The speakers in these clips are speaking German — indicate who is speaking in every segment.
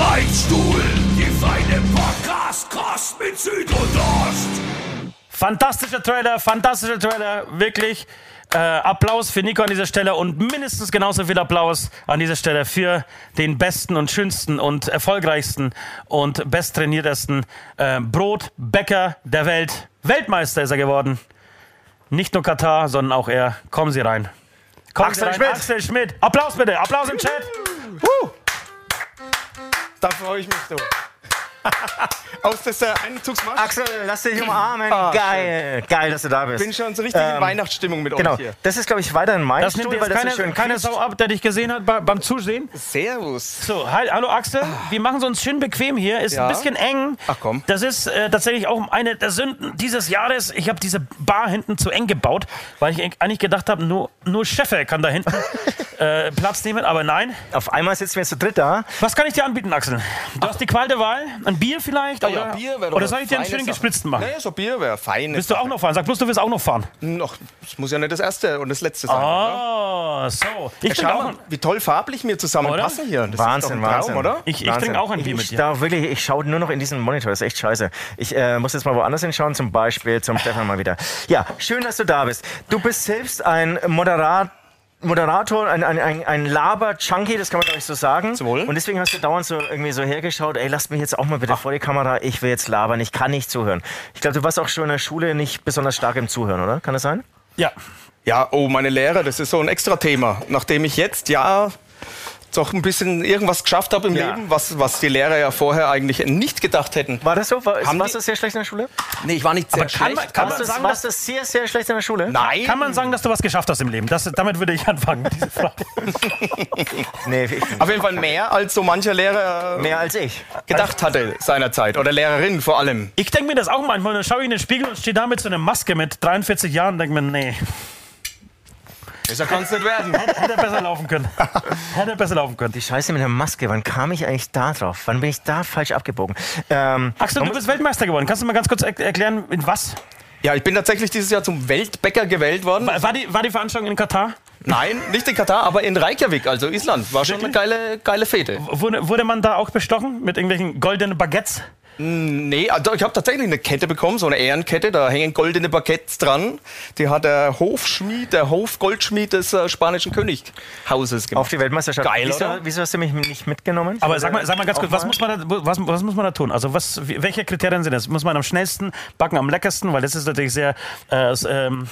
Speaker 1: Fahrstuhl, die feine Podcast-Kost mit Süd und Ost.
Speaker 2: Fantastischer Trailer, fantastischer Trailer, wirklich. Äh, Applaus für Nico an dieser Stelle und mindestens genauso viel Applaus an dieser Stelle für den besten und schönsten und erfolgreichsten und besttrainiertesten äh, Brotbäcker der Welt. Weltmeister ist er geworden. Nicht nur Katar, sondern auch er. Kommen Sie rein. Kommen
Speaker 3: Axel Schmidt.
Speaker 2: Axel Schmidt. Applaus bitte. Applaus im Chat.
Speaker 3: Da freue ich mich so. Aus dieser Einzugsmaske.
Speaker 4: Axel, lass dich umarmen.
Speaker 3: Ah,
Speaker 4: Geil. Geil, dass du da bist.
Speaker 3: bin schon so richtig in
Speaker 4: Ähm,
Speaker 3: Weihnachtsstimmung mit
Speaker 4: Genau.
Speaker 3: euch hier.
Speaker 4: Das ist, glaube ich, weiterhin mein
Speaker 2: Das nimmt
Speaker 4: Stuhl,
Speaker 2: jetzt
Speaker 4: weil das
Speaker 2: keine,
Speaker 4: so schön
Speaker 2: keine
Speaker 4: quietscht.
Speaker 2: Sau ab, der dich gesehen hat bei, beim Zusehen.
Speaker 3: Servus. Ah.
Speaker 2: So, hi, hallo Axel. Wir machen es uns schön bequem hier. Ist
Speaker 3: Ja.
Speaker 2: ein bisschen eng.
Speaker 3: Ach komm.
Speaker 2: Das ist äh, tatsächlich auch eine der Sünden dieses Jahres. Ich habe diese Bar hinten zu eng gebaut, weil ich eigentlich gedacht habe, nur, nur Cheffe kann da hinten äh, Platz nehmen. Aber nein.
Speaker 4: Auf einmal sitzen wir zu dritt da.
Speaker 2: Was kann ich dir anbieten, Axel? Du hast die Qual der Wahl. Ein Bier
Speaker 3: Ah
Speaker 2: vielleicht? oder
Speaker 3: wär doch
Speaker 2: oder
Speaker 3: eine
Speaker 2: soll ich dir einen
Speaker 3: feine
Speaker 2: schönen
Speaker 3: Sache.
Speaker 2: gespritzten machen?
Speaker 3: Naja, so Bier wäre fein.
Speaker 2: Willst du auch noch fahren? Sag bloß, du willst auch noch fahren.
Speaker 3: Noch, das muss ja nicht das erste und das letzte sein.
Speaker 4: Ah.
Speaker 3: oder?
Speaker 2: Oh, so. Ich
Speaker 3: Schau
Speaker 2: trinke auch,
Speaker 3: mal,
Speaker 2: ein-
Speaker 3: wie toll farblich wir zusammenpassen hier. Das
Speaker 4: Wahnsinn,
Speaker 3: ist doch ein Traum,
Speaker 4: Wahnsinn.
Speaker 3: oder?
Speaker 2: ich, ich
Speaker 4: Wahnsinn.
Speaker 2: trinke auch ein Bier mit
Speaker 4: Ich
Speaker 2: dir.
Speaker 4: da wirklich, ich schaue nur noch in diesen Monitor, das ist echt scheiße. Ich äh, muss jetzt mal woanders hinschauen, zum Beispiel zum Stefan mal wieder. Ja, schön, dass du da bist. Du bist selbst ein Moderat, Moderator, ein, ein, ein, ein Laber-Junkie, das kann man glaube ich so sagen.
Speaker 3: Zum Wohl.
Speaker 4: Und deswegen hast du dauernd so irgendwie so hergeschaut, ey, lass mich jetzt auch mal bitte vor die Kamera, ich will jetzt labern, ich kann nicht zuhören. Ich glaube, du warst auch schon in der Schule nicht besonders stark im Zuhören, oder? Kann das sein?
Speaker 2: Ja.
Speaker 3: Ja, oh, meine Lehre, das ist so ein extra Thema. Nachdem ich jetzt ja doch ein bisschen irgendwas geschafft habe im
Speaker 4: Ja.
Speaker 3: Leben, was, was die Lehrer ja vorher eigentlich nicht gedacht hätten.
Speaker 4: War das so? War,
Speaker 3: Haben
Speaker 4: warst
Speaker 3: die-
Speaker 4: du sehr schlecht in der Schule?
Speaker 3: Nee, ich war nicht sehr
Speaker 2: kann man- kann man-
Speaker 4: Warst du,
Speaker 2: sagen,
Speaker 4: warst du sehr, sehr schlecht in der Schule?
Speaker 3: Nein.
Speaker 2: Kann man sagen, dass du was geschafft hast im Leben? Das, damit würde ich anfangen, diese Frage.
Speaker 4: Nee, ich,
Speaker 3: Auf jeden Fall mehr als so mancher Lehrer äh,
Speaker 4: mehr als ich. Also,
Speaker 3: gedacht hatte seinerzeit. Oder Lehrerin vor allem.
Speaker 2: Ich denke mir das auch manchmal. Dann schaue ich in den Spiegel und stehe da mit so einer Maske mit 43 Jahren und denke mir, nee,
Speaker 3: Besser kann es nicht werden.
Speaker 2: hätte besser laufen können. Hätte besser laufen können.
Speaker 4: Die Scheiße mit der Maske, wann kam ich eigentlich da drauf? Wann bin ich da falsch abgebogen? Ähm,
Speaker 2: Axel, du bist Weltmeister geworden. Kannst du mal ganz kurz er erklären, in was?
Speaker 3: Ja, ich bin tatsächlich dieses Jahr zum Weltbäcker gewählt worden.
Speaker 2: War war die, war die Veranstaltung in Katar?
Speaker 3: Nein, nicht in Katar, aber in Reykjavik, also Island. War schon eine geile, geile Fete.
Speaker 2: Wurde, wurde man da auch bestochen mit irgendwelchen goldenen Baguettes?
Speaker 3: Nee, also ich habe tatsächlich eine Kette bekommen, so eine Ehrenkette, da hängen goldene Baguettes dran. Die hat der Hofschmied, der Hofgoldschmied des äh, spanischen Könighauses
Speaker 4: auf
Speaker 3: gemacht.
Speaker 4: die Weltmeisterschaft.
Speaker 3: Geil,
Speaker 4: wieso,
Speaker 3: oder?
Speaker 4: wieso hast du mich nicht mitgenommen?
Speaker 2: Aber sag mal, sag mal ganz
Speaker 4: Auch
Speaker 2: kurz, was muss, man da, was, was muss man da tun? Also was, wie- welche Kriterien sind das? Muss man am schnellsten backen, am leckersten? Weil das ist natürlich sehr... Äh, s- ähm,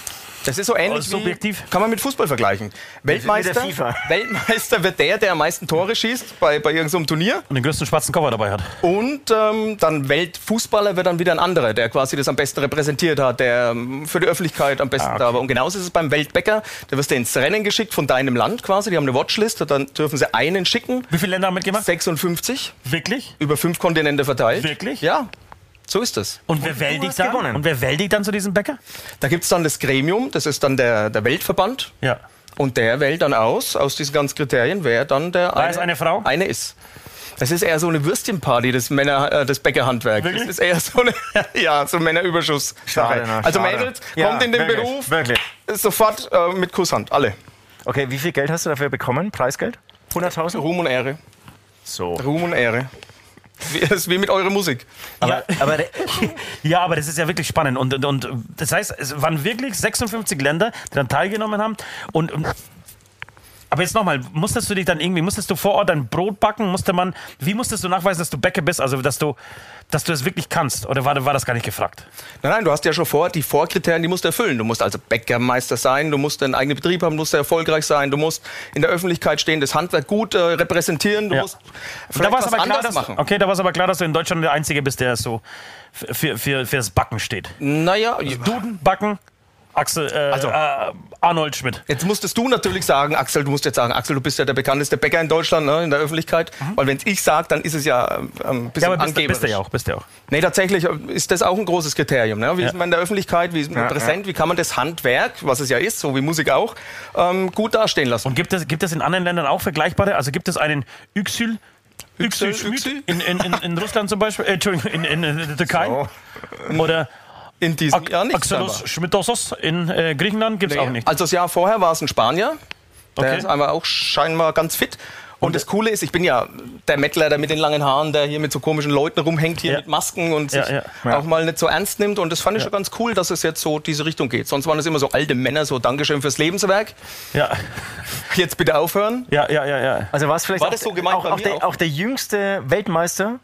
Speaker 3: Das ist so ähnlich
Speaker 2: Oh, subjektiv.
Speaker 3: wie, kann man mit Fußball vergleichen. Weltmeister,
Speaker 4: mit der FIFA.
Speaker 3: Weltmeister wird der, der am meisten Tore schießt bei, bei irgendeinem Turnier.
Speaker 2: und den größten schwarzen Koffer dabei hat.
Speaker 3: Und ähm, dann Weltfußballer wird dann wieder ein anderer, der quasi das am besten repräsentiert hat, der ähm, für die Öffentlichkeit am
Speaker 4: Ah,
Speaker 3: besten da war. Und genauso ist es beim Weltbäcker. Da wirst du ins Rennen geschickt von deinem Land quasi. Die haben eine Watchlist, dann dürfen sie einen schicken.
Speaker 2: Wie viele Länder haben mitgemacht?
Speaker 3: 56
Speaker 2: Wirklich?
Speaker 3: über fünf Kontinente verteilt.
Speaker 2: Wirklich?
Speaker 3: Ja. So ist es.
Speaker 2: Und wer
Speaker 4: hast
Speaker 2: wältigt dann?
Speaker 4: gewonnen.
Speaker 2: Und wer wältigt dann zu diesem Bäcker?
Speaker 3: Da gibt es dann das Gremium, das ist dann der, der Weltverband.
Speaker 2: Ja.
Speaker 3: Und der wählt dann aus, aus diesen ganzen Kriterien, wer dann der
Speaker 2: Da ist eine Frau?
Speaker 3: eine ist. Das ist eher so eine Würstchenparty, das Männer, äh, das Bäckerhandwerk.
Speaker 2: Wirklich?
Speaker 3: Das ist eher so eine, ja, so Männerüberschuss.
Speaker 4: Schade, na,
Speaker 3: also
Speaker 4: schade.
Speaker 3: Mädels,
Speaker 4: Ja,
Speaker 3: kommt in den
Speaker 4: wirklich,
Speaker 3: Beruf,
Speaker 4: Wirklich.
Speaker 3: sofort äh, mit Kusshand, alle.
Speaker 4: Okay, wie viel Geld hast du dafür bekommen? Preisgeld? 100.000?
Speaker 3: Also Ruhm und Ehre,
Speaker 4: So.
Speaker 3: Ruhm und Ehre. Wie, das ist wie mit eurer Musik.
Speaker 4: Aber, aber der-
Speaker 2: Ja, aber das ist ja wirklich spannend. Und, und, und das heißt, es waren wirklich 56 Länder, die dann teilgenommen haben. Und, und aber jetzt nochmal, musstest du dich dann irgendwie, musstest du vor Ort ein Brot backen? Musste man, wie musstest du nachweisen, dass du Bäcker bist, also dass du, dass du es wirklich kannst? Oder war, war das gar nicht gefragt?
Speaker 3: Nein, nein, du hast ja schon vor, die Vorkriterien, die musst du erfüllen. Du musst also Bäckermeister sein, du musst einen eigenen Betrieb haben, du musst erfolgreich sein, du musst in der Öffentlichkeit stehen, das Handwerk gut äh, repräsentieren, du
Speaker 2: Ja.
Speaker 3: musst
Speaker 2: Da
Speaker 3: vielleicht
Speaker 2: war es
Speaker 3: was
Speaker 2: aber klar, dass,
Speaker 3: anders machen.
Speaker 2: okay, da war es aber klar, dass du in Deutschland der Einzige bist, der so für, für, für, fürs Backen steht.
Speaker 3: Naja,
Speaker 2: Also Duden, Backen, Axel, äh,
Speaker 3: Also-
Speaker 2: äh, Arnold Schmidt.
Speaker 3: Jetzt musstest du natürlich sagen, Axel, du musst jetzt sagen, Axel, du bist ja der bekannteste Bäcker in Deutschland, ne, in der Öffentlichkeit. Weil wenn ich sage, dann ist es ja ähm, ein
Speaker 2: Mhm.
Speaker 3: bisschen
Speaker 2: Ja, aber bist, du-
Speaker 3: angeberisch.
Speaker 2: bist du ja auch, bist du ja auch.
Speaker 3: Nee, tatsächlich äh, ist das auch ein großes Kriterium. Ne? Wie
Speaker 2: Ja.
Speaker 3: ist man in der Öffentlichkeit, wie ist man
Speaker 4: Ja,
Speaker 3: präsent, wie kann man das Handwerk, was es ja ist, so wie Musik auch, ähm, gut dastehen lassen.
Speaker 2: Und gibt es, gibt es in anderen Ländern auch vergleichbare? Also gibt es einen Yüksel, Yüksel,
Speaker 3: Yüksel,
Speaker 2: Schmied
Speaker 3: Yüksel?
Speaker 2: in, in, in, in Russland zum Beispiel, äh, Entschuldigung, in, in, in der Türkei?
Speaker 3: Oh.
Speaker 2: Oder
Speaker 3: in diesem
Speaker 2: Ak
Speaker 3: Jahr nicht.
Speaker 2: Axelos Schmidtossos in äh, Griechenland gibt es
Speaker 3: scheinbar.
Speaker 2: auch nicht.
Speaker 3: Also das Jahr vorher war es ein Spanier, der
Speaker 2: Okay.
Speaker 3: ist einmal auch scheinbar ganz fit. Und das Coole ist, ich bin ja der Mettler, der mit den langen Haaren, der hier mit so komischen Leuten rumhängt, hier
Speaker 2: Ja.
Speaker 3: mit Masken und sich
Speaker 2: Ja, ja.
Speaker 3: auch mal nicht so ernst nimmt. Und das fand ich schon ganz cool, dass es jetzt so diese Richtung geht. Sonst waren es immer so alte Männer, so Dankeschön fürs Lebenswerk.
Speaker 2: Ja,
Speaker 3: Jetzt bitte aufhören.
Speaker 2: ja, ja, ja. ja.
Speaker 4: Also war es vielleicht
Speaker 3: War
Speaker 4: auch,
Speaker 3: das so gemeint
Speaker 4: auch,
Speaker 3: bei
Speaker 4: auch,
Speaker 3: mir
Speaker 4: der,
Speaker 3: auch?
Speaker 4: auch der jüngste Weltmeister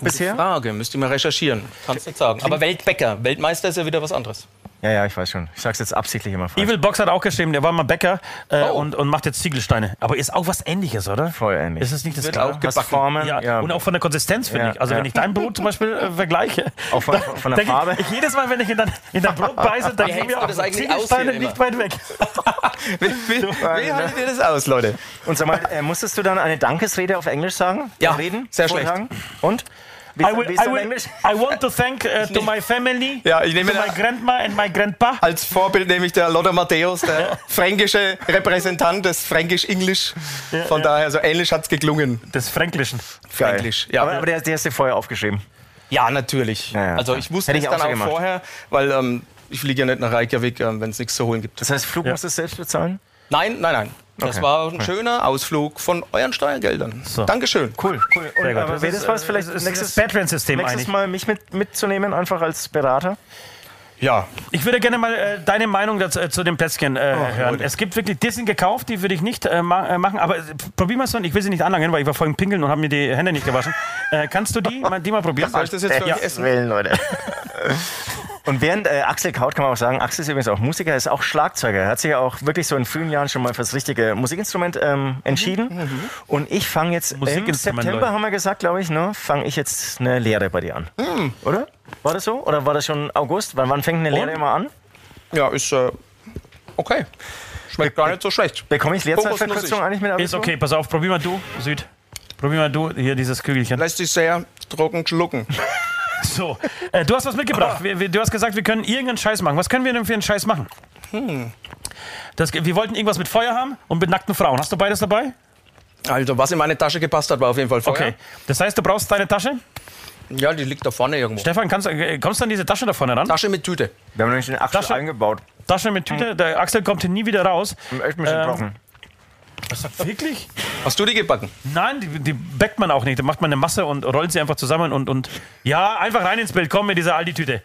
Speaker 4: bisher?
Speaker 3: Frage, müsst ihr mal recherchieren. Kannst du sagen. Aber Weltbäcker, Weltmeister ist ja wieder was anderes.
Speaker 4: Ja, ja, ich weiß schon. Ich sag's jetzt absichtlich immer falsch.
Speaker 2: Evil Box hat auch geschrieben, der war mal Bäcker äh,
Speaker 3: Oh.
Speaker 2: und, und macht jetzt Ziegelsteine. Aber ist auch was ähnliches, oder?
Speaker 4: Voll ähnlich.
Speaker 2: Ist es nicht das
Speaker 3: Wird
Speaker 2: Gleiche?
Speaker 3: auch
Speaker 4: Was
Speaker 3: gebacken.
Speaker 4: Formen?
Speaker 2: Ja, und auch von der Konsistenz, finde
Speaker 4: Ja,
Speaker 2: ich. Also,
Speaker 4: ja.
Speaker 2: wenn ich dein Brot zum Beispiel äh, vergleiche.
Speaker 4: Auch von-
Speaker 2: da-
Speaker 4: von der
Speaker 2: denke
Speaker 4: Farbe.
Speaker 2: Ich, ich, jedes Mal, wenn ich in dein, in dein Brot beiße, dann
Speaker 3: Wie
Speaker 2: gehen
Speaker 3: hältst
Speaker 2: wir
Speaker 3: du das eigentlich aus
Speaker 2: Ziegelsteine
Speaker 3: hier
Speaker 2: nicht weit weg.
Speaker 3: Wie, wie,
Speaker 4: ne?
Speaker 3: wie haltet ihr das aus, Leute?
Speaker 4: Und sag mal, äh, musstest du dann eine Dankesrede auf Englisch sagen?
Speaker 3: Ja,
Speaker 4: reden?
Speaker 3: sehr schlecht.
Speaker 4: Vortragen? Und? Wie
Speaker 2: I, will,
Speaker 4: wie
Speaker 2: I,
Speaker 4: in
Speaker 2: will,
Speaker 4: Englisch?
Speaker 2: I want to thank uh, to my family,
Speaker 3: Ja, ich nehme
Speaker 2: to my
Speaker 3: da-
Speaker 2: grandma and my grandpa.
Speaker 3: Als Vorbild nehme ich der Lothar Matthäus, der fränkische Repräsentant des Fränkisch-Englisch. Von daher, so ähnlich hat es geklungen.
Speaker 2: Des Fränklischen.
Speaker 3: Fränkisch, ja.
Speaker 4: Aber, aber der, der hast du vorher aufgeschrieben.
Speaker 3: Ja, natürlich.
Speaker 4: Ja, ja,
Speaker 3: also
Speaker 4: klar.
Speaker 3: ich wusste
Speaker 4: Hätte
Speaker 3: es
Speaker 4: ich auch
Speaker 3: dann
Speaker 4: so
Speaker 3: auch
Speaker 4: gemacht.
Speaker 3: vorher, weil ähm, ich fliege ja nicht nach Reykjavik, ähm, wenn es nichts zu holen gibt.
Speaker 4: Das heißt, Flug musstest du selbst bezahlen?
Speaker 3: Nein, nein, nein. Das
Speaker 4: Okay.
Speaker 3: war ein schöner Ausflug von euren Steuergeldern. Dankeschön.
Speaker 4: Cool, cool. Und,
Speaker 2: Sehr gut.
Speaker 4: aber wäre das was vielleicht
Speaker 2: ist
Speaker 4: nächstes,
Speaker 2: nächstes Patreon-System
Speaker 4: nächstes
Speaker 2: eigentlich.
Speaker 4: Mal mich mit, mitzunehmen, einfach als Berater?
Speaker 3: Ja,
Speaker 2: Ich würde gerne mal äh, deine Meinung dazu, äh, zu dem Plätzchen äh,
Speaker 3: Oh,
Speaker 2: hören. Es gibt wirklich, die sind gekauft, die würde ich nicht äh, ma äh, machen, aber äh, probier mal so, ich will sie nicht anlangen, weil ich war vorhin pinkeln und habe mir die Hände nicht gewaschen. äh, kannst du die, mal, die mal probieren?
Speaker 3: soll ich das jetzt für
Speaker 4: Ja.
Speaker 3: euch essen?
Speaker 4: Willen, Leute. Und während äh, Axel kaut, kann man auch sagen, Axel ist übrigens auch Musiker, ist auch Schlagzeuger. Er hat sich ja auch wirklich so in frühen Jahren schon mal fürs richtige Musikinstrument ähm, entschieden. Und ich fange jetzt im
Speaker 2: Musikinstrument,
Speaker 4: September,
Speaker 2: Leute.
Speaker 4: haben wir gesagt, glaube ich, ne, fange ich jetzt eine Lehre bei dir an. Oder? War das so? Oder war das schon August? Wann, wann fängt eine Lehre
Speaker 2: Und?
Speaker 4: immer an?
Speaker 3: Ja, ist äh, okay. Schmeckt gar nicht so schlecht.
Speaker 4: Bekomme ich Lehrzeitverkürzung
Speaker 3: Kokosnussig.
Speaker 4: eigentlich mit
Speaker 2: Ist okay, pass auf, probier mal du, Süd. Probier mal du, hier dieses Kügelchen.
Speaker 3: Lässt sich sehr trocken schlucken.
Speaker 2: So, äh, du hast was mitgebracht. Wir, wir, du hast gesagt, wir können irgendeinen Scheiß machen. Was können wir denn für einen Scheiß machen? Das, wir wollten irgendwas mit Feuer haben und mit nackten Frauen. Hast du beides dabei?
Speaker 3: Also, was in meine Tasche gepasst hat, war auf jeden Fall Feuer.
Speaker 2: Okay. Das heißt, du brauchst deine Tasche.
Speaker 3: Ja, die liegt da vorne irgendwo.
Speaker 2: Stefan, kannst, äh, kommst du an diese Tasche da vorne ran?
Speaker 3: Tasche mit Tüte.
Speaker 4: Wir haben nämlich den Axel
Speaker 2: Tasche-
Speaker 4: eingebaut.
Speaker 2: Tasche mit Tüte. Der Axel kommt hier nie wieder raus.
Speaker 4: Echt ein bisschen
Speaker 2: Ähm,
Speaker 4: trocken.
Speaker 2: Wirklich?
Speaker 3: Hast du die gebacken?
Speaker 2: Nein, die, die backt man auch nicht. Da macht man eine Masse und rollt sie einfach zusammen und, und ja, einfach rein ins Bild. Komm mit dieser Aldi-Tüte.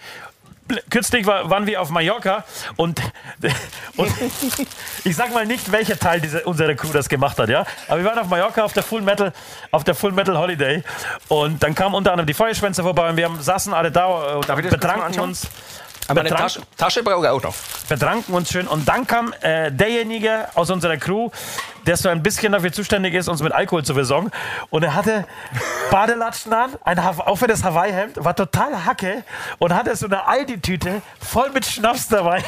Speaker 2: Bl- Kürzlich war, waren wir auf Mallorca und, und ich sag mal nicht, welcher Teil dieser, unserer Crew das gemacht hat, ja. Aber wir waren auf Mallorca auf der Full Metal, auf der Full Metal Holiday und dann kamen unter anderem die Feuerschwänze vorbei und wir haben, saßen alle da und
Speaker 4: Darf ich das kurz mal
Speaker 2: betranken
Speaker 4: anschauen?
Speaker 2: uns.
Speaker 3: Aber eine
Speaker 2: betranken-
Speaker 3: Tasche, Tasche brauche ich auch noch.
Speaker 2: betranken uns schön. Und dann kam äh, derjenige aus unserer Crew, der so ein bisschen dafür zuständig ist, uns mit Alkohol zu versorgen. Und er hatte Badelatschen an, ein ha aufwendes Hawaii-Hemd, war total hacke und hatte so eine Aldi-Tüte voll mit Schnaps dabei.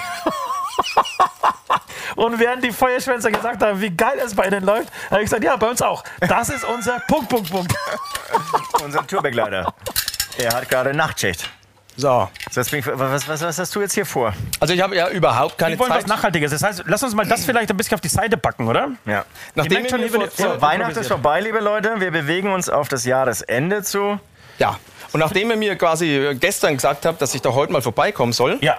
Speaker 2: Und während die Feuerschwänzer gesagt haben, wie geil es bei denen läuft, habe ich gesagt, ja, bei uns auch. Das ist unser Punkt, Punkt, Punkt.
Speaker 4: Unser Tourbegleiter. Der hat gerade Nachtschicht.
Speaker 3: So.
Speaker 4: So, jetzt bin ich, was, was, was hast du jetzt hier vor?
Speaker 3: Also, ich habe ja überhaupt keine
Speaker 2: Wir wollen was
Speaker 3: Zeit.
Speaker 2: Nachhaltiges. Das heißt, lass uns mal das vielleicht ein bisschen auf die Seite packen, oder?
Speaker 4: Ja.
Speaker 3: Nachdem
Speaker 2: merkt schon,
Speaker 3: wir
Speaker 2: hier
Speaker 3: vor,
Speaker 2: wird-
Speaker 3: vor,
Speaker 4: So, Weihnachten ist vorbei, liebe Leute. Wir bewegen uns auf das Jahresende zu.
Speaker 3: ja. Und nachdem ihr mir quasi äh, gestern gesagt habt, dass ich da heute mal vorbeikommen soll,
Speaker 2: Ja,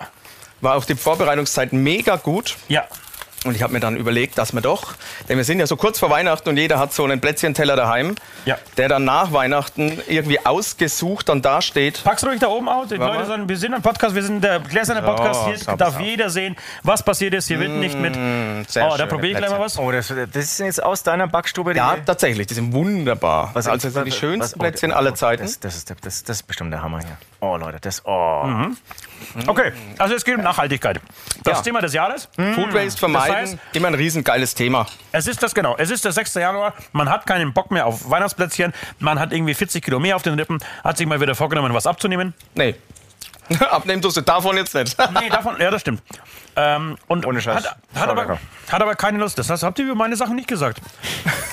Speaker 3: war auch die Vorbereitungszeit mega gut.
Speaker 2: ja.
Speaker 3: Und ich habe mir dann überlegt, dass wir doch, denn wir sind ja so kurz vor Weihnachten und jeder hat so einen Plätzchenteller daheim,
Speaker 2: Ja.
Speaker 3: der dann nach Weihnachten irgendwie ausgesucht dann dasteht.
Speaker 2: Pack's ruhig da oben aus. Die
Speaker 3: Warte
Speaker 2: Leute
Speaker 3: mal.
Speaker 2: sagen, wir sind ein Podcast, wir sind der gläserne Podcast. Hier
Speaker 4: pass auf,
Speaker 2: darf
Speaker 4: pass auf.
Speaker 2: jeder sehen, was passiert ist. Hier wird nicht mit.
Speaker 3: sehr
Speaker 2: oh, da
Speaker 3: schöne
Speaker 2: probiere ich gleich mal was.
Speaker 4: Oh, das, das ist jetzt aus deiner Backstube. die-
Speaker 3: Ja, tatsächlich, die sind wunderbar.
Speaker 4: was-
Speaker 3: also das sind die
Speaker 4: was-
Speaker 3: schönsten
Speaker 4: was- oh,
Speaker 3: Plätzchen
Speaker 4: oh,
Speaker 3: aller Zeiten.
Speaker 4: Das, das, ist, der- das, das ist bestimmt der Hammer hier. Oh, Leute, das. Oh.
Speaker 3: Mhm.
Speaker 2: Okay, also es geht um Nachhaltigkeit. Das
Speaker 3: Ja.
Speaker 2: Thema des Jahres.
Speaker 3: Food Waste vermeiden,
Speaker 2: Das heißt-
Speaker 3: immer ein riesengeiles Thema.
Speaker 2: Es ist das genau. Es ist der 6. Januar. Man hat keinen Bock mehr auf Weihnachtsplätzchen. Man hat irgendwie 40 Kilo mehr auf den Rippen. Hat sich mal wieder vorgenommen, was abzunehmen.
Speaker 3: Nee. Abnehmen tust du davon jetzt nicht.
Speaker 2: Nee, davon, ja, das stimmt. Ähm, und
Speaker 4: Ohne Scheiß.
Speaker 2: Hat, hat,
Speaker 4: Schau
Speaker 2: aber,
Speaker 4: lecker.
Speaker 2: hat aber keine Lust. Das heißt, habt ihr über meine Sachen nicht gesagt.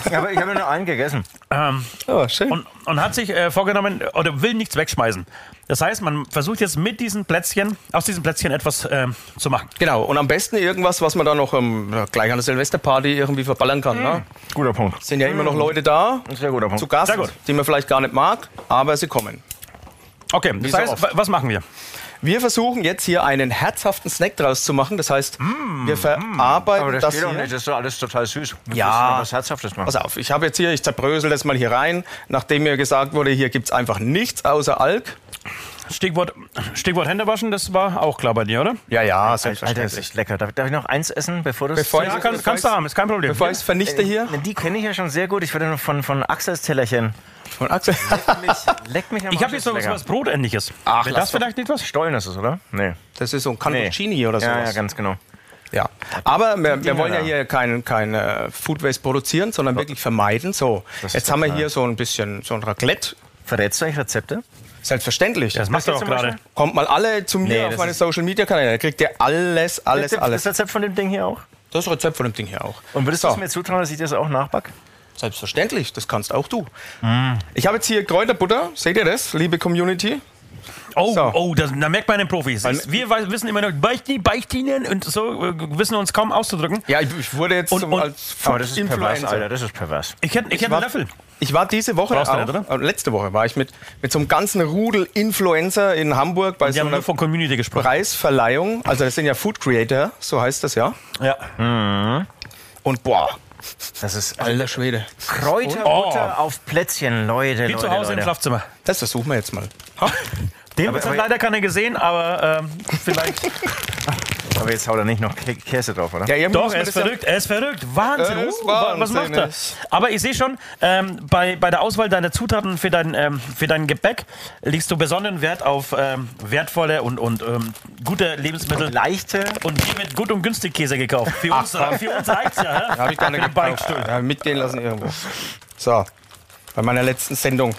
Speaker 4: Aber ich habe nur einen gegessen.
Speaker 2: Ähm,
Speaker 3: Oh, schön.
Speaker 2: und, und hat sich äh, vorgenommen äh, oder will nichts wegschmeißen. Das heißt, man versucht jetzt mit diesen Plätzchen, aus diesen Plätzchen etwas ähm, zu machen.
Speaker 3: genau, und am besten irgendwas, was man dann noch ähm, ja, gleich an der Silvesterparty irgendwie verballern kann. Ne?
Speaker 4: Guter Punkt.
Speaker 3: Sind ja immer noch Leute da,
Speaker 4: Hm. Sehr guter Punkt.
Speaker 3: zu Gast,
Speaker 2: Sehr gut.
Speaker 3: die man vielleicht gar nicht mag, aber sie kommen.
Speaker 2: Okay, das
Speaker 3: so
Speaker 2: heißt,
Speaker 3: oft.
Speaker 2: wa- was machen wir?
Speaker 3: Wir versuchen jetzt hier einen herzhaften Snack draus zu machen. Das heißt, wir verarbeiten
Speaker 4: Hm. Aber das,
Speaker 3: das
Speaker 4: geht doch
Speaker 3: hier.
Speaker 4: nicht, das ist doch alles total süß. Wir
Speaker 3: Ja. Also,
Speaker 4: müssen mal was Herzhaftes machen.
Speaker 3: Pass auf, ich habe jetzt hier, ich zerbrösel das mal hier rein. Nachdem mir gesagt wurde, hier gibt es einfach nichts außer Alk.
Speaker 2: Stichwort, Stichwort Hände waschen, das war auch klar bei dir, oder?
Speaker 3: Ja, ja,
Speaker 4: Alter, das ist lecker. Darf, darf ich noch eins essen, bevor du
Speaker 3: Bevor
Speaker 2: Ja,
Speaker 3: ich-
Speaker 2: kannst, kannst du haben, ist kein Problem.
Speaker 4: Mhm.
Speaker 3: Bevor ich es vernichte hier.
Speaker 4: Die kenne ich ja schon sehr gut. Ich würde nur von, von Axels Tellerchen.
Speaker 3: Von Axel.
Speaker 4: Leck mich am
Speaker 2: ich
Speaker 4: Arsch,
Speaker 2: habe hier so
Speaker 4: das ist
Speaker 2: was,
Speaker 4: lecker.
Speaker 2: was Brotähnliches.
Speaker 3: Ach,
Speaker 2: Wäre
Speaker 3: lass
Speaker 2: das vielleicht nicht was?
Speaker 4: Stollen ist es, oder? Nee.
Speaker 3: Das ist so ein Cannoncini oder sowas.
Speaker 4: Ja, ja, ganz genau.
Speaker 3: Ja, aber wir, wir wollen ja
Speaker 4: da.
Speaker 3: hier kein, kein äh, Food Waste produzieren, sondern wirklich vermeiden. So,
Speaker 4: Das ist
Speaker 3: jetzt
Speaker 4: doch
Speaker 3: haben wir
Speaker 4: klar.
Speaker 3: hier so ein bisschen so ein Raclette.
Speaker 4: Verrätst du eigentlich Rezepte?
Speaker 3: Selbstverständlich.
Speaker 2: Das macht er auch
Speaker 4: zum
Speaker 2: gerade.
Speaker 4: Beispiel?
Speaker 3: Kommt mal alle zu mir
Speaker 4: Nee,
Speaker 3: auf
Speaker 4: das
Speaker 3: meine
Speaker 4: ist-
Speaker 3: Social Media Kanäle. Da kriegt ihr alles, alles,
Speaker 4: Rezept-
Speaker 3: alles.
Speaker 4: Das Rezept von dem Ding hier auch?
Speaker 3: Das Rezept von dem Ding hier auch.
Speaker 4: Und würdest
Speaker 3: so,
Speaker 4: du es mir zutrauen, dass ich das auch nachback?
Speaker 3: Selbstverständlich, das kannst auch du. Ich habe jetzt hier Kräuterbutter. Seht ihr das, liebe Community?
Speaker 2: Oh,
Speaker 3: So.
Speaker 2: oh, das, da merkt man den Profis.
Speaker 3: Weil-
Speaker 2: wir wei- wissen immer noch, Beichtinen, Beichtinen und so äh, wissen uns kaum auszudrücken.
Speaker 3: Ja, ich, ich wurde jetzt
Speaker 2: Und-
Speaker 3: zum,
Speaker 2: und-
Speaker 3: als
Speaker 4: Aber das ist pervers,
Speaker 3: Influencer.
Speaker 4: Alter. Das ist pervers.
Speaker 2: Ich hätte ich hätte einen Löffel.
Speaker 3: Ich war diese Woche,
Speaker 2: Brauchst du
Speaker 3: auch,
Speaker 2: nicht, oder?
Speaker 3: äh, letzte Woche war ich mit, mit so einem ganzen Rudel Influencer in Hamburg bei
Speaker 2: Die
Speaker 3: so
Speaker 2: haben
Speaker 3: einer
Speaker 2: nur von Community gesprochen.
Speaker 3: Preisverleihung. Also das sind ja Food Creator, so heißt das ja.
Speaker 2: Ja.
Speaker 3: Und boah,
Speaker 4: Das ist
Speaker 3: alter Schwede.
Speaker 4: Kräuterbutter auf Plätzchen, Leute.
Speaker 2: Wie
Speaker 4: Leute,
Speaker 2: zu Hause im
Speaker 4: Leute.
Speaker 2: Schlafzimmer.
Speaker 3: Das versuchen wir jetzt mal.
Speaker 2: Den
Speaker 4: Aber-
Speaker 2: wird's hat
Speaker 4: aber-
Speaker 2: leider keiner gesehen, aber ähm, vielleicht.
Speaker 4: Aber jetzt haut er nicht noch Kä- Käse drauf, oder?
Speaker 3: irgendwie
Speaker 2: Doch,
Speaker 3: muss man
Speaker 2: er ist
Speaker 3: das ja-
Speaker 2: verrückt, er ist verrückt. Wahnsinn.
Speaker 3: Er ist
Speaker 2: Uh, wa- was macht er?
Speaker 3: wahnsinnig.
Speaker 2: Aber ich sehe schon, ähm, bei, bei der Auswahl deiner Zutaten für dein, ähm, für dein Gebäck legst du besonderen Wert auf ähm, wertvolle und, und ähm, gute Lebensmittel.
Speaker 4: Leichte.
Speaker 2: Und hier wird gut und günstig Käse gekauft. Für uns, äh, für uns reicht's ja. hä?
Speaker 3: Hab ich gar nicht
Speaker 2: Für den
Speaker 3: gekauft.
Speaker 2: Beichtstuhl.
Speaker 3: Ja, mitgehen lassen irgendwo. So, bei meiner letzten Sendung.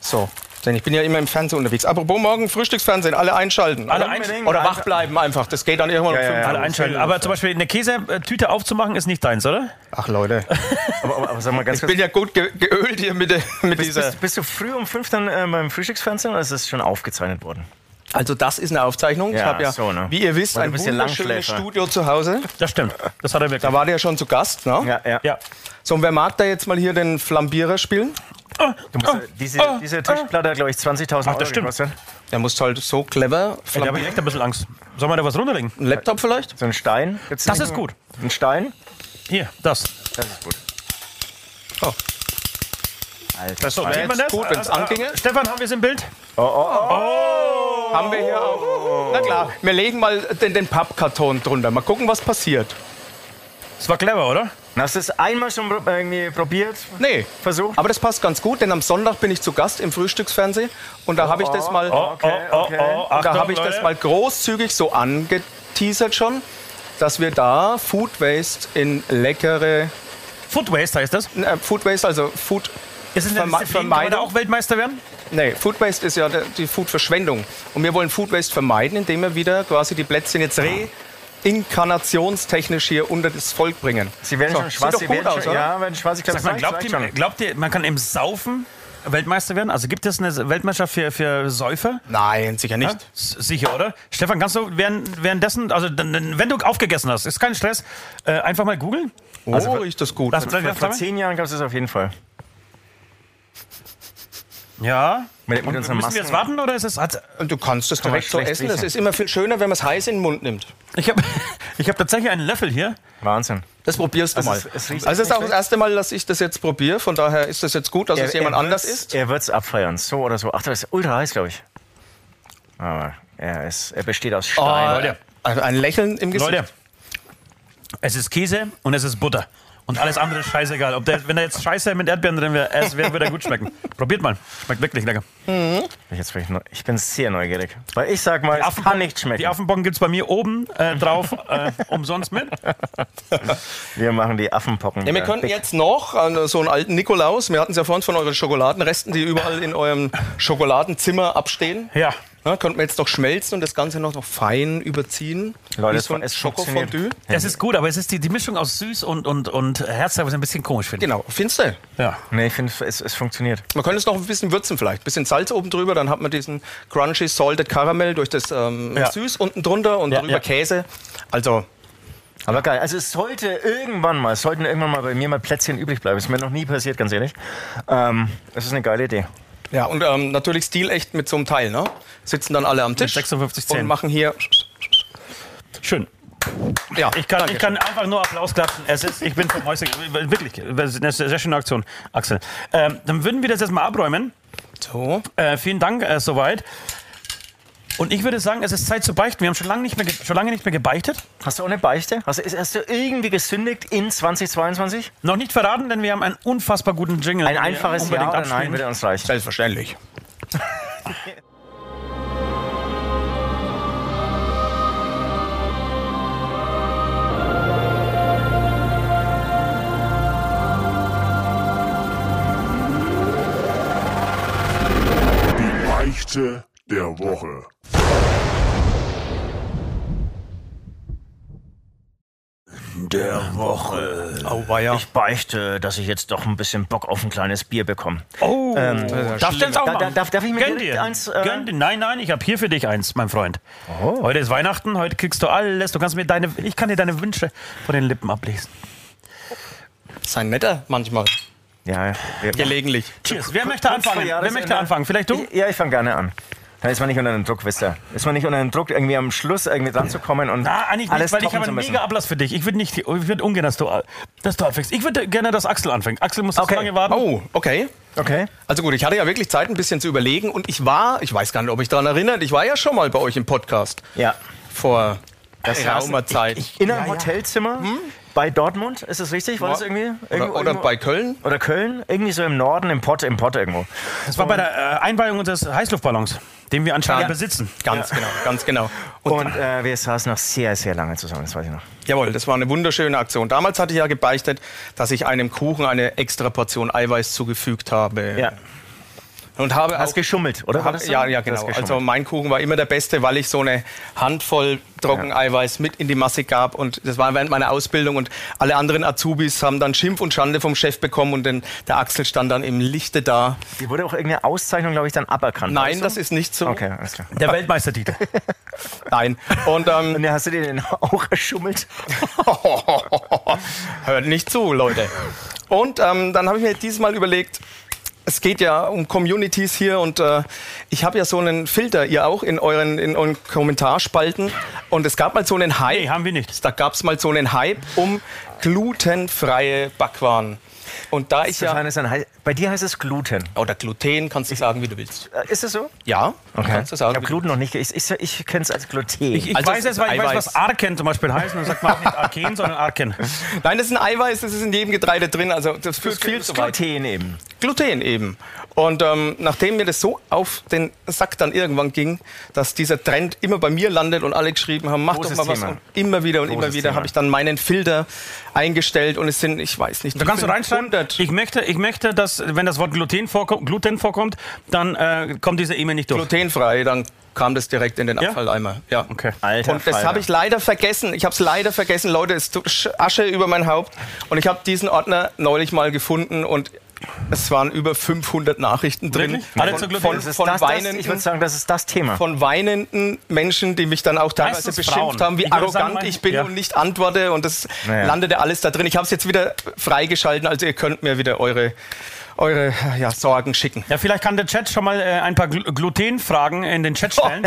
Speaker 3: So, denn ich bin ja immer im Fernsehen unterwegs. Apropos morgen Frühstücksfernsehen, alle einschalten.
Speaker 2: Alle
Speaker 3: oder?
Speaker 2: einschalten.
Speaker 3: Oder wach bleiben einfach. Das geht dann irgendwann
Speaker 4: Ja,
Speaker 3: um
Speaker 4: ja,
Speaker 3: fünf.
Speaker 4: ja.
Speaker 2: Alle einschalten. Aber zum Beispiel eine Käsetüte aufzumachen ist nicht deins, oder?
Speaker 3: Ach Leute,
Speaker 4: Aber, aber, aber sag mal ganz
Speaker 3: ich
Speaker 4: kurz.
Speaker 3: bin ja gut ge geölt hier mit, der- mit
Speaker 4: Bist,
Speaker 3: dieser.
Speaker 4: bist, bist du früh um fünf dann äh, beim Frühstücksfernsehen oder ist das schon aufgezeichnet worden?
Speaker 3: Also das ist eine Aufzeichnung. ich
Speaker 4: Ja,
Speaker 3: habe ja,
Speaker 4: so, ne?
Speaker 3: wie ihr wisst,
Speaker 4: Weil du
Speaker 3: ein
Speaker 4: bist ja
Speaker 3: wunderschönes
Speaker 4: Langschläfer.
Speaker 3: Studio zu Hause.
Speaker 2: Das stimmt. Das hat er wirklich.
Speaker 3: Da war der schon zu Gast, ne?
Speaker 4: ja.
Speaker 2: Ja.
Speaker 3: So, und wer mag da jetzt mal hier den Flambierer spielen?
Speaker 4: Du musst, äh, diese,
Speaker 2: ah,
Speaker 4: diese Tischplatte hat, glaube ich, 20.000 Euro
Speaker 2: das stimmt.
Speaker 4: gekostet.
Speaker 3: Der muss halt so clever
Speaker 2: Ey, da habe ich
Speaker 3: flambieren.
Speaker 2: echt ein bisschen Angst. Soll man da was runterlegen?
Speaker 3: Ein Laptop vielleicht?
Speaker 4: So ein Stein. Gibt's
Speaker 2: Das
Speaker 4: nicht
Speaker 2: ist
Speaker 4: so-
Speaker 2: gut.
Speaker 4: Ein Stein?
Speaker 2: Hier, das.
Speaker 4: Das ist gut.
Speaker 3: Oh.
Speaker 4: Alter.
Speaker 2: So,
Speaker 3: wär jetzt gut,
Speaker 2: Ah,
Speaker 3: wenn's anginge.
Speaker 2: Stefan, haben wir es im Bild?
Speaker 4: Oh, oh, oh.
Speaker 3: Haben wir hier auch. Na klar, wir legen mal den, den Pappkarton drunter. Mal gucken, was passiert.
Speaker 2: Das war clever, oder?
Speaker 4: Hast du es einmal schon prob- irgendwie probiert?
Speaker 3: Nee.
Speaker 4: Versucht?
Speaker 3: Aber das passt ganz gut, denn am Sonntag bin ich zu Gast im Frühstücksfernsehen und da habe ich das mal,
Speaker 4: Okay, okay.
Speaker 2: Oh. Achtung,
Speaker 3: da habe ich das
Speaker 2: Leute.
Speaker 3: mal großzügig so angeteasert schon, dass wir da Food Waste in leckere
Speaker 2: Food Waste heißt das.
Speaker 3: äh, Food Waste, also Food
Speaker 2: Ist es eine Disziplin,
Speaker 3: Verme-
Speaker 2: kann man da
Speaker 3: Vermeidung.
Speaker 2: auch Weltmeister werden?
Speaker 3: Nee, Food Waste ist ja der- die Food-Verschwendung. Und wir wollen Food Waste vermeiden, indem wir wieder quasi die Plätzchen jetzt reinkarnationstechnisch hier unter das Volk bringen.
Speaker 4: Sie werden
Speaker 3: So,
Speaker 4: schon
Speaker 3: sieht
Speaker 4: schwarz.
Speaker 3: doch
Speaker 4: Sie
Speaker 3: gut
Speaker 4: werden
Speaker 3: aus,
Speaker 4: schon,
Speaker 3: oder?
Speaker 4: ja, werden schwarz. Ich glaube,
Speaker 2: Sag mal, glaubt ihr, glaubt ihr, man kann im Saufen Weltmeister werden? Also gibt es eine Weltmeisterschaft für, für Säufer?
Speaker 3: Nein, sicher nicht.
Speaker 2: S- Sicher, oder? Stefan, kannst du während, währenddessen, also dann- dann, wenn du aufgegessen hast, ist kein Stress, äh, einfach mal googeln.
Speaker 3: Oh,
Speaker 4: Also,
Speaker 3: riecht das gut.
Speaker 2: Lass-
Speaker 4: Vor, vor zehn Jahren gab es das auf jeden Fall.
Speaker 2: Ja.
Speaker 4: Mit, mit unseren
Speaker 2: Müssen wir jetzt warten oder ist es. Hat,
Speaker 3: Und du kannst das direkt so
Speaker 4: schlecht
Speaker 3: essen.
Speaker 4: riechen.
Speaker 3: Das ist immer viel schöner, wenn man es heiß in den Mund nimmt.
Speaker 2: ich habe ich hab tatsächlich einen Löffel hier.
Speaker 4: Wahnsinn.
Speaker 3: Das probierst du
Speaker 4: Also
Speaker 3: mal.
Speaker 4: es- es riecht
Speaker 3: also es
Speaker 4: echt
Speaker 3: ist auch
Speaker 4: nicht
Speaker 3: das erste Mal, dass ich das jetzt probiere. Von daher ist das jetzt gut, dass es jemand anders
Speaker 4: wird's-
Speaker 3: ist.
Speaker 4: Er wird es abfeiern, so oder so. Ach, das ist ultra heiß, glaube ich. Aber er, ist, er besteht
Speaker 3: Oh,
Speaker 4: aus Stein.
Speaker 2: Leute.
Speaker 3: Also ein Lächeln im Gesicht.
Speaker 2: Leute, es ist Käse und es ist Butter. Und alles andere ist scheißegal. Ob der, wenn da jetzt Scheiße mit Erdbeeren drin wäre, es wird wieder gut schmecken. Probiert mal. Schmeckt wirklich lecker.
Speaker 4: Ich Jetzt bin ich, neu, ich bin sehr neugierig. Weil ich sag mal, es kann
Speaker 2: Affenbocken-
Speaker 4: nicht
Speaker 2: Die
Speaker 4: schmecken.
Speaker 2: Affenbocken gibt es bei mir oben äh, drauf, äh, umsonst mit.
Speaker 4: Wir machen die äh, Affenpocken.
Speaker 3: Ja, wir
Speaker 4: wieder.
Speaker 3: könnten jetzt noch an so einen alten Nikolaus, wir hatten es ja vorhin von euren Schokoladenresten, die überall in eurem Schokoladenzimmer abstehen.
Speaker 2: Ja.
Speaker 3: Ja, könnten wir jetzt noch schmelzen und das Ganze noch, noch fein überziehen.
Speaker 4: Leute,
Speaker 3: wie so ein
Speaker 4: es funktioniert.
Speaker 3: Schokofondue.
Speaker 2: Es ist gut, aber es ist die, die Mischung aus süß und, und, und herzhaft, was ich ein bisschen komisch finde.
Speaker 3: Genau, finster.
Speaker 2: Ja.
Speaker 4: Nee, ich finde, es, es funktioniert.
Speaker 3: Man könnte es noch ein bisschen würzen vielleicht. Ein bisschen Salz oben drüber, dann hat man diesen crunchy salted Caramel durch das ähm,
Speaker 2: Ja.
Speaker 3: Süß unten drunter und
Speaker 2: Ja,
Speaker 3: drüber
Speaker 2: ja.
Speaker 3: Käse. Also,
Speaker 4: Aber geil. Also es sollte irgendwann mal, es sollten irgendwann mal bei mir mal Plätzchen übrig bleiben. Ist mir noch nie passiert, ganz ehrlich. Ähm, das ist eine geile Idee.
Speaker 3: Ja, und ähm, natürlich stilecht mit so einem Teil, ne? Sitzen dann alle am Tisch
Speaker 2: 56
Speaker 3: und
Speaker 2: Zähnen.
Speaker 3: machen hier.
Speaker 2: Schön.
Speaker 3: Ja,
Speaker 2: Ich kann,
Speaker 3: danke.
Speaker 2: ich kann einfach nur Applaus klatschen. Es ist, ich bin vom Häuschen. Wirklich, das ist eine sehr schöne Aktion, Axel. Ähm, dann würden wir das jetzt mal abräumen.
Speaker 3: So.
Speaker 2: Äh, vielen Dank äh, soweit. Und ich würde sagen, es ist Zeit zu beichten. Wir haben schon lange nicht mehr, ge- schon lange nicht mehr gebeichtet.
Speaker 4: Hast du auch eine Beichte? Hast du, ist- hast du irgendwie gesündigt in 2022?
Speaker 2: Noch nicht verraten, denn wir haben einen unfassbar guten Jingle.
Speaker 4: Ein
Speaker 2: den wir
Speaker 4: einfaches Ja
Speaker 2: unbedingt
Speaker 4: oder Nein
Speaker 2: abspielen.
Speaker 4: würde uns reichen.
Speaker 3: Selbstverständlich.
Speaker 1: Die Beichte der Woche. Der Woche.
Speaker 2: Oh,
Speaker 3: Auweia.
Speaker 4: Ich beichte, dass ich jetzt doch ein bisschen Bock auf ein kleines Bier bekomme. Ähm,
Speaker 2: Oh, darf, denn auch
Speaker 4: Da- da-
Speaker 2: machen?
Speaker 4: darf- darf ich mir
Speaker 2: Gönn
Speaker 4: direkt
Speaker 2: dir.
Speaker 4: eins, äh, Oh.
Speaker 2: Gönn dir. Nein, nein, ich habe hier für dich eins, mein Freund. Heute ist Weihnachten, heute kriegst du alles. Du kannst mir deine, ich kann dir deine Wünsche von den Lippen ablesen.
Speaker 3: Sein netter manchmal.
Speaker 4: Ja, wir,
Speaker 3: Gelegentlich.
Speaker 2: Cheers. Wer möchte anfangen? Wer möchte anfangen? Vielleicht du?
Speaker 4: Ja, ich fange gerne an. Dann ist man nicht unter dem Druck, wisst ihr. Ist man nicht unter dem Druck, irgendwie am Schluss irgendwie dran zu kommen und
Speaker 2: Na, Ah, eigentlich nicht,
Speaker 4: alles
Speaker 2: weil ich
Speaker 4: toppen
Speaker 2: habe einen
Speaker 4: zu müssen.
Speaker 2: mega Ablass für dich. Ich würde nicht, ich würde ungern, dass du, dass du anfängst. Ich würde gerne, dass Axel anfängt. Axel muss
Speaker 4: Okay.
Speaker 2: so lange warten.
Speaker 3: Oh, okay.
Speaker 4: Okay.
Speaker 3: Also gut, ich hatte ja wirklich Zeit, ein bisschen zu überlegen und ich war, ich weiß gar nicht, ob ich daran erinnert, ich war ja schon mal bei euch im Podcast
Speaker 4: Ja.
Speaker 3: vor
Speaker 4: saßen-
Speaker 3: geraumer Zeit.
Speaker 4: In einem Hotelzimmer bei Dortmund, ist das richtig? War das irgendwie?
Speaker 3: Hm? oder,
Speaker 4: irgendwo,
Speaker 3: oder
Speaker 4: irgendwo?
Speaker 3: bei Köln?
Speaker 4: Oder Köln? Irgendwie so im Norden, im Pott, im Pott irgendwo.
Speaker 2: Das war bei der äh, Einweihung unseres Heißluftballons, den wir anscheinend
Speaker 3: Ja.
Speaker 2: besitzen.
Speaker 3: Ganz genau, ganz genau. Und,
Speaker 4: Und äh, wir saßen noch sehr, sehr lange zusammen, das weiß ich noch.
Speaker 3: jawohl, das war eine wunderschöne Aktion. Damals hatte ich ja gebeichtet, dass ich einem Kuchen eine extra Portion Eiweiß zugefügt habe. Und habe
Speaker 4: Hast
Speaker 3: auch
Speaker 4: geschummelt, oder? War
Speaker 3: Hab,
Speaker 4: das so?
Speaker 3: ja, ja,
Speaker 4: Du hast
Speaker 3: genau.
Speaker 4: geschummelt.
Speaker 3: Also mein Kuchen war immer der beste, weil ich so eine Handvoll Trockeneiweiß mit in die Masse gab. Und das war während meiner Ausbildung. Und alle anderen Azubis haben dann Schimpf und Schande vom Chef bekommen. Und dann, der Axel stand dann im Lichte da.
Speaker 4: Die wurde auch irgendeine Auszeichnung, glaube ich, dann aberkannt.
Speaker 3: Nein,
Speaker 4: weißt
Speaker 3: das ist nicht so.
Speaker 4: du? Okay, alles klar.
Speaker 2: Der Weltmeistertitel.
Speaker 3: Nein. Und ähm,
Speaker 4: Und ja, hast du dir den auch erschummelt?
Speaker 3: Hört nicht zu, Leute. Und ähm, dann habe ich mir dieses Mal überlegt, es geht ja um Communities hier und äh, ich habe ja so einen Filter, ihr auch, in euren, in euren Kommentarspalten. Und es gab mal so einen Hype.
Speaker 2: Nee, haben wir nicht.
Speaker 3: Da gab es mal so einen Hype um glutenfreie Backwaren. Und da ich ja.
Speaker 4: Wahrscheinlich ist ein Hei- Bei dir heißt es Gluten.
Speaker 3: Oder Gluten, kannst du sagen, wie du willst.
Speaker 4: Äh, Ist es so?
Speaker 3: Ja, kannst du sagen.
Speaker 4: Ich habe
Speaker 3: wie du-
Speaker 4: Gluten noch nicht. ge- Ich, ich, ich kenne es als Gluten.
Speaker 2: Ich, ich
Speaker 3: Also
Speaker 2: weiß
Speaker 3: es ist
Speaker 2: es, weil ich weiß,
Speaker 3: Eiweiß.
Speaker 2: was Arken zum Beispiel heißt. Und dann sagt man auch nicht Arken, sondern Arken.
Speaker 3: Nein, das ist ein Eiweiß, das ist in jedem Getreide drin, also das führt viel
Speaker 4: Das
Speaker 3: zu weit.
Speaker 4: Gluten eben.
Speaker 3: Gluten eben. Und ähm, nachdem mir das so auf den Sack dann irgendwann ging, dass dieser Trend immer bei mir landet und alle geschrieben haben, mach
Speaker 4: Großes
Speaker 3: doch mal was.
Speaker 4: Thema.
Speaker 3: Und immer wieder und immer
Speaker 4: Großes
Speaker 3: wieder
Speaker 4: Thema.
Speaker 3: habe ich dann meinen Filter eingestellt und es sind, ich weiß nicht,
Speaker 2: Da kannst du reinschreiben,
Speaker 3: 100
Speaker 2: ich möchte, ich möchte, dass, wenn das Wort Gluten vorkommt, Gluten vorkommt dann äh, kommt diese E-Mail nicht durch.
Speaker 3: glutenfrei, dann kam das direkt in den
Speaker 2: Ja?
Speaker 3: Abfalleimer. Ja.
Speaker 2: Okay.
Speaker 4: Alter
Speaker 3: und das
Speaker 4: Falter.
Speaker 3: habe ich leider vergessen. Ich habe es leider vergessen, Leute. Es tut Sch- Asche über mein Haupt. Und ich habe diesen Ordner neulich mal gefunden und es waren über 500 Nachrichten drin.
Speaker 2: Wirklich? Alle zu
Speaker 3: von,
Speaker 2: Gluten?
Speaker 3: von,
Speaker 2: Das
Speaker 3: von
Speaker 4: das, das,
Speaker 3: weinenden
Speaker 4: ich würde sagen, das ist das Thema.
Speaker 3: von weinenden Menschen, die mich dann auch teilweise
Speaker 2: Meistens
Speaker 3: beschimpft
Speaker 2: Frauen.
Speaker 3: haben, wie
Speaker 2: Ich würde sagen,
Speaker 3: arrogant
Speaker 2: mein-
Speaker 3: ich bin
Speaker 2: ja.
Speaker 3: und nicht antworte. Und das
Speaker 4: Naja.
Speaker 3: landete alles da drin. Ich habe es jetzt wieder freigeschalten, also ihr könnt mir wieder eure, eure ja, Sorgen schicken.
Speaker 2: Ja, vielleicht kann der Chat schon mal äh, ein paar Gl Glutenfragen in den Chat stellen.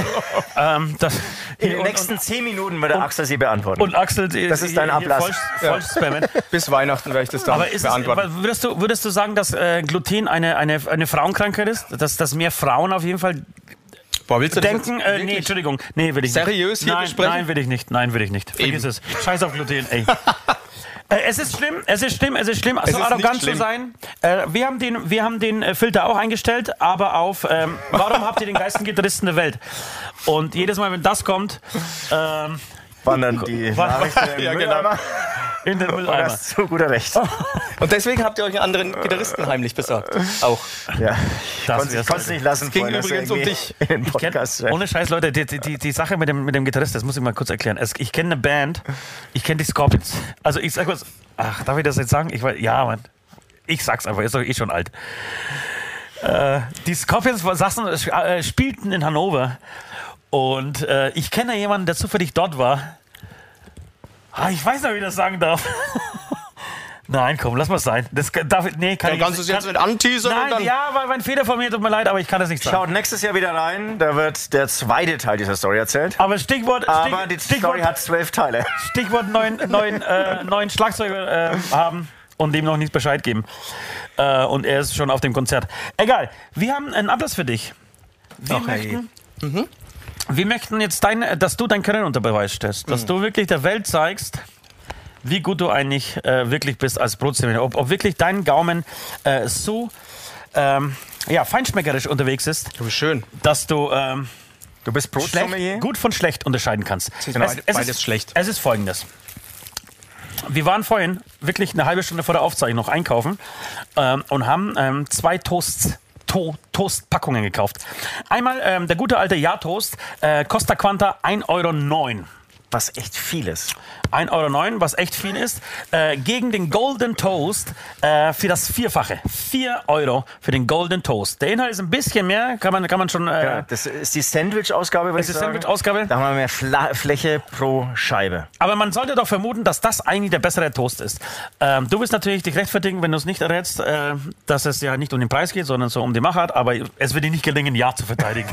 Speaker 2: ähm, das,
Speaker 4: In den nächsten 10 Minuten würde Axel sie beantworten.
Speaker 2: und Axel, die-
Speaker 4: Das ist dein
Speaker 2: hier
Speaker 4: Ablass.
Speaker 2: Voll, voll spammen.
Speaker 3: Bis Weihnachten werde ich das dann
Speaker 2: Aber ist es,
Speaker 3: beantworten.
Speaker 2: aber würdest, du, würdest du sagen, dass äh, Gluten eine, eine, eine Frauenkrankheit ist? Dass, dass mehr Frauen auf jeden Fall
Speaker 3: Boah, willst du das
Speaker 2: denken?
Speaker 3: jetzt
Speaker 2: Äh, nee,
Speaker 3: wirklich?
Speaker 2: Entschuldigung. Nee, will ich nicht.
Speaker 3: Seriös hier
Speaker 2: nein,
Speaker 3: besprechen?
Speaker 2: Nein, will ich nicht. Nein, will ich nicht. Vergiss
Speaker 3: Eben.
Speaker 2: es. Scheiß auf Gluten, ey. Äh, Es ist schlimm, es ist schlimm, es ist schlimm, so
Speaker 3: ist nicht
Speaker 2: arrogant zu
Speaker 3: schlimm.
Speaker 2: sein. Äh, wir haben den, wir haben den äh, Filter auch eingestellt, aber auf ähm, Warum habt ihr den Geisten gedrissen der Welt? Und jedes Mal, wenn das kommt, ähm,
Speaker 4: wandern die Nachrichten
Speaker 3: Ja,
Speaker 4: ja,
Speaker 3: genau.
Speaker 4: genau.
Speaker 2: in den Mülleimer.
Speaker 4: Das zu guter Recht.
Speaker 2: Oh.
Speaker 3: Und deswegen habt ihr euch einen anderen Gitarristen heimlich besagt. Auch.
Speaker 4: Ja.
Speaker 2: Das
Speaker 4: Konntest-
Speaker 2: wär's,
Speaker 4: konntest nicht lassen,
Speaker 3: ging
Speaker 4: Freunde, dass
Speaker 3: übrigens
Speaker 4: du
Speaker 3: um
Speaker 4: irgendwie
Speaker 3: dich.
Speaker 4: In den
Speaker 2: Kenn-
Speaker 4: Podcast rein.
Speaker 2: Ohne Scheiß, Leute, die, die- die, die Sache mit dem, mit dem Gitarrist, das muss ich mal kurz erklären. Es, ich kenne eine Band, ich kenne die Scorpions. Also ich sag was, ach, darf ich das jetzt sagen? Ich weiß, ja, Mann. Ich sag's einfach, ist doch eh schon alt. Äh, die Scorpions war- saßen, äh, spielten in Hannover und äh, ich kenne jemanden, der zufällig dort war. Ah, ich weiß noch, wie ich das sagen darf. Nein, komm, lass mal sein. Das kann- darf ich, nee, kann
Speaker 3: Dann
Speaker 2: ich
Speaker 3: kannst du es jetzt
Speaker 2: kann,
Speaker 3: nicht anteasern und
Speaker 2: Nein,
Speaker 3: dann.
Speaker 2: ja, war war ein Fehler von mir, tut mir leid, aber ich kann das nicht sagen.
Speaker 4: Schaut nächstes Jahr wieder rein, da wird der zweite Teil dieser Story erzählt.
Speaker 2: Aber Stichwort, Stich,
Speaker 4: Aber die Story
Speaker 2: Stichwort,
Speaker 4: hat zwölf Teile.
Speaker 2: Stichwort neuen, neuen, äh, neuen Schlagzeuger äh, haben und dem noch nicht Bescheid geben. Äh, und er ist schon auf dem Konzert. Egal, wir haben einen Ablass für dich. Wir möchten,
Speaker 4: Mhm.
Speaker 2: wir möchten jetzt, dein, äh, dass du dein Können unter Beweis stellst.
Speaker 4: Mhm.
Speaker 2: Dass du wirklich der Welt zeigst, wie gut du eigentlich äh, wirklich bist als Brotzimmer. Ob, ob wirklich dein Gaumen äh, so ähm, ja, feinschmeckerisch unterwegs ist,
Speaker 3: Du bist schön.
Speaker 2: dass du... Ähm,
Speaker 4: Du bist Brotsommelier?
Speaker 2: schlecht, gut von schlecht unterscheiden kannst.
Speaker 3: Genau, beides
Speaker 2: ist,
Speaker 3: schlecht.
Speaker 2: Es ist folgendes. Wir waren vorhin wirklich eine halbe Stunde vor der Aufzeichnung noch einkaufen ähm, und haben ähm, zwei Toasts. To Toastpackungen gekauft. Einmal ähm, der gute alte Ja-Toast, äh, Costa Quanta 1,09 Euro.
Speaker 4: Was echt vieles.
Speaker 2: 1,09 Euro, was echt viel ist, äh, gegen den Golden Toast äh, für das Vierfache. 4 Euro für den Golden Toast. Der Inhalt ist ein bisschen mehr, kann man, kann man schon. Äh,
Speaker 4: Ja, das ist die Sandwich-Ausgabe, würde
Speaker 2: ist
Speaker 4: ich
Speaker 2: die
Speaker 4: sagen.
Speaker 2: Sandwich-Ausgabe.
Speaker 4: Da haben wir mehr Fla Fläche pro Scheibe.
Speaker 2: Aber man sollte doch vermuten, dass das eigentlich der bessere Toast ist. Ähm, du wirst natürlich dich rechtfertigen, wenn du es nicht errätst, äh, dass es ja nicht um den Preis geht, sondern so um die Machart. Aber es wird dir nicht gelingen, Ja zu verteidigen.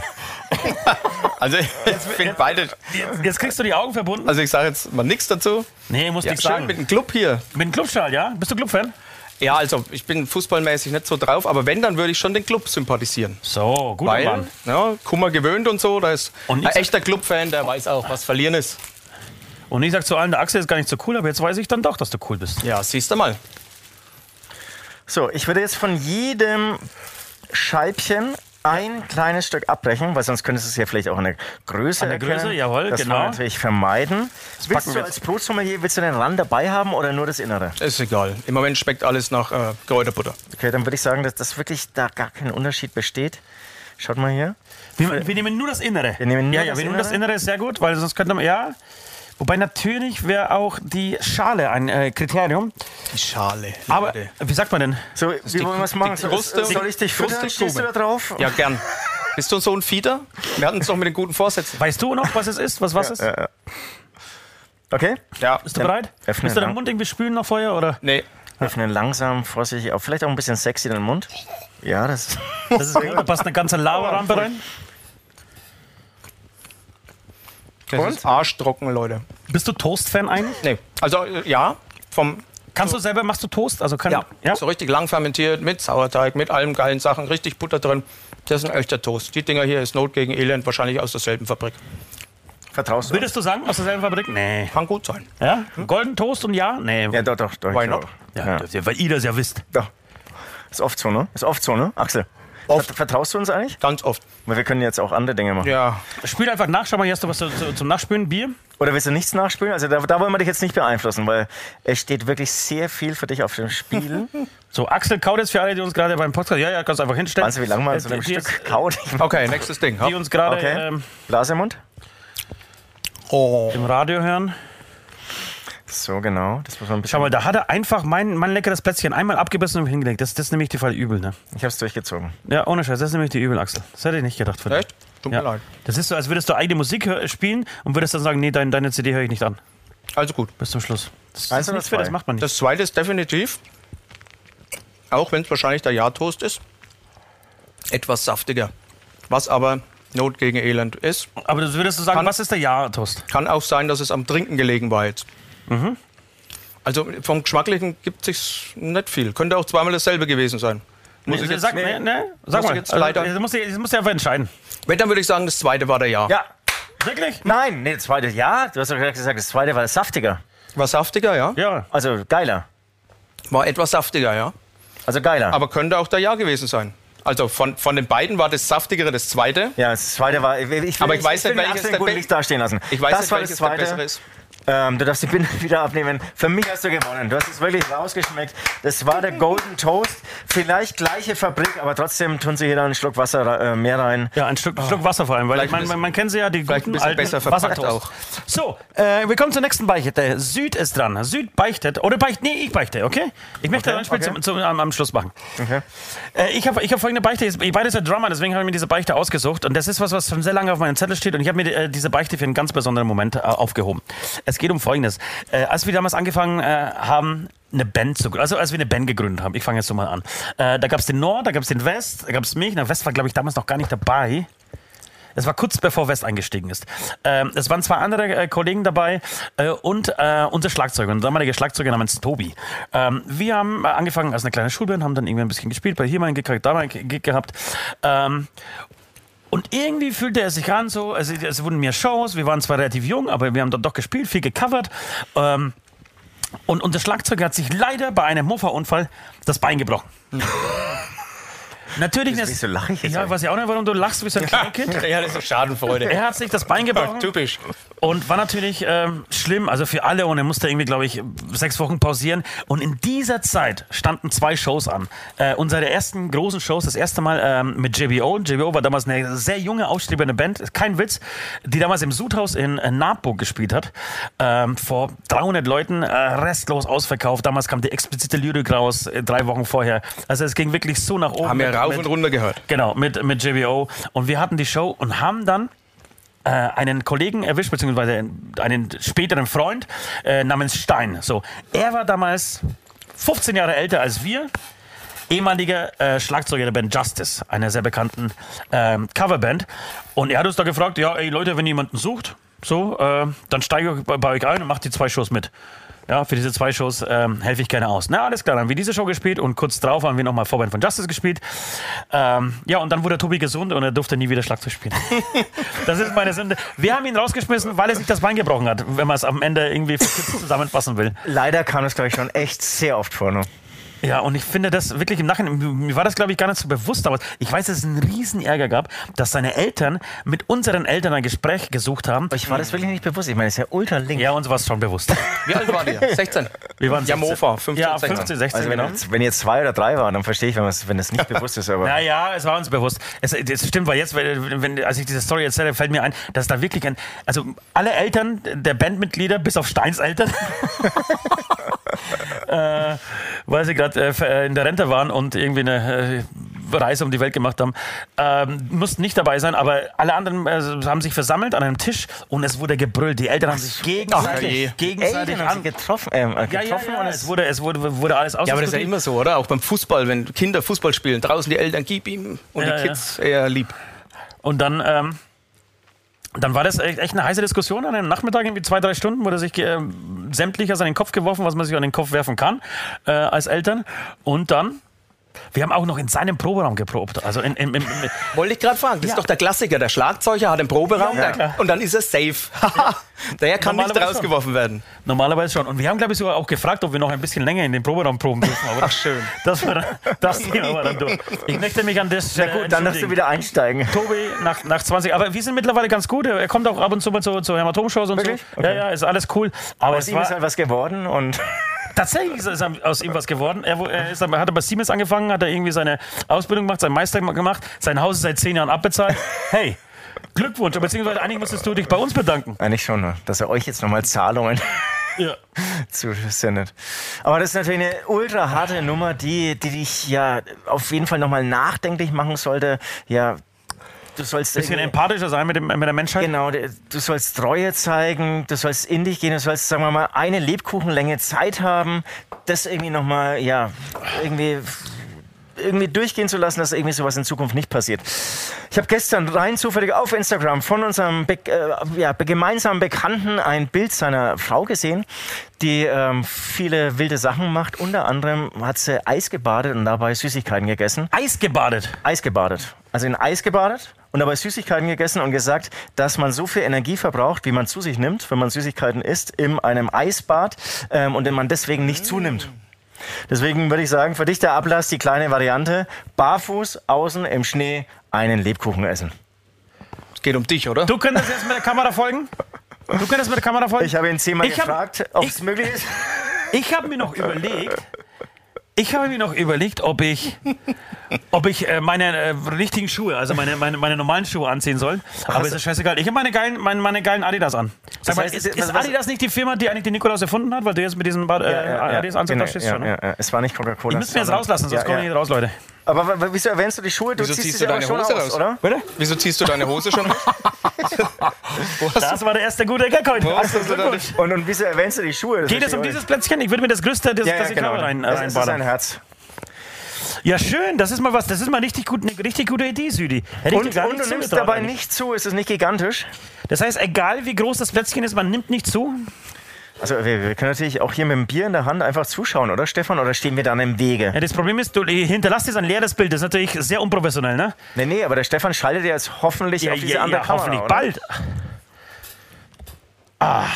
Speaker 3: Also, ich finde beide.
Speaker 2: jetzt, jetzt kriegst du die Augen verbunden.
Speaker 3: Also, ich sage jetzt mal nichts dazu.
Speaker 2: Nee, muss
Speaker 3: Ja,
Speaker 2: ich
Speaker 3: schön
Speaker 2: sagen.
Speaker 3: mit
Speaker 2: Mit,
Speaker 3: dem Club hier.
Speaker 2: dem Clubschal, ja? Bist du Clubfan?
Speaker 3: Ja, also, ich bin fußballmäßig nicht so drauf, aber wenn, dann würde ich schon den Club sympathisieren.
Speaker 2: So, guter
Speaker 3: Weil,
Speaker 2: Mann.
Speaker 3: ja, Kummer gewöhnt und so, da ist
Speaker 2: Und
Speaker 3: ein
Speaker 2: nichts-
Speaker 3: echter Clubfan, der weiß auch, was verlieren ist.
Speaker 2: Und ich sag zu allen, der Axel ist gar nicht so cool, aber jetzt weiß ich dann doch, dass du cool bist.
Speaker 3: Ja, siehst du mal.
Speaker 4: So, ich würde jetzt von jedem Scheibchen ein kleines Stück abbrechen, weil sonst könntest du es ja vielleicht auch an der Größe
Speaker 2: der
Speaker 4: erkennen.
Speaker 2: Größe, jawohl,
Speaker 4: das
Speaker 2: genau.
Speaker 4: Das natürlich
Speaker 2: packen
Speaker 4: vermeiden. Willst
Speaker 2: wir
Speaker 4: du als Brotsommelier, willst du den Rand dabei haben oder nur das Innere?
Speaker 3: Ist egal. Im Moment schmeckt alles nach äh, Kräuterbutter.
Speaker 4: Okay, dann würde ich sagen, dass das wirklich da gar kein Unterschied besteht. Schaut mal hier.
Speaker 2: Wir, wir nehmen nur das Innere.
Speaker 4: Wir nehmen nur
Speaker 2: ja, ja,
Speaker 4: das
Speaker 2: wir nehmen das
Speaker 4: Innere.
Speaker 2: Innere ist sehr gut, weil sonst könnte man, ja. Wobei natürlich wäre auch die Schale ein äh, Kriterium.
Speaker 3: Die Schale.
Speaker 2: Aber,
Speaker 3: Leute.
Speaker 2: wie sagt man denn?
Speaker 4: So, wie wollen wir es machen? So,
Speaker 3: Kruste-
Speaker 4: soll ich dich
Speaker 3: die Kruste
Speaker 4: füttern? Stehst du da
Speaker 3: Kugel.
Speaker 4: drauf?
Speaker 3: Ja, gern. Bist du so ein Fieder? Wir hatten es doch mit den guten Vorsätzen.
Speaker 2: Weißt du noch, was es ist? Was was ist?
Speaker 3: äh,
Speaker 4: Okay.
Speaker 3: Ja.
Speaker 2: Bist du bereit?
Speaker 4: öffnen,
Speaker 2: Bist du
Speaker 4: ja.
Speaker 2: deinen Mund irgendwie spülen noch vorher oder?
Speaker 3: Nee.
Speaker 4: Öffnen langsam, vorsichtig, auch vielleicht auch ein bisschen sexy den Mund. Ja, das.
Speaker 2: Das ist gut, da passt eine ganze Lava-Rampe rein.
Speaker 3: Das ist arschtrocken, Leute.
Speaker 2: Bist du Toast-Fan eigentlich?
Speaker 3: Nee. Also, äh, ja, vom.
Speaker 2: Kannst du selber, machst du Toast? Also kann,
Speaker 3: Ja, so richtig lang fermentiert, mit Sauerteig, mit allem geilen Sachen, richtig Butter drin. Das ist ein echter Toast. Die Dinger hier ist Not gegen Elend, wahrscheinlich aus derselben Fabrik.
Speaker 4: Vertraust du?
Speaker 2: Würdest du sagen, aus derselben Fabrik? Nee.
Speaker 3: Kann gut sein.
Speaker 2: Ja? Golden Toast und ja? Nee.
Speaker 4: Ja, doch, doch. doch
Speaker 3: Why
Speaker 4: ich
Speaker 3: not?
Speaker 4: glaube.
Speaker 2: Ja, das- ja, Weil ihr das ja wisst.
Speaker 4: Doch. Ist oft so, ne? Ist oft so, ne? Axel.
Speaker 3: Oft.
Speaker 4: Vert- Vertraust du uns eigentlich?
Speaker 3: Ganz oft.
Speaker 4: Weil wir können jetzt auch andere Dinge machen.
Speaker 3: Ja.
Speaker 2: Spül einfach nach, schau mal, hier hast du was zu, zu, zum Nachspülen, Bier.
Speaker 4: Oder willst du nichts nachspielen? Also da, da wollen wir dich jetzt nicht beeinflussen, weil es steht wirklich sehr viel für dich auf dem
Speaker 3: Mhm.
Speaker 4: Spiel.
Speaker 2: So, Axel kaut jetzt für alle, die uns gerade beim Podcast. Ja, ja, kannst einfach hinstellen.
Speaker 4: Weißt du, wie lange man so
Speaker 2: Äh,
Speaker 4: einem
Speaker 2: die, die,
Speaker 4: Stück kaut? Ich mach-
Speaker 3: Okay, nächstes Ding.
Speaker 2: die uns gerade
Speaker 4: Okay.
Speaker 2: ähm,
Speaker 4: Blase im Mund?
Speaker 3: Oh.
Speaker 2: im Radio hören.
Speaker 4: So, genau. Das muss man ein bisschen.
Speaker 2: Schau mal, da hat er einfach mein, mein leckeres Plätzchen einmal abgebissen und hingelegt. Das, das ist nämlich die Fall übel, ne?
Speaker 4: Ich hab's durchgezogen.
Speaker 2: Ja, ohne Scheiß, das ist nämlich die Übelachse. Das hätte ich nicht gedacht von dir.
Speaker 3: Echt? Tut mir
Speaker 2: Ja.
Speaker 3: leid.
Speaker 2: Das ist so, als würdest du eigene Musik hör- spielen und würdest dann sagen, nee, dein, deine CD höre ich nicht an.
Speaker 3: Also gut.
Speaker 2: Bis zum Schluss. Das,
Speaker 4: Eins
Speaker 2: das ist
Speaker 4: oder
Speaker 2: nichts für,
Speaker 4: zwei?
Speaker 2: das macht man nicht.
Speaker 3: Das zweite ist definitiv, auch wenn es wahrscheinlich der Jahrtoast ist, etwas saftiger. Was aber Not gegen Elend ist.
Speaker 2: Aber das würdest du sagen,
Speaker 3: Kann-
Speaker 2: was ist der Ja-Toast?
Speaker 3: Kann auch sein, dass es am Trinken gelegen war jetzt. Also vom Geschmacklichen gibt es nicht viel. Könnte auch zweimal dasselbe gewesen sein. Muss ich jetzt,
Speaker 2: Sag, nee, nee, sag
Speaker 3: muss
Speaker 2: mal.
Speaker 3: ich jetzt
Speaker 2: also,
Speaker 3: leider-
Speaker 2: das musst du, das musst du einfach entscheiden.
Speaker 3: wenn, dann würde ich sagen, das zweite war der Jahr.
Speaker 4: Ja.
Speaker 2: Wirklich?
Speaker 4: Nein, nee, das zweite. Ja, du hast doch gerade gesagt, das zweite war saftiger.
Speaker 3: War saftiger, ja?
Speaker 2: Ja.
Speaker 4: Also geiler.
Speaker 3: War etwas saftiger, ja.
Speaker 4: Also geiler.
Speaker 3: Aber könnte auch der Jahr gewesen sein. Also von, von den beiden war das saftigere das zweite.
Speaker 4: ja, das zweite war. Ich, ich
Speaker 3: Aber ich weiß
Speaker 4: will den
Speaker 3: nicht, welches
Speaker 4: Axel in
Speaker 3: der
Speaker 4: gutem
Speaker 3: Be-
Speaker 4: Licht dastehen lassen.
Speaker 3: Ich weiß
Speaker 4: das
Speaker 3: nicht,
Speaker 4: war
Speaker 3: welches
Speaker 4: das
Speaker 3: der
Speaker 4: zweite.
Speaker 3: bessere ist.
Speaker 4: Ähm, du darfst die Binde wieder abnehmen. Für mich hast du gewonnen. Du hast es wirklich rausgeschmeckt. Das war der Golden Toast. Vielleicht gleiche Fabrik, aber trotzdem tun sie hier dann einen Schluck Wasser äh, mehr rein.
Speaker 2: Ja, ein Stück, Stück Wasser vor allem, weil
Speaker 3: Ah.
Speaker 2: ich mein, man,
Speaker 3: Vielleicht ein bisschen-
Speaker 2: man kennt sie ja, die
Speaker 3: vielleicht
Speaker 2: guten
Speaker 3: ein bisschen
Speaker 2: alten
Speaker 3: besser verpackt
Speaker 2: Wassertoast.
Speaker 3: auch.
Speaker 2: So, äh, wir kommen zur nächsten Beichte. Süd ist dran. Süd beichtet, oder beicht, nee, ich beichte, okay? Ich möchte
Speaker 4: Okay,
Speaker 2: ein Spiel
Speaker 4: okay.
Speaker 2: zum, zum, am, am Schluss machen. Äh, ich habe ich hab folgende Beichte. Ich beide sind Drummer, deswegen habe ich mir diese Beichte ausgesucht. Und das ist was, was schon sehr lange auf meinem Zettel steht. Und ich habe mir äh, diese Beichte für einen ganz besonderen Moment äh, aufgehoben. Es geht um Folgendes. Äh, als wir damals angefangen äh, haben, eine Band zu gründen. Also als wir eine Band gegründet haben, ich fange jetzt so mal an. Äh, da gab es den Nord, da gab es den West, da gab es mich. Na, West war, glaube ich, damals noch gar nicht dabei. Es war kurz bevor West eingestiegen ist. Ähm, es waren zwei andere äh, Kollegen dabei äh, und äh, unser Schlagzeuger, unser damaliger Schlagzeuger namens Tobi. Ähm, wir haben äh, angefangen als eine kleine Schulband, haben dann irgendwie ein bisschen gespielt, bei hier mal einen Gig, gehabt, da mal einen Gig gehabt. Ähm, und irgendwie fühlte er sich an so, also es wurden mehr Shows, wir waren zwar relativ jung, aber wir haben dann doch gespielt, viel gecovert. Ähm, und unser Schlagzeuger hat sich leider bei einem Mofa-Unfall das Bein gebrochen. Natürlich, das,
Speaker 4: wieso lach ich jetzt
Speaker 2: ja,
Speaker 4: eigentlich?
Speaker 2: weiß ich auch nicht, warum du lachst wie so ein Kleinkind.
Speaker 3: Ja, das ist Schadenfreude.
Speaker 2: Er hat sich das Bein gebrochen
Speaker 3: Typisch.
Speaker 2: und war natürlich ähm, schlimm, also für alle. Und er musste irgendwie, glaube ich, sechs Wochen pausieren. Und in dieser Zeit standen zwei Shows an. Äh, unsere ersten großen Shows, das erste Mal ähm, mit JBO. JBO war damals eine sehr junge, aufstrebende Band, kein Witz, die damals im Sudhaus in äh, Napo gespielt hat. Ähm, vor 300 Leuten, äh, restlos ausverkauft. Damals kam die explizite Lyrik raus, äh, drei Wochen vorher. Also es ging wirklich so nach oben.
Speaker 3: Haben wir
Speaker 2: Mit-
Speaker 3: rauf
Speaker 2: mit-
Speaker 3: und runter gehört.
Speaker 2: Genau, mit, mit JBO. Und wir hatten die Show und haben dann äh, einen Kollegen erwischt, beziehungsweise einen späteren Freund äh, namens Stein. So, er war damals 15 Jahre älter als wir. Ehemaliger äh, Schlagzeuger der Band Justice, einer sehr bekannten ähm, Coverband. Und er hat uns da gefragt: Ja, ey Leute, wenn ihr jemanden sucht, so, äh, dann steige ich bei, bei euch ein und macht die zwei Shows mit. Ja, für diese zwei Shows ähm, helfe ich gerne aus. Na, alles klar, dann haben wir diese Show gespielt und kurz drauf haben wir nochmal Vorband von Justice gespielt. Ähm, ja, und dann wurde Tobi gesund und er durfte nie wieder Schlagzeug spielen. das ist meine Sünde. Wir haben ihn rausgeschmissen, weil er sich das Bein gebrochen hat, wenn man es am Ende irgendwie verkürzt zusammenfassen will.
Speaker 4: Leider kam das, glaube ich, schon echt sehr oft vor. Ne?
Speaker 2: Ja, und ich finde das wirklich im Nachhinein, mir war das, glaube ich, gar nicht so bewusst, aber ich weiß, dass es einen riesen Ärger gab, dass seine Eltern mit unseren Eltern ein Gespräch gesucht haben.
Speaker 4: Ich war das wirklich nicht bewusst. Ich meine, das ist ja ultra link.
Speaker 2: Ja, uns war es schon bewusst.
Speaker 3: Wie alt waren wir? 16.
Speaker 2: Wir waren
Speaker 3: Ja,
Speaker 2: 16.
Speaker 3: Mofa, 15,
Speaker 2: ja,
Speaker 3: 16.
Speaker 2: 15, 16,
Speaker 4: Also wenn,
Speaker 2: genau.
Speaker 4: jetzt, wenn jetzt zwei oder drei waren, dann verstehe ich, wenn es wenn das nicht bewusst ist. Aber
Speaker 2: Naja, es war uns bewusst. Es, es stimmt, weil jetzt, wenn, wenn- als ich diese Story erzähle, fällt mir ein, dass da wirklich ein, also alle Eltern der Bandmitglieder, bis auf Steins Eltern, äh, weil sie gerade äh, ver- in der Rente waren und irgendwie eine äh, Reise um die Welt gemacht haben, ähm, mussten nicht dabei sein, aber alle anderen äh, haben sich versammelt an einem Tisch und es wurde gebrüllt. Die Eltern haben sich gegenseitig,
Speaker 3: je.
Speaker 2: gegenseitig
Speaker 4: Eltern haben
Speaker 2: an.
Speaker 4: sie getroffen, ähm, äh,
Speaker 2: Ja, ja,
Speaker 4: getroffen
Speaker 2: ja,
Speaker 4: und
Speaker 2: es
Speaker 4: es
Speaker 2: wurde, es wurde, wurde alles aus.
Speaker 3: Ja, aber das ist ja immer so, oder? Auch beim Fußball, wenn Kinder Fußball spielen, draußen die Eltern gib ihm und
Speaker 2: Ja,
Speaker 3: die Kids eher lieb.
Speaker 2: Und dann, ähm, dann war das echt, echt eine heiße Diskussion an einem Nachmittag, irgendwie zwei, drei Stunden, wurde sich äh, sämtliches an den Kopf geworfen, was man sich an den Kopf werfen kann äh, als Eltern. Und dann, wir haben auch noch in seinem Proberaum geprobt. Also in, in, in, in,
Speaker 3: Wollte ich gerade fragen. Das
Speaker 2: Ja.
Speaker 3: ist doch der Klassiker. Der Schlagzeuger hat einen Proberaum
Speaker 2: Ja,
Speaker 3: der-
Speaker 2: klar.
Speaker 3: und dann ist er safe. Haha, der kann nicht
Speaker 2: Normalerweise
Speaker 3: rausgeworfen werden.
Speaker 2: normalerweise schon. Und wir haben, glaube ich, sogar auch gefragt, ob wir noch ein bisschen länger in den Proberaum proben dürfen. Aber
Speaker 3: Ach, schön.
Speaker 2: Das, war, das Thema war dann durch. Ich möchte mich an das. äh,
Speaker 4: Na gut, dann darfst du wieder einsteigen.
Speaker 2: Tobi nach, nach 20. Aber wir sind mittlerweile ganz gut. Er kommt auch ab und zu mal zu, zu Hämatom-Shows und
Speaker 4: Wirklich?
Speaker 2: so. Ja, ja, ist alles cool. Aber
Speaker 4: Aus
Speaker 2: es
Speaker 4: ihm
Speaker 2: war,
Speaker 4: ist halt was geworden und
Speaker 2: Tatsächlich ist er aus ihm was geworden. Er, wo- er ist, dann- hat er bei Siemens angefangen, hat er irgendwie seine Ausbildung gemacht, seinen Meister gemacht, sein Haus ist seit zehn Jahren abbezahlt. Hey, Glückwunsch, beziehungsweise eigentlich musstest du dich bei uns bedanken.
Speaker 4: eigentlich schon, ne, dass er euch jetzt nochmal Zahlungen
Speaker 2: Ja.
Speaker 4: zusendet. Aber das ist natürlich eine ultra harte Nummer, die, die dich ja auf jeden Fall nochmal nachdenklich machen sollte. Ja, du sollst
Speaker 2: Bisschen
Speaker 4: irgendwie-
Speaker 2: empathischer sein mit, dem, mit der Menschheit.
Speaker 4: Genau, d- du sollst Treue zeigen, du sollst in dich gehen, du sollst, sagen wir mal, eine Lebkuchenlänge Zeit haben, das irgendwie nochmal, ja, irgendwie, irgendwie durchgehen zu lassen, dass irgendwie sowas in Zukunft nicht passiert. Ich habe gestern rein zufällig auf Instagram von unserem Be äh, ja, be- gemeinsamen Bekannten ein Bild seiner Frau gesehen, die ähm, viele wilde Sachen macht. Unter anderem hat sie Eis gebadet und dabei Süßigkeiten gegessen.
Speaker 2: Eis gebadet.
Speaker 4: Eis gebadet. Also in Eis gebadet und dabei Süßigkeiten gegessen und gesagt, dass man so viel Energie verbraucht, wie man zu sich nimmt, wenn man Süßigkeiten isst, in einem Eisbad ähm, und wenn man deswegen nicht zunimmt. Deswegen würde ich sagen, für dich der Ablass, die kleine Variante, barfuß, außen im Schnee, einen Lebkuchen essen.
Speaker 3: Es geht um dich, oder?
Speaker 2: Du könntest jetzt mit der Kamera folgen? Du könntest mit der Kamera folgen?
Speaker 4: Ich habe ihn zehnmal
Speaker 2: Ich hab-
Speaker 4: gefragt, ob es möglich ist.
Speaker 2: Ich habe mir noch überlegt, ich habe mir noch überlegt, ob ich, ob ich äh, meine äh, richtigen Schuhe, also meine, meine, meine normalen Schuhe anziehen soll. Aber ist das scheißegal. Ich habe meine geilen, meine, meine geilen Adidas an. Sag
Speaker 4: Also Das
Speaker 2: mal,
Speaker 4: heißt,
Speaker 2: ist,
Speaker 4: es-
Speaker 2: ist
Speaker 4: was- was-
Speaker 2: Adidas nicht die Firma, die eigentlich den Nikolaus erfunden hat, weil du jetzt mit diesem Bad, äh, Adidas-Anzug da
Speaker 4: genau,
Speaker 2: stehst
Speaker 4: ja,
Speaker 2: schon? ne?
Speaker 4: ja, ja. Es war nicht Coca-Cola.
Speaker 2: Die müssen wir jetzt
Speaker 4: sondern-
Speaker 2: rauslassen, sonst
Speaker 4: Ja,
Speaker 2: kommen
Speaker 4: ja.
Speaker 2: wir nicht raus, Leute.
Speaker 4: Aber w- w- wieso erwähnst du die Schuhe? Du
Speaker 3: Wieso
Speaker 4: ziehst, sie aber schon aus, oder?
Speaker 3: Wieso ziehst du deine Hose schon aus?
Speaker 2: Das war der erste gute Gag heute. Herzlichen
Speaker 3: du da
Speaker 2: Glückwunsch.
Speaker 4: Und, und wieso erwähnst du die Schuhe? Das
Speaker 2: Geht es
Speaker 4: verstehe
Speaker 2: um
Speaker 4: ich auch
Speaker 2: dieses Plätzchen? Ich würde mir das Größte, das,
Speaker 4: nicht. Ja,
Speaker 2: das
Speaker 4: ja,
Speaker 2: ich
Speaker 4: genau.
Speaker 2: habe, rein, äh,
Speaker 4: das ist- das ist ein
Speaker 2: reinballern.
Speaker 4: Herz.
Speaker 2: Ja, schön. Das ist mal was. Das ist mal richtig gut, eine richtig gute Idee, Südi. Hätte ich dir
Speaker 4: Und,
Speaker 2: gar
Speaker 4: und
Speaker 2: nicht
Speaker 4: du nimmst
Speaker 2: zugetraut
Speaker 4: dabei
Speaker 2: eigentlich.
Speaker 4: nicht zu, es ist nicht gigantisch.
Speaker 2: Das heißt, egal wie groß das Plätzchen ist, man nimmt nicht zu.
Speaker 4: Also wir, wir können natürlich auch hier mit dem Bier in der Hand einfach zuschauen, oder Stefan? Oder stehen wir dann im Wege?
Speaker 2: Ja, das Problem ist, du hinterlässt jetzt ein leeres Bild. Das ist natürlich sehr unprofessionell, ne?
Speaker 4: Nee, nee, aber der Stefan schaltet jetzt hoffentlich auf diese andere Kamera,
Speaker 2: hoffentlich
Speaker 4: oder?
Speaker 2: bald.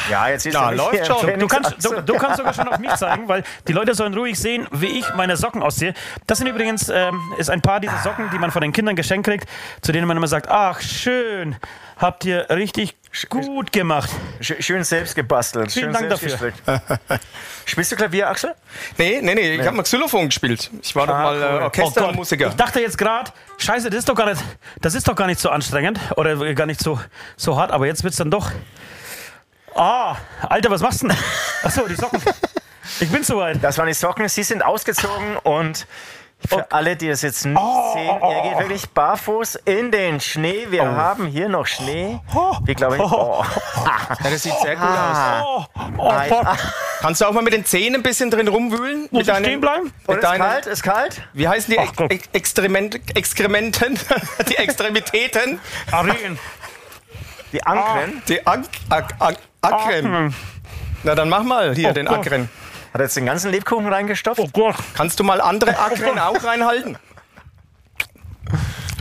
Speaker 4: Ja, jetzt ist
Speaker 3: Ja, läuft schon.
Speaker 2: Du kannst, du, du kannst sogar schon auf mich zeigen, weil die Leute sollen ruhig sehen, wie ich meine Socken aussehe. Das sind übrigens ähm, ist ein paar dieser Socken, die man von den Kindern geschenkt kriegt, zu denen man immer sagt, ach schön, habt ihr richtig gut gemacht.
Speaker 4: Schön selbst gebastelt.
Speaker 2: Vielen
Speaker 4: schön
Speaker 2: Dank
Speaker 4: selbst
Speaker 2: dafür.
Speaker 4: gestrickt. Spielst du Klavier, Axel?
Speaker 3: Nee, nee, nee, ich habe mal Xylophon gespielt. Ich war doch
Speaker 4: Ah,
Speaker 3: mal
Speaker 4: cool.
Speaker 3: äh, Orchestermusiker.
Speaker 2: Ich dachte jetzt gerade, scheiße, das ist doch gar nicht, das ist doch gar nicht so anstrengend oder gar nicht so, so hart, aber jetzt wird's dann doch. Ah, Alter, was machst du denn? Achso, die Socken. Ich bin soweit.
Speaker 4: Das waren die Socken. Sie sind ausgezogen und für alle, die das jetzt nicht
Speaker 2: Oh,
Speaker 4: sehen, er geht wirklich barfuß in den Schnee. Wir haben hier noch Schnee. Wir glauben, oh.
Speaker 3: ja, das sieht sehr gut aus.
Speaker 2: Oh, oh
Speaker 4: Nein. Ah,
Speaker 2: fuck.
Speaker 3: Ah. Kannst du auch mal mit den Zähnen ein bisschen drin rumwühlen?
Speaker 2: Muss ich
Speaker 3: deinen-
Speaker 2: stehen bleiben?
Speaker 4: Und ist
Speaker 3: deinen-
Speaker 4: kalt, ist kalt.
Speaker 3: Wie heißen die
Speaker 2: Ach, Gott.
Speaker 3: Ex Extrement, Exkrementen? die Extremitäten?
Speaker 2: Arjen.
Speaker 4: Die Ankren
Speaker 3: Die Ak Ak Ak Akren. Na dann mach mal hier
Speaker 2: Oh
Speaker 3: den
Speaker 2: Gott.
Speaker 3: Akren.
Speaker 4: hat jetzt den ganzen Lebkuchen reingestopft.
Speaker 2: Oh Gott.
Speaker 3: Kannst du mal andere Akren auch reinhalten?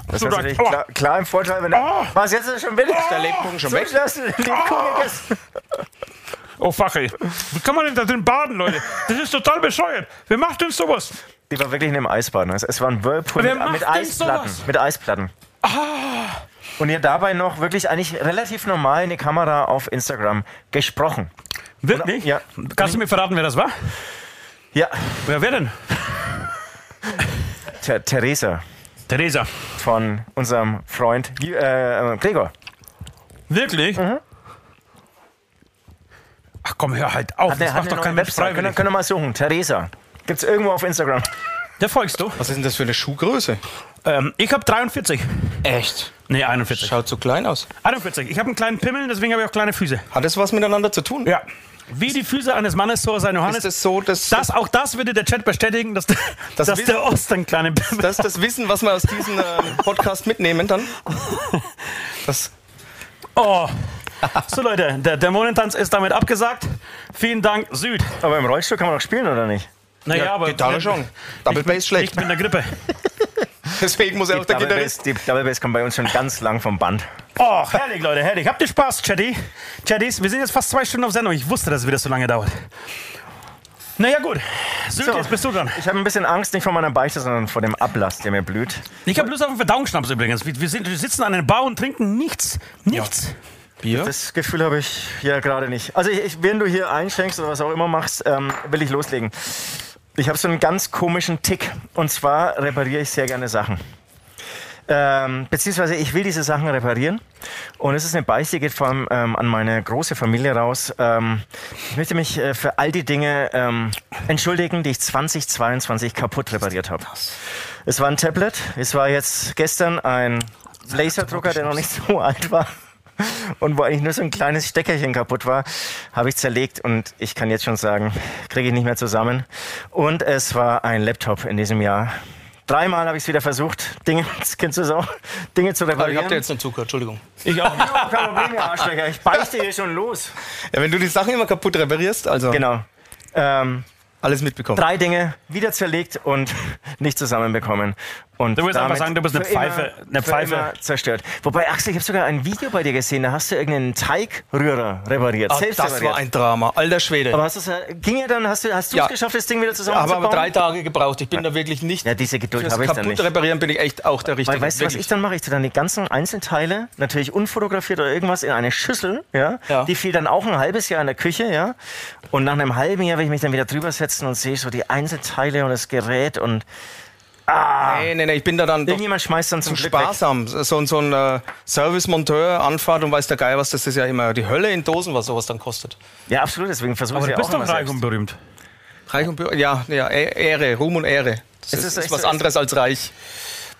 Speaker 4: das
Speaker 2: so
Speaker 4: ist
Speaker 2: da-
Speaker 4: natürlich
Speaker 2: oh.
Speaker 4: klar, klar im Vorteil. Wenn
Speaker 2: Ah.
Speaker 4: er, was jetzt ist er schon billig?
Speaker 3: Der Lebkuchen schon
Speaker 4: So,
Speaker 3: weg.
Speaker 4: du hast den Lebkuchen gegessen.
Speaker 2: Oh fuck, ey. Wie kann man denn da drin baden, Leute? Das ist total bescheuert. Wer macht denn sowas?
Speaker 4: Die war wirklich in einem Eisbad. ne? Es- Es war ein Whirlpool
Speaker 2: Wer
Speaker 4: mit,
Speaker 2: macht
Speaker 4: mit
Speaker 2: denn
Speaker 4: Eisplatten.
Speaker 2: sowas? Ah.
Speaker 4: Mit Eisplatten. Und ihr dabei noch wirklich eigentlich relativ normal in die Kamera auf Instagram gesprochen.
Speaker 2: Wirklich?
Speaker 4: Ja.
Speaker 2: Kannst du mir verraten, wer das war?
Speaker 4: Ja,
Speaker 2: Wer, wer denn?
Speaker 4: Th Theresa
Speaker 2: Theresa.
Speaker 4: von unserem Freund Ju- äh, äh, Gregor.
Speaker 2: Wirklich? Mhm. Ach komm, hör halt auf. das macht doch kein Mensch
Speaker 4: Website. Können,
Speaker 2: freiwillig.
Speaker 4: können wir mal suchen. Theresa. Gibt's irgendwo auf Instagram.
Speaker 2: Der folgst du?
Speaker 3: Was ist denn das für eine Schuhgröße?
Speaker 2: Ähm, ich habe 43.
Speaker 3: Echt?
Speaker 2: Nee, 41.
Speaker 3: Schaut so klein aus.
Speaker 2: 41. Ich habe einen kleinen Pimmel, deswegen habe ich auch kleine Füße.
Speaker 3: Hat das was miteinander zu tun?
Speaker 2: Ja. Wie die Füße eines Mannes, so sein Johannes.
Speaker 3: Ist das so, dass
Speaker 2: das, auch das würde der Chat bestätigen, dass, der- dass
Speaker 3: wissen-
Speaker 2: der Ost einen kleinen Pimmel
Speaker 3: das, das Wissen, was wir aus diesem ähm, Podcast mitnehmen dann? Das,
Speaker 2: Oh. So Leute, der Dämonentanz ist damit abgesagt. Vielen Dank, Süd.
Speaker 4: Aber im Rollstuhl kann man doch spielen, oder nicht?
Speaker 2: Naja,
Speaker 3: Ja, Gitarre schon. Double
Speaker 2: nicht,
Speaker 3: Bass schlecht.
Speaker 2: Nicht mit einer Grippe.
Speaker 3: deswegen muss er auch der
Speaker 4: Double Bass,
Speaker 3: Gitarrist.
Speaker 4: die Double Bass kommt bei uns schon ganz lang vom Band.
Speaker 2: Oh, herrlich, Leute, herrlich. Habt ihr Spaß, Chatty? Chatties, wir sind jetzt fast zwei Stunden auf Sendung. Ich wusste, dass es wieder so lange dauert. Naja, gut. Süd,
Speaker 4: So.
Speaker 2: jetzt bist du dran.
Speaker 4: Ich habe ein bisschen Angst, nicht vor meiner Beichte, sondern vor dem Ablass, der mir blüht.
Speaker 2: Ich habe Lust auf einen Verdauungsschnaps übrigens. Wir, wir, sind, wir sitzen an einer Bar und trinken nichts. Nichts.
Speaker 3: Bier?
Speaker 4: Das Gefühl habe ich ja gerade nicht. Also, ich, ich, wenn du hier einschenkst oder was auch immer machst, ähm, will ich loslegen. Ich habe so einen ganz komischen Tick. Und zwar repariere ich sehr gerne Sachen. Ähm, beziehungsweise ich will diese Sachen reparieren. Und es ist eine Beichte, geht vor allem ähm, an meine große Familie raus. Ähm, ich möchte mich äh, für all die Dinge ähm, entschuldigen, die ich 2022 kaputt repariert habe. Es war ein Tablet. Es war jetzt gestern ein Laserdrucker, der noch nicht so alt war. Und wo eigentlich nur so ein kleines Steckerchen kaputt war, habe ich zerlegt und ich kann jetzt schon sagen, kriege ich nicht mehr zusammen. Und es war ein Laptop in diesem Jahr. Dreimal habe ich es wieder versucht, Dinge, das kennst du es auch, Dinge zu reparieren.
Speaker 3: Ich hab dir jetzt nicht zugehört, Entschuldigung.
Speaker 2: Ich auch.
Speaker 4: Ja, kein Problem, ihr Arschlöcher. Ich beichte hier schon los.
Speaker 3: Ja, wenn du die Sachen immer kaputt reparierst, also
Speaker 4: Genau. Ähm,
Speaker 3: alles mitbekommen.
Speaker 4: drei Dinge wieder zerlegt und nicht zusammenbekommen. Und
Speaker 2: Du willst
Speaker 4: damit
Speaker 2: einfach sagen, du bist eine
Speaker 4: für immer-
Speaker 2: Pfeife- eine
Speaker 4: für
Speaker 2: Pfeife.
Speaker 4: immer zerstört. Wobei, Axel, ich habe sogar ein Video bei dir gesehen, da hast du irgendeinen Teigrührer repariert.
Speaker 3: Ah,
Speaker 4: selbst
Speaker 3: das
Speaker 4: repariert.
Speaker 3: war ein Drama. Alter Schwede.
Speaker 4: aber hast du's, äh, ging ja dann, hast du es
Speaker 3: Ja.
Speaker 4: geschafft, das Ding wieder
Speaker 3: Aber,
Speaker 4: zusammenzubauen?
Speaker 3: aber drei Tage gebraucht. Ich bin da wirklich nicht.
Speaker 4: Ja, diese Geduld
Speaker 3: fürs
Speaker 4: habe ich dann
Speaker 3: kaputt
Speaker 4: nicht.
Speaker 3: reparieren bin ich echt auch der Richtige.
Speaker 4: Weil, weißt du, was
Speaker 3: Wirklich.
Speaker 4: ich dann mache? Ich tue dann die ganzen Einzelteile, natürlich unfotografiert oder irgendwas, in eine Schüssel. Ja?
Speaker 3: Ja.
Speaker 4: Die fiel dann auch ein halbes Jahr in der Küche. ja. Und nach einem halben Jahr will ich mich dann wieder drüber setzen und sehe so die Einzelteile und das Gerät. Und ah,
Speaker 3: Nee, nee, nee, ich bin da dann doch
Speaker 4: irgendjemand schmeißt dann zum Glück weg.
Speaker 3: sparsam. So, ein- so ein äh, Servicemonteur anfahrt und weiß der Geil was, das ist ja immer die Hölle in Dosen, was sowas dann kostet.
Speaker 4: Ja, absolut. Deswegen versuche ich
Speaker 2: Aber
Speaker 4: es
Speaker 2: du
Speaker 4: ja
Speaker 2: bist
Speaker 4: auch
Speaker 2: doch
Speaker 4: immer
Speaker 2: reich
Speaker 4: selbst.
Speaker 2: und berühmt.
Speaker 3: Reich und Bürger, ja, ja, Ehre, Ruhm und Ehre.
Speaker 4: Es
Speaker 3: Das ist,
Speaker 4: ist
Speaker 3: ist,
Speaker 4: echt
Speaker 3: was
Speaker 4: so, es-
Speaker 3: anderes als reich.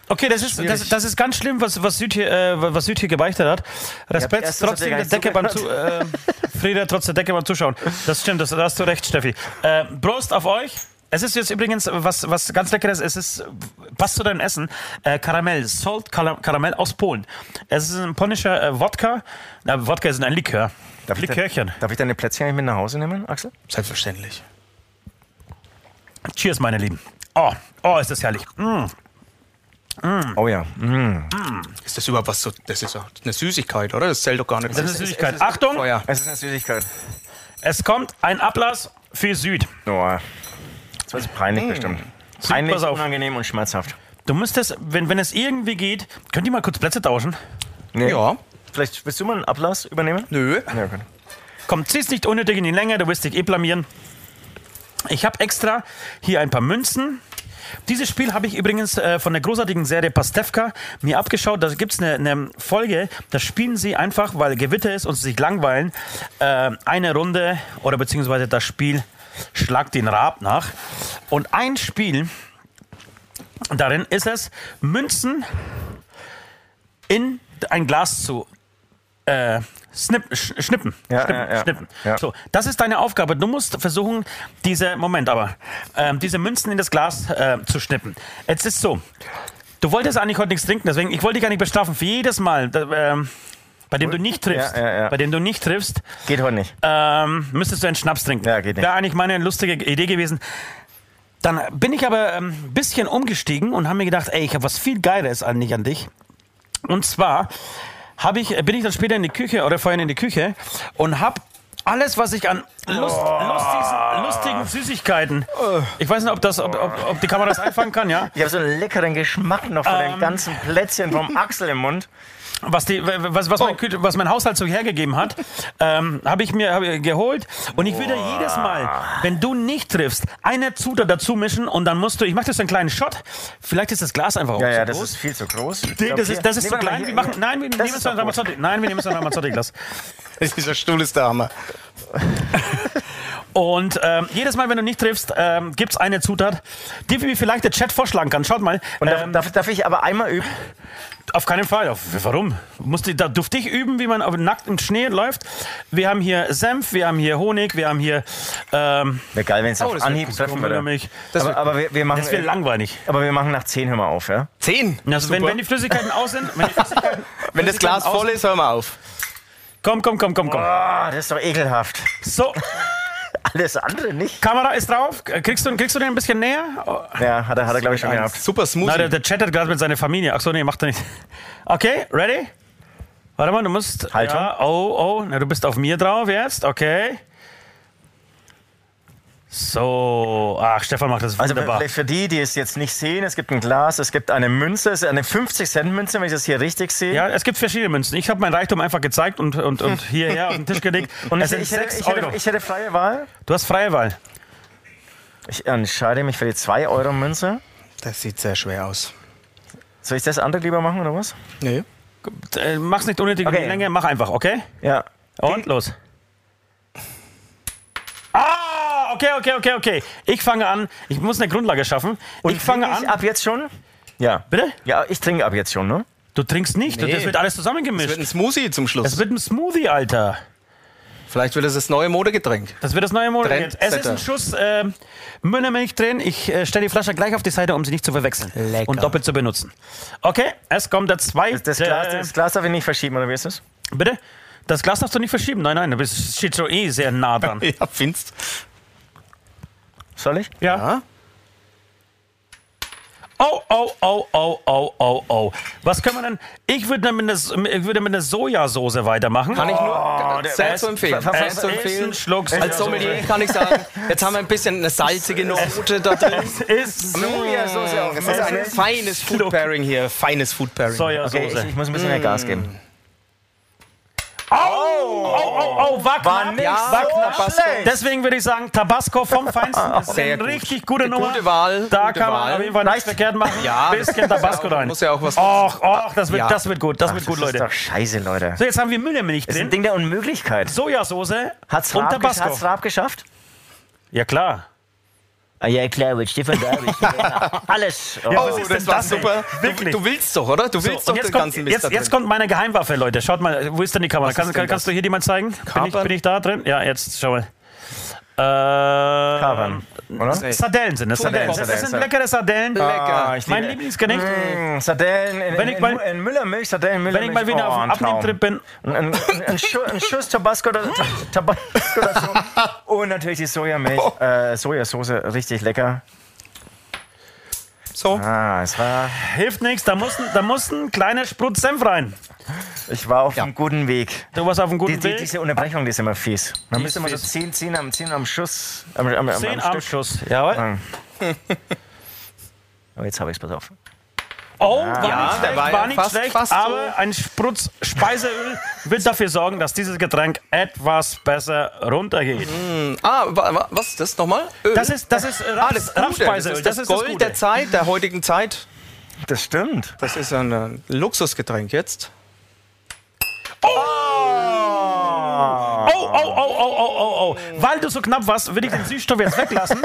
Speaker 2: Okay, das ist, das, das ist ganz schlimm, was, was, Süd hier, äh, was Süd hier gebeichtet hat. Respekt
Speaker 4: erstens hat er
Speaker 2: trotzdem
Speaker 4: gar
Speaker 2: der
Speaker 4: nicht
Speaker 2: Decke beim zu, äh, Frieda, trotz der Decke beim Zuschauen. Das stimmt, das, da hast du recht, Steffi. Äh, Prost auf euch. Es ist jetzt übrigens was, was ganz Leckeres. Es ist, passt zu deinem Essen, äh, Karamell, Salt Kala- Karamell aus Polen. Es ist ein polnischer äh, Wodka. Na, Wodka ist ein Likör.
Speaker 4: Darf ich,
Speaker 2: Likörchen.
Speaker 4: da, darf ich deine Plätzchen eigentlich mit nach Hause nehmen, Axel?
Speaker 3: Selbstverständlich.
Speaker 2: Cheers, meine Lieben. Oh, oh, ist das herrlich. Mm. Mhm.
Speaker 4: Oh ja.
Speaker 3: Ist das überhaupt was so? Das ist doch eine Süßigkeit, oder? Das zählt doch gar nicht.
Speaker 2: Das ist eine Süßigkeit. Achtung,
Speaker 3: Feuer.
Speaker 4: Es ist eine Süßigkeit.
Speaker 2: es kommt ein Ablass für Süd.
Speaker 4: Oh. Das war jetzt peinlich bestimmt. Peinlich,
Speaker 2: Mhm. pass auf.
Speaker 4: unangenehm und schmerzhaft.
Speaker 2: Du müsstest, wenn, wenn es irgendwie geht, könnt ihr mal kurz Plätze tauschen?
Speaker 4: Nee.
Speaker 3: Ja.
Speaker 4: Vielleicht willst du mal einen Ablass übernehmen?
Speaker 3: Nö.
Speaker 4: Ja, okay.
Speaker 2: Komm, zieh's nicht unnötig in die Länge, du wirst dich eh blamieren. Ich habe extra hier ein paar Münzen. Dieses Spiel habe ich übrigens äh, von der großartigen Serie Pastewka mir abgeschaut. Da gibt es eine, eine Folge, da spielen sie einfach, weil Gewitter ist und sie sich langweilen, äh, eine Runde oder beziehungsweise das Spiel Schlag den Rab nach. Und ein Spiel darin ist es, Münzen in ein Glas zu äh, snip, sch, schnippen.
Speaker 4: Ja,
Speaker 2: schnippen,
Speaker 4: ja, ja.
Speaker 2: schnippen.
Speaker 4: Ja.
Speaker 2: So, das ist deine Aufgabe. Du musst versuchen, diese, Moment aber, ähm, diese Münzen in das Glas äh, zu schnippen. Jetzt ist so, du wolltest eigentlich heute nichts trinken, deswegen, ich wollte dich gar nicht bestrafen für jedes Mal, da, ähm, bei dem du nicht triffst,
Speaker 4: Ja, ja, ja.
Speaker 2: bei dem du nicht triffst,
Speaker 4: Geht heute nicht.
Speaker 2: ähm, müsstest du einen Schnaps trinken.
Speaker 4: Ja, geht nicht.
Speaker 2: Wäre eigentlich meine lustige Idee gewesen. Dann bin ich aber ein ähm, bisschen umgestiegen und habe mir gedacht, ey, ich habe was viel Geileres eigentlich an dich. Und zwar habe ich, bin ich dann später in die Küche oder vorhin in die Küche und habe alles, was ich an Lust,
Speaker 4: Oh.
Speaker 2: lustigen, lustigen Süßigkeiten. Ich weiß nicht, ob, das, ob, ob, ob die Kamera das einfangen kann, ja?
Speaker 4: Ich habe so einen leckeren Geschmack noch von
Speaker 2: Ähm.
Speaker 4: den ganzen Plätzchen vom Axel im Mund.
Speaker 2: was, die, was, was, mein,
Speaker 4: Oh.
Speaker 2: Kühl- was mein Haushalt so hergegeben hat, ähm, habe ich mir hab ich geholt. Und ich würde jedes Mal, wenn du nicht triffst, eine Zutat dazu mischen und dann musst du, ich mache das einen kleinen Shot. Vielleicht ist das Glas einfach auch
Speaker 4: Ja,
Speaker 2: zu
Speaker 4: ja, das
Speaker 2: groß.
Speaker 4: ist viel zu groß. Ich
Speaker 2: Nee,
Speaker 4: glaub,
Speaker 2: das
Speaker 4: hier-
Speaker 2: ist, das ist
Speaker 4: Nee,
Speaker 2: zu
Speaker 4: warte mal,
Speaker 2: klein.
Speaker 4: hier-
Speaker 2: Wir machen, nein, wir
Speaker 4: Das
Speaker 2: nehmen
Speaker 4: ist
Speaker 2: es dann
Speaker 4: doch gut.
Speaker 2: Ramazzotti. Nein, wir nehmen es dann Ramazzotti Glas.
Speaker 3: Dieser Stuhl ist der Hammer.
Speaker 2: Und ähm, jedes Mal, wenn du nicht triffst, ähm, gibt es eine Zutat, die mir vielleicht der Chat vorschlagen kann. Schaut mal.
Speaker 4: Und darf,
Speaker 2: ähm,
Speaker 4: darf, darf ich aber einmal üben?
Speaker 2: Auf keinen Fall. Auf, warum? Musste, da durfte ich üben, wie man auf, nackt im Schnee läuft. Wir haben hier Senf, wir haben hier Honig, wir haben hier ähm,
Speaker 4: Wäre geil, wenn es auf
Speaker 3: das wird
Speaker 4: Anhieb treffen würde.
Speaker 2: Milch.
Speaker 4: Das aber, aber, wir, wir machen,
Speaker 2: Das wird langweilig.
Speaker 4: aber wir machen nach 10 hör mal auf, ja?
Speaker 3: Zehn.
Speaker 2: Äh, Also wenn,
Speaker 3: Super.
Speaker 2: wenn die Flüssigkeiten aus sind, wenn, die Flüssigkeiten,
Speaker 3: Wenn das Glas voll ist, hör mal auf.
Speaker 2: komm, komm, komm, komm, komm.
Speaker 4: Ah, das ist doch ekelhaft.
Speaker 2: So,
Speaker 4: Alles andere nicht.
Speaker 2: Kamera ist drauf. Kriegst du, kriegst du den ein bisschen näher? Oh,
Speaker 4: Ja, hat er, hat er glaube ich, schon gehabt.
Speaker 3: Super
Speaker 2: Nein, der,
Speaker 3: smooth.
Speaker 2: der chattet gerade mit seiner Familie. Achso, nee, macht er nicht. Okay, ready? Warte mal, du musst.
Speaker 4: Haltung.
Speaker 2: Ja, oh, oh, na, du bist auf mir drauf jetzt. Okay. So. Ach, Stefan macht das
Speaker 4: Also
Speaker 2: wunderbar.
Speaker 4: vielleicht für die, die es jetzt nicht sehen, es gibt ein Glas, es gibt eine Münze, es ist eine 50-Cent-Münze, wenn ich das hier richtig sehe.
Speaker 2: ja, es gibt verschiedene Münzen. Ich habe meinen Reichtum einfach gezeigt und, und, und hierher auf den Tisch gelegt. Und es sind
Speaker 4: Also ich hätte,
Speaker 2: 6
Speaker 4: ich,
Speaker 2: Euro.
Speaker 4: hätte, ich hätte freie Wahl.
Speaker 2: Du hast freie Wahl.
Speaker 4: Ich äh, entscheide mich für die 2-Euro-Münze.
Speaker 3: Das sieht sehr schwer aus.
Speaker 4: Soll ich das andere lieber machen oder was?
Speaker 3: Nee.
Speaker 2: Äh, Mach's nicht unnötig in
Speaker 4: Okay.
Speaker 2: die Länge, mach einfach, okay?
Speaker 4: Ja.
Speaker 2: Und los. Ah, okay, okay, okay, okay. Ich fange an. Ich muss eine Grundlage schaffen. ich fange
Speaker 4: trinke
Speaker 2: an.
Speaker 4: Ich ab jetzt schon? Ja.
Speaker 2: Bitte?
Speaker 4: Ja, ich trinke ab jetzt schon, ne?
Speaker 2: Du trinkst nicht,
Speaker 3: Nee.
Speaker 2: das wird alles
Speaker 3: Es wird
Speaker 2: zusammengemischt.
Speaker 3: ein Smoothie zum
Speaker 2: Es
Speaker 3: Schluss.
Speaker 2: wird ein Smoothie, Alter.
Speaker 3: Vielleicht wird es das neue Modegetränk.
Speaker 2: Das wird das neue Modell
Speaker 3: Trend-
Speaker 2: jetzt. Es ist ein
Speaker 3: Setter.
Speaker 2: Schuss äh, Müllermilch drin. Ich äh, stelle die Flasche gleich auf die Seite, um sie nicht zu verwechseln
Speaker 3: Lecker.
Speaker 2: und doppelt zu benutzen. Okay, es kommt der zweite. äh,
Speaker 4: Das Glas, das Glas darf ich nicht verschieben, oder wie ist es?
Speaker 2: Bitte? Das Glas darfst du nicht verschieben. Nein, nein, du bist steht so eh sehr nah dran.
Speaker 3: Ja, findest.
Speaker 4: Soll ich?
Speaker 2: Ja.
Speaker 3: Ja?
Speaker 2: Oh, oh, oh, oh, oh, oh, oh. Was können wir denn? Ich würde mit einer, ich würde mit einer Sojasauce weitermachen.
Speaker 3: Kann ich
Speaker 4: Oh,
Speaker 3: nur sehr
Speaker 4: es-
Speaker 3: zu empfehlen.
Speaker 4: ver- ver-
Speaker 3: Sehr
Speaker 2: es
Speaker 3: zu
Speaker 2: ist ein
Speaker 3: empfehlen.
Speaker 2: Schluck
Speaker 3: Als Sommelier kann ich sagen, jetzt haben wir ein bisschen eine salzige Note da drin.
Speaker 2: Es ist
Speaker 4: Sojasauce auf.
Speaker 3: Es ist ein feines Food Pairing hier. Feines Food Pairing.
Speaker 2: Sojasauce.
Speaker 4: Okay, ich, ich muss ein bisschen mehr Gas geben.
Speaker 2: Oh, oh, oh, war
Speaker 4: War
Speaker 2: knapp.
Speaker 4: nicht
Speaker 3: Ja,
Speaker 2: war knapp.
Speaker 3: Tabasco.
Speaker 2: Deswegen würde ich sagen, Tabasco vom Feinsten. Das ist
Speaker 3: Sehr
Speaker 2: eine
Speaker 3: gut.
Speaker 2: richtig gute Nummer.
Speaker 3: Gute Wahl.
Speaker 2: Da
Speaker 3: gute
Speaker 2: kann man
Speaker 3: Wahl.
Speaker 2: auf jeden Fall Oh, nichts verkehrt machen.
Speaker 3: Ja,
Speaker 2: Ein bisschen Tabasco
Speaker 3: muss ja auch-
Speaker 2: rein.
Speaker 3: muss ja auch was-
Speaker 2: Och, och, das wird,
Speaker 3: Ja.
Speaker 2: das wird gut. Das wird
Speaker 4: Ach,
Speaker 2: gut,
Speaker 4: das
Speaker 2: Leute.
Speaker 4: ist doch scheiße, Leute.
Speaker 2: So, jetzt haben wir Müllermilch
Speaker 4: Das ist ein
Speaker 2: drin.
Speaker 4: Ding der Unmöglichkeit.
Speaker 2: Sojasauce
Speaker 4: Hat's
Speaker 2: und
Speaker 4: Raab, gesch-
Speaker 2: Tabasco.
Speaker 4: hat's Raab geschafft?
Speaker 2: Ja, klar.
Speaker 5: Ah, ja, klar, mit Stefan David. Alles. Oh.
Speaker 2: was ist denn das, ey? Wirklich.
Speaker 3: Du, du willst doch, oder? Du willst
Speaker 2: So,
Speaker 3: doch
Speaker 2: und jetzt
Speaker 3: den
Speaker 2: kommt,
Speaker 3: ganzen Mist da
Speaker 2: jetzt, jetzt
Speaker 3: drin.
Speaker 2: kommt meine Geheimwaffe, Leute. Schaut mal, wo ist denn die Kamera? Kannst,
Speaker 3: ist denn
Speaker 2: kannst du hier die mal zeigen? Bin ich,
Speaker 3: Kapern?
Speaker 2: bin ich da drin? Ja, jetzt schau mal. Äh,
Speaker 4: Kapern, oder?
Speaker 2: Sardellen sind das. Sardellen.
Speaker 3: Sardellen,
Speaker 2: Das
Speaker 4: Sardellen,
Speaker 2: sind
Speaker 4: Sardellen.
Speaker 2: leckere Sardellen.
Speaker 3: Lecker.
Speaker 4: Ah, ich
Speaker 2: Mein
Speaker 4: liebe-
Speaker 2: Lieblingsgericht.
Speaker 3: Hm.
Speaker 4: Mm, Sardellen in,
Speaker 2: Wenn
Speaker 4: in,
Speaker 2: ich mal-
Speaker 4: in, in Müllermilch, Sardellen in
Speaker 2: Wenn
Speaker 4: Müllermilch.
Speaker 2: ich mal wieder
Speaker 4: oh,
Speaker 2: auf
Speaker 4: ein
Speaker 3: Hm.
Speaker 2: dem Abnehmtrip
Speaker 4: Traum.
Speaker 2: bin.
Speaker 4: Ein, ein, ein, ein, Schu ein Schuss Tabasco, da, Ta- Tabasco dazu. Und natürlich die Sojamilch,
Speaker 2: Oh.
Speaker 4: äh, Sojasauce, richtig lecker.
Speaker 3: So.
Speaker 4: Ah, es war,
Speaker 2: Hilft nichts, da muss, ein- da muss ein kleiner Sprutz Senf rein.
Speaker 4: ich war auf einem guten Weg.
Speaker 2: Du warst auf einem
Speaker 4: Die,
Speaker 2: guten
Speaker 4: die,
Speaker 2: Weg.
Speaker 4: diese Unterbrechung, die ist immer fies. Man
Speaker 2: Die ist
Speaker 4: müsste immer so
Speaker 2: fies.
Speaker 4: ziehen, ziehen am, ziehen am Schuss. Am, am, am,
Speaker 2: Zehn
Speaker 4: am Stück.
Speaker 2: Armschuss. Jawohl.
Speaker 4: Ah. Oh, jetzt habe ich es, pass auf.
Speaker 2: Oh, war
Speaker 3: Ja,
Speaker 2: nicht
Speaker 3: der
Speaker 2: schlecht,
Speaker 3: war
Speaker 2: war,
Speaker 3: ja
Speaker 2: nicht
Speaker 3: fast-
Speaker 2: schlecht
Speaker 3: fast so.
Speaker 2: aber ein Sprutz Speiseöl wird dafür sorgen, dass dieses Getränk etwas besser runtergeht.
Speaker 3: Ah, wa, wa, was ist das nochmal? Öl.
Speaker 2: Das ist, das ist äh,
Speaker 3: ah,
Speaker 2: Raps,
Speaker 3: das Gute. Das
Speaker 2: Rapspeiseöl.
Speaker 3: ist das, Gold
Speaker 2: Gute.
Speaker 3: der Zeit, der heutigen Zeit.
Speaker 4: Das stimmt.
Speaker 3: Das ist ein äh, Luxusgetränk jetzt.
Speaker 2: Oh, oh, oh, oh, oh, oh, oh. Weil du so knapp warst, würde ich den Süßstoff jetzt weglassen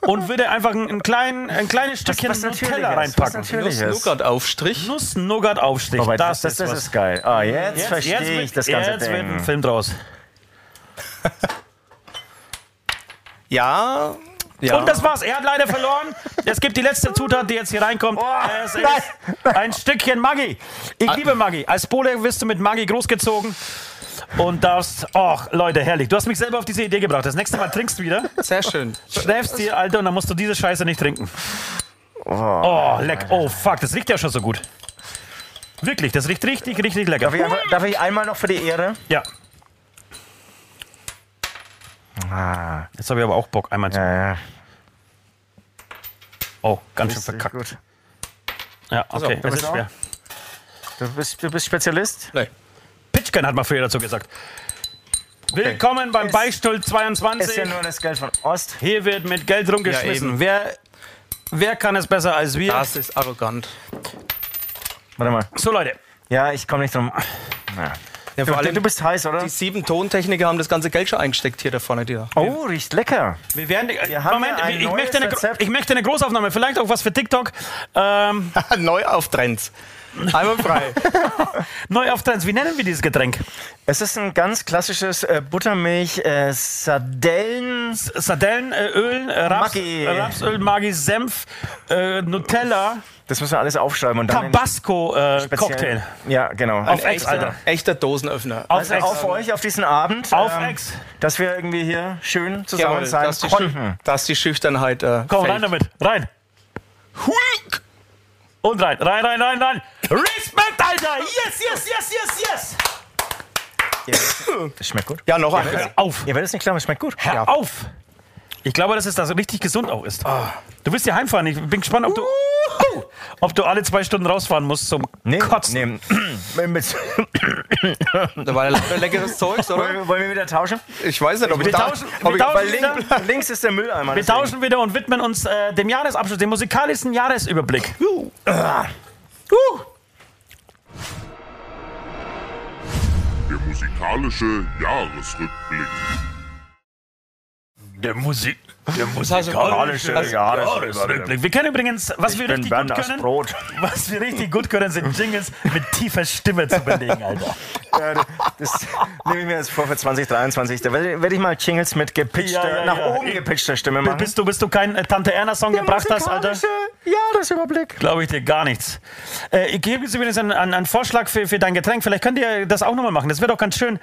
Speaker 2: und würde einfach ein, ein, klein, ein kleines Stückchen Nutella
Speaker 4: Natürliches, was
Speaker 2: reinpacken.
Speaker 4: Natürliches.
Speaker 3: Nuss-Nougat-Aufstrich.
Speaker 2: Nuss-Nougat-Aufstich.
Speaker 4: Wobei,
Speaker 2: Das,
Speaker 4: Oh, das, das, das
Speaker 2: ist was.
Speaker 4: ist geil. Ah, jetzt, verstehe
Speaker 2: jetzt
Speaker 4: ich
Speaker 2: wird-
Speaker 4: das ganze
Speaker 2: jetzt wird ein
Speaker 4: Ding.
Speaker 2: Film draus.
Speaker 3: Ja. ja.
Speaker 2: Und das war's. Er hat leider verloren. Es gibt die letzte Zutat, die jetzt hier reinkommt. es ist ein Stückchen Maggi. Ich liebe Maggi. Als Pole wirst du mit Maggi großgezogen. Und darfst. Och, Leute, herrlich. Du hast mich selber auf diese Idee gebracht. Das nächste Mal trinkst du wieder.
Speaker 3: Sehr schön.
Speaker 2: Schläfst dir, Alter, und dann musst du diese Scheiße nicht trinken. Oh, leck. Oh, fuck. Das riecht ja schon so gut. Wirklich, das riecht richtig, richtig lecker.
Speaker 4: Darf ich, einfach, darf ich einmal noch für die Ehre?
Speaker 2: Ja.
Speaker 4: Ah,
Speaker 2: Jetzt habe ich aber auch Bock. Einmal zu.
Speaker 4: ja, ja.
Speaker 2: Oh, ganz schön
Speaker 4: Ist nicht
Speaker 2: verkackt.
Speaker 4: gut.
Speaker 2: Ja, okay.
Speaker 4: du
Speaker 2: Es ist
Speaker 4: bist
Speaker 2: schwer.
Speaker 4: Du bist, du bist Spezialist?
Speaker 3: Nee.
Speaker 2: Pitchken hat mal früher dazu gesagt. Willkommen beim
Speaker 4: Ist-
Speaker 2: Beistuhl
Speaker 4: Ist
Speaker 2: 22.
Speaker 4: ja nur das Geld von Ost.
Speaker 2: Hier wird mit Geld rumgeschmissen.
Speaker 3: eben.
Speaker 2: wer, wer kann es besser als wir?
Speaker 3: Das ist arrogant.
Speaker 4: Warte mal.
Speaker 2: So, Leute.
Speaker 4: Ja, ich komme nicht drum. Ja.
Speaker 3: Ja, vor
Speaker 4: Du,
Speaker 3: allem
Speaker 4: du bist heiß, oder?
Speaker 3: die sieben Tontechniker haben das ganze Geld schon eingesteckt hier da vorne. Die da.
Speaker 4: Oh, riecht lecker.
Speaker 2: Wir werden. die-
Speaker 4: Wir haben
Speaker 2: Moment,
Speaker 4: ja ein
Speaker 2: ich
Speaker 4: neues
Speaker 2: möchte, eine, Gro-
Speaker 4: Rezept.
Speaker 2: ich möchte eine Großaufnahme. Vielleicht auch was für TikTok. Ähm,
Speaker 3: Neu auf Trends. Einmal frei.
Speaker 2: neu auf Trends. Wie nennen wir dieses Getränk?
Speaker 4: Es ist ein ganz klassisches äh, Buttermilch, äh, Sardellen.
Speaker 2: S- Sardellen, äh, Öl, äh, Raps,
Speaker 4: Maggi.
Speaker 2: äh, Rapsöl, Maggi, Senf, äh, Nutella, äh,
Speaker 4: Das müssen wir alles aufschreiben und dann.
Speaker 2: Tabasco-Cocktail.
Speaker 4: Ja, genau.
Speaker 2: auf Ex, Alter.
Speaker 3: Echter Dosenöffner.
Speaker 2: Auf
Speaker 4: also
Speaker 2: Ex.
Speaker 4: auf euch, auf diesen Abend. ähm,
Speaker 2: Auf Ex.
Speaker 4: Dass wir irgendwie hier schön zusammen
Speaker 3: Jawohl,
Speaker 4: sein
Speaker 3: dass, die Schü-
Speaker 4: konnten.
Speaker 3: dass die Schüchternheit. Äh,
Speaker 2: Komm, rein
Speaker 3: fällt.
Speaker 2: damit. Rein.
Speaker 3: Hulk!
Speaker 2: Und rein, rein, rein, rein, rein. Respekt, Alter! Yes, yes, yes, yes, yes!
Speaker 4: Das schmeckt gut.
Speaker 3: Ja, genau. noch ein.
Speaker 2: Hör auf!
Speaker 4: Ihr werdet es nicht glauben, es schmeckt gut.
Speaker 2: Hör auf! Ich glaube, dass es das richtig gesund auch ist.
Speaker 4: Ah.
Speaker 3: Ah.
Speaker 2: Du willst ja heimfahren. Ich bin gespannt, ob du, ob du alle zwei Stunden rausfahren musst zum Kotzen.
Speaker 4: nee. Mit- mit-
Speaker 3: Da war ja lauter leckeres Zeugs,
Speaker 4: wollen,
Speaker 3: oder?
Speaker 4: wir, wollen wir wieder tauschen?
Speaker 3: Ich weiß nicht, ob ich
Speaker 2: Wir
Speaker 3: da.
Speaker 2: tauschen-
Speaker 3: ob
Speaker 2: wir
Speaker 3: ich,
Speaker 2: tauschen-
Speaker 4: Weil
Speaker 2: Tauschen
Speaker 4: link, links ist der Mülleimer.
Speaker 2: Wir tauschen wieder und widmen uns äh, dem Jahresabschluss, dem musikalischen Jahresüberblick.
Speaker 6: Der musikalische Jahresrückblick.
Speaker 1: Der Musik. Der
Speaker 3: Also,
Speaker 4: musikalische
Speaker 2: Jahresrückblick. Also, Wir können übrigens, was wir richtig gut können,
Speaker 4: Brot.
Speaker 2: was wir richtig gut können, sind Jingles mit tiefer Stimme zu belegen, Alter.
Speaker 4: Ja, das nehme ich mir jetzt vor für 2023. Da werde werde ich mal Jingles mit gepitchter,
Speaker 2: Ja, ja,
Speaker 4: nach
Speaker 2: ja.
Speaker 4: oben gepitchter Stimme machen.
Speaker 2: Bist du, bist du kein äh, Tante Erna Song gebracht hast, Alter?
Speaker 4: Ja, das Überblick.
Speaker 2: Glaube ich dir gar nichts. Äh, ich gebe jetzt übrigens einen, einen, einen Vorschlag für, für dein Getränk. Vielleicht könnt ihr das auch nochmal machen. Das wäre doch ganz schön.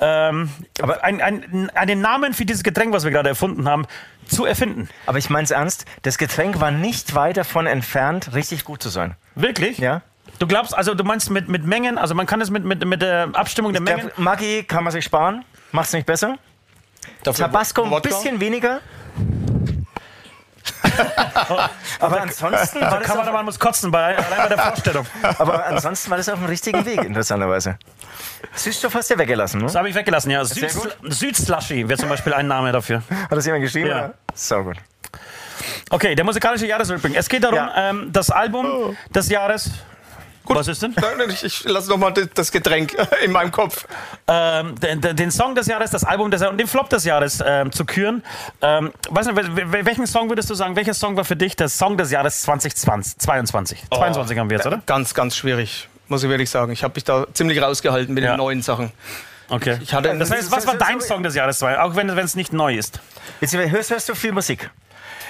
Speaker 2: Ähm, aber ein, ein, einen Namen für dieses Getränk, was wir gerade erfunden haben, zu erfinden.
Speaker 4: Aber ich meine es ernst, das Getränk war nicht weit davon entfernt, richtig gut zu sein.
Speaker 2: Wirklich?
Speaker 4: Ja?
Speaker 2: Du glaubst, also du meinst mit, mit Mengen, also man kann es mit, mit, mit der Abstimmung der Mengen.
Speaker 4: Der Maggi kann man sich sparen, macht's nicht besser.
Speaker 3: Dafür
Speaker 4: Tabasco ein
Speaker 3: Wodka.
Speaker 4: bisschen weniger. aber, ansonsten war das auf,
Speaker 2: Kameramann muss kotzen bei, allein bei der Vorstellung. Das
Speaker 4: aber ansonsten war das auf dem richtigen Weg, interessanterweise. Süßstoff hast du ja weggelassen, ne?
Speaker 2: habe ich weggelassen, ja. Südsl- Südslushy wäre zum Beispiel ein Name dafür.
Speaker 4: Hat das jemand geschrieben?
Speaker 2: Ja.
Speaker 4: Ja. So gut.
Speaker 2: Okay, der musikalische Jahresrückblick. Es geht darum,
Speaker 4: Ja.
Speaker 2: ähm, das Album des Jahres,
Speaker 3: Oh. Gut.
Speaker 2: Was ist denn?
Speaker 3: Nein, nein, Ich, ich lasse nochmal das Getränk in meinem Kopf.
Speaker 2: ähm, den, den den Song des Jahres, das Album des Jahres und den Flop des Jahres ähm, zu küren. Ähm, weiß nicht, wel- wel- welchen Song würdest du sagen? Welcher Song war für dich der Song des Jahres 2020? 22.
Speaker 3: Oh.
Speaker 2: 22 haben wir jetzt, oder?
Speaker 3: Ganz, ganz schwierig, muss ich wirklich sagen. Ich habe mich da ziemlich rausgehalten mit
Speaker 2: Ja.
Speaker 3: den neuen Sachen.
Speaker 2: Okay.
Speaker 3: Ich hatte
Speaker 2: das heißt, was war dein Song des Jahres? zwei? Auch wenn es nicht neu ist.
Speaker 4: Jetzt äh, hörst, hörst du viel Musik.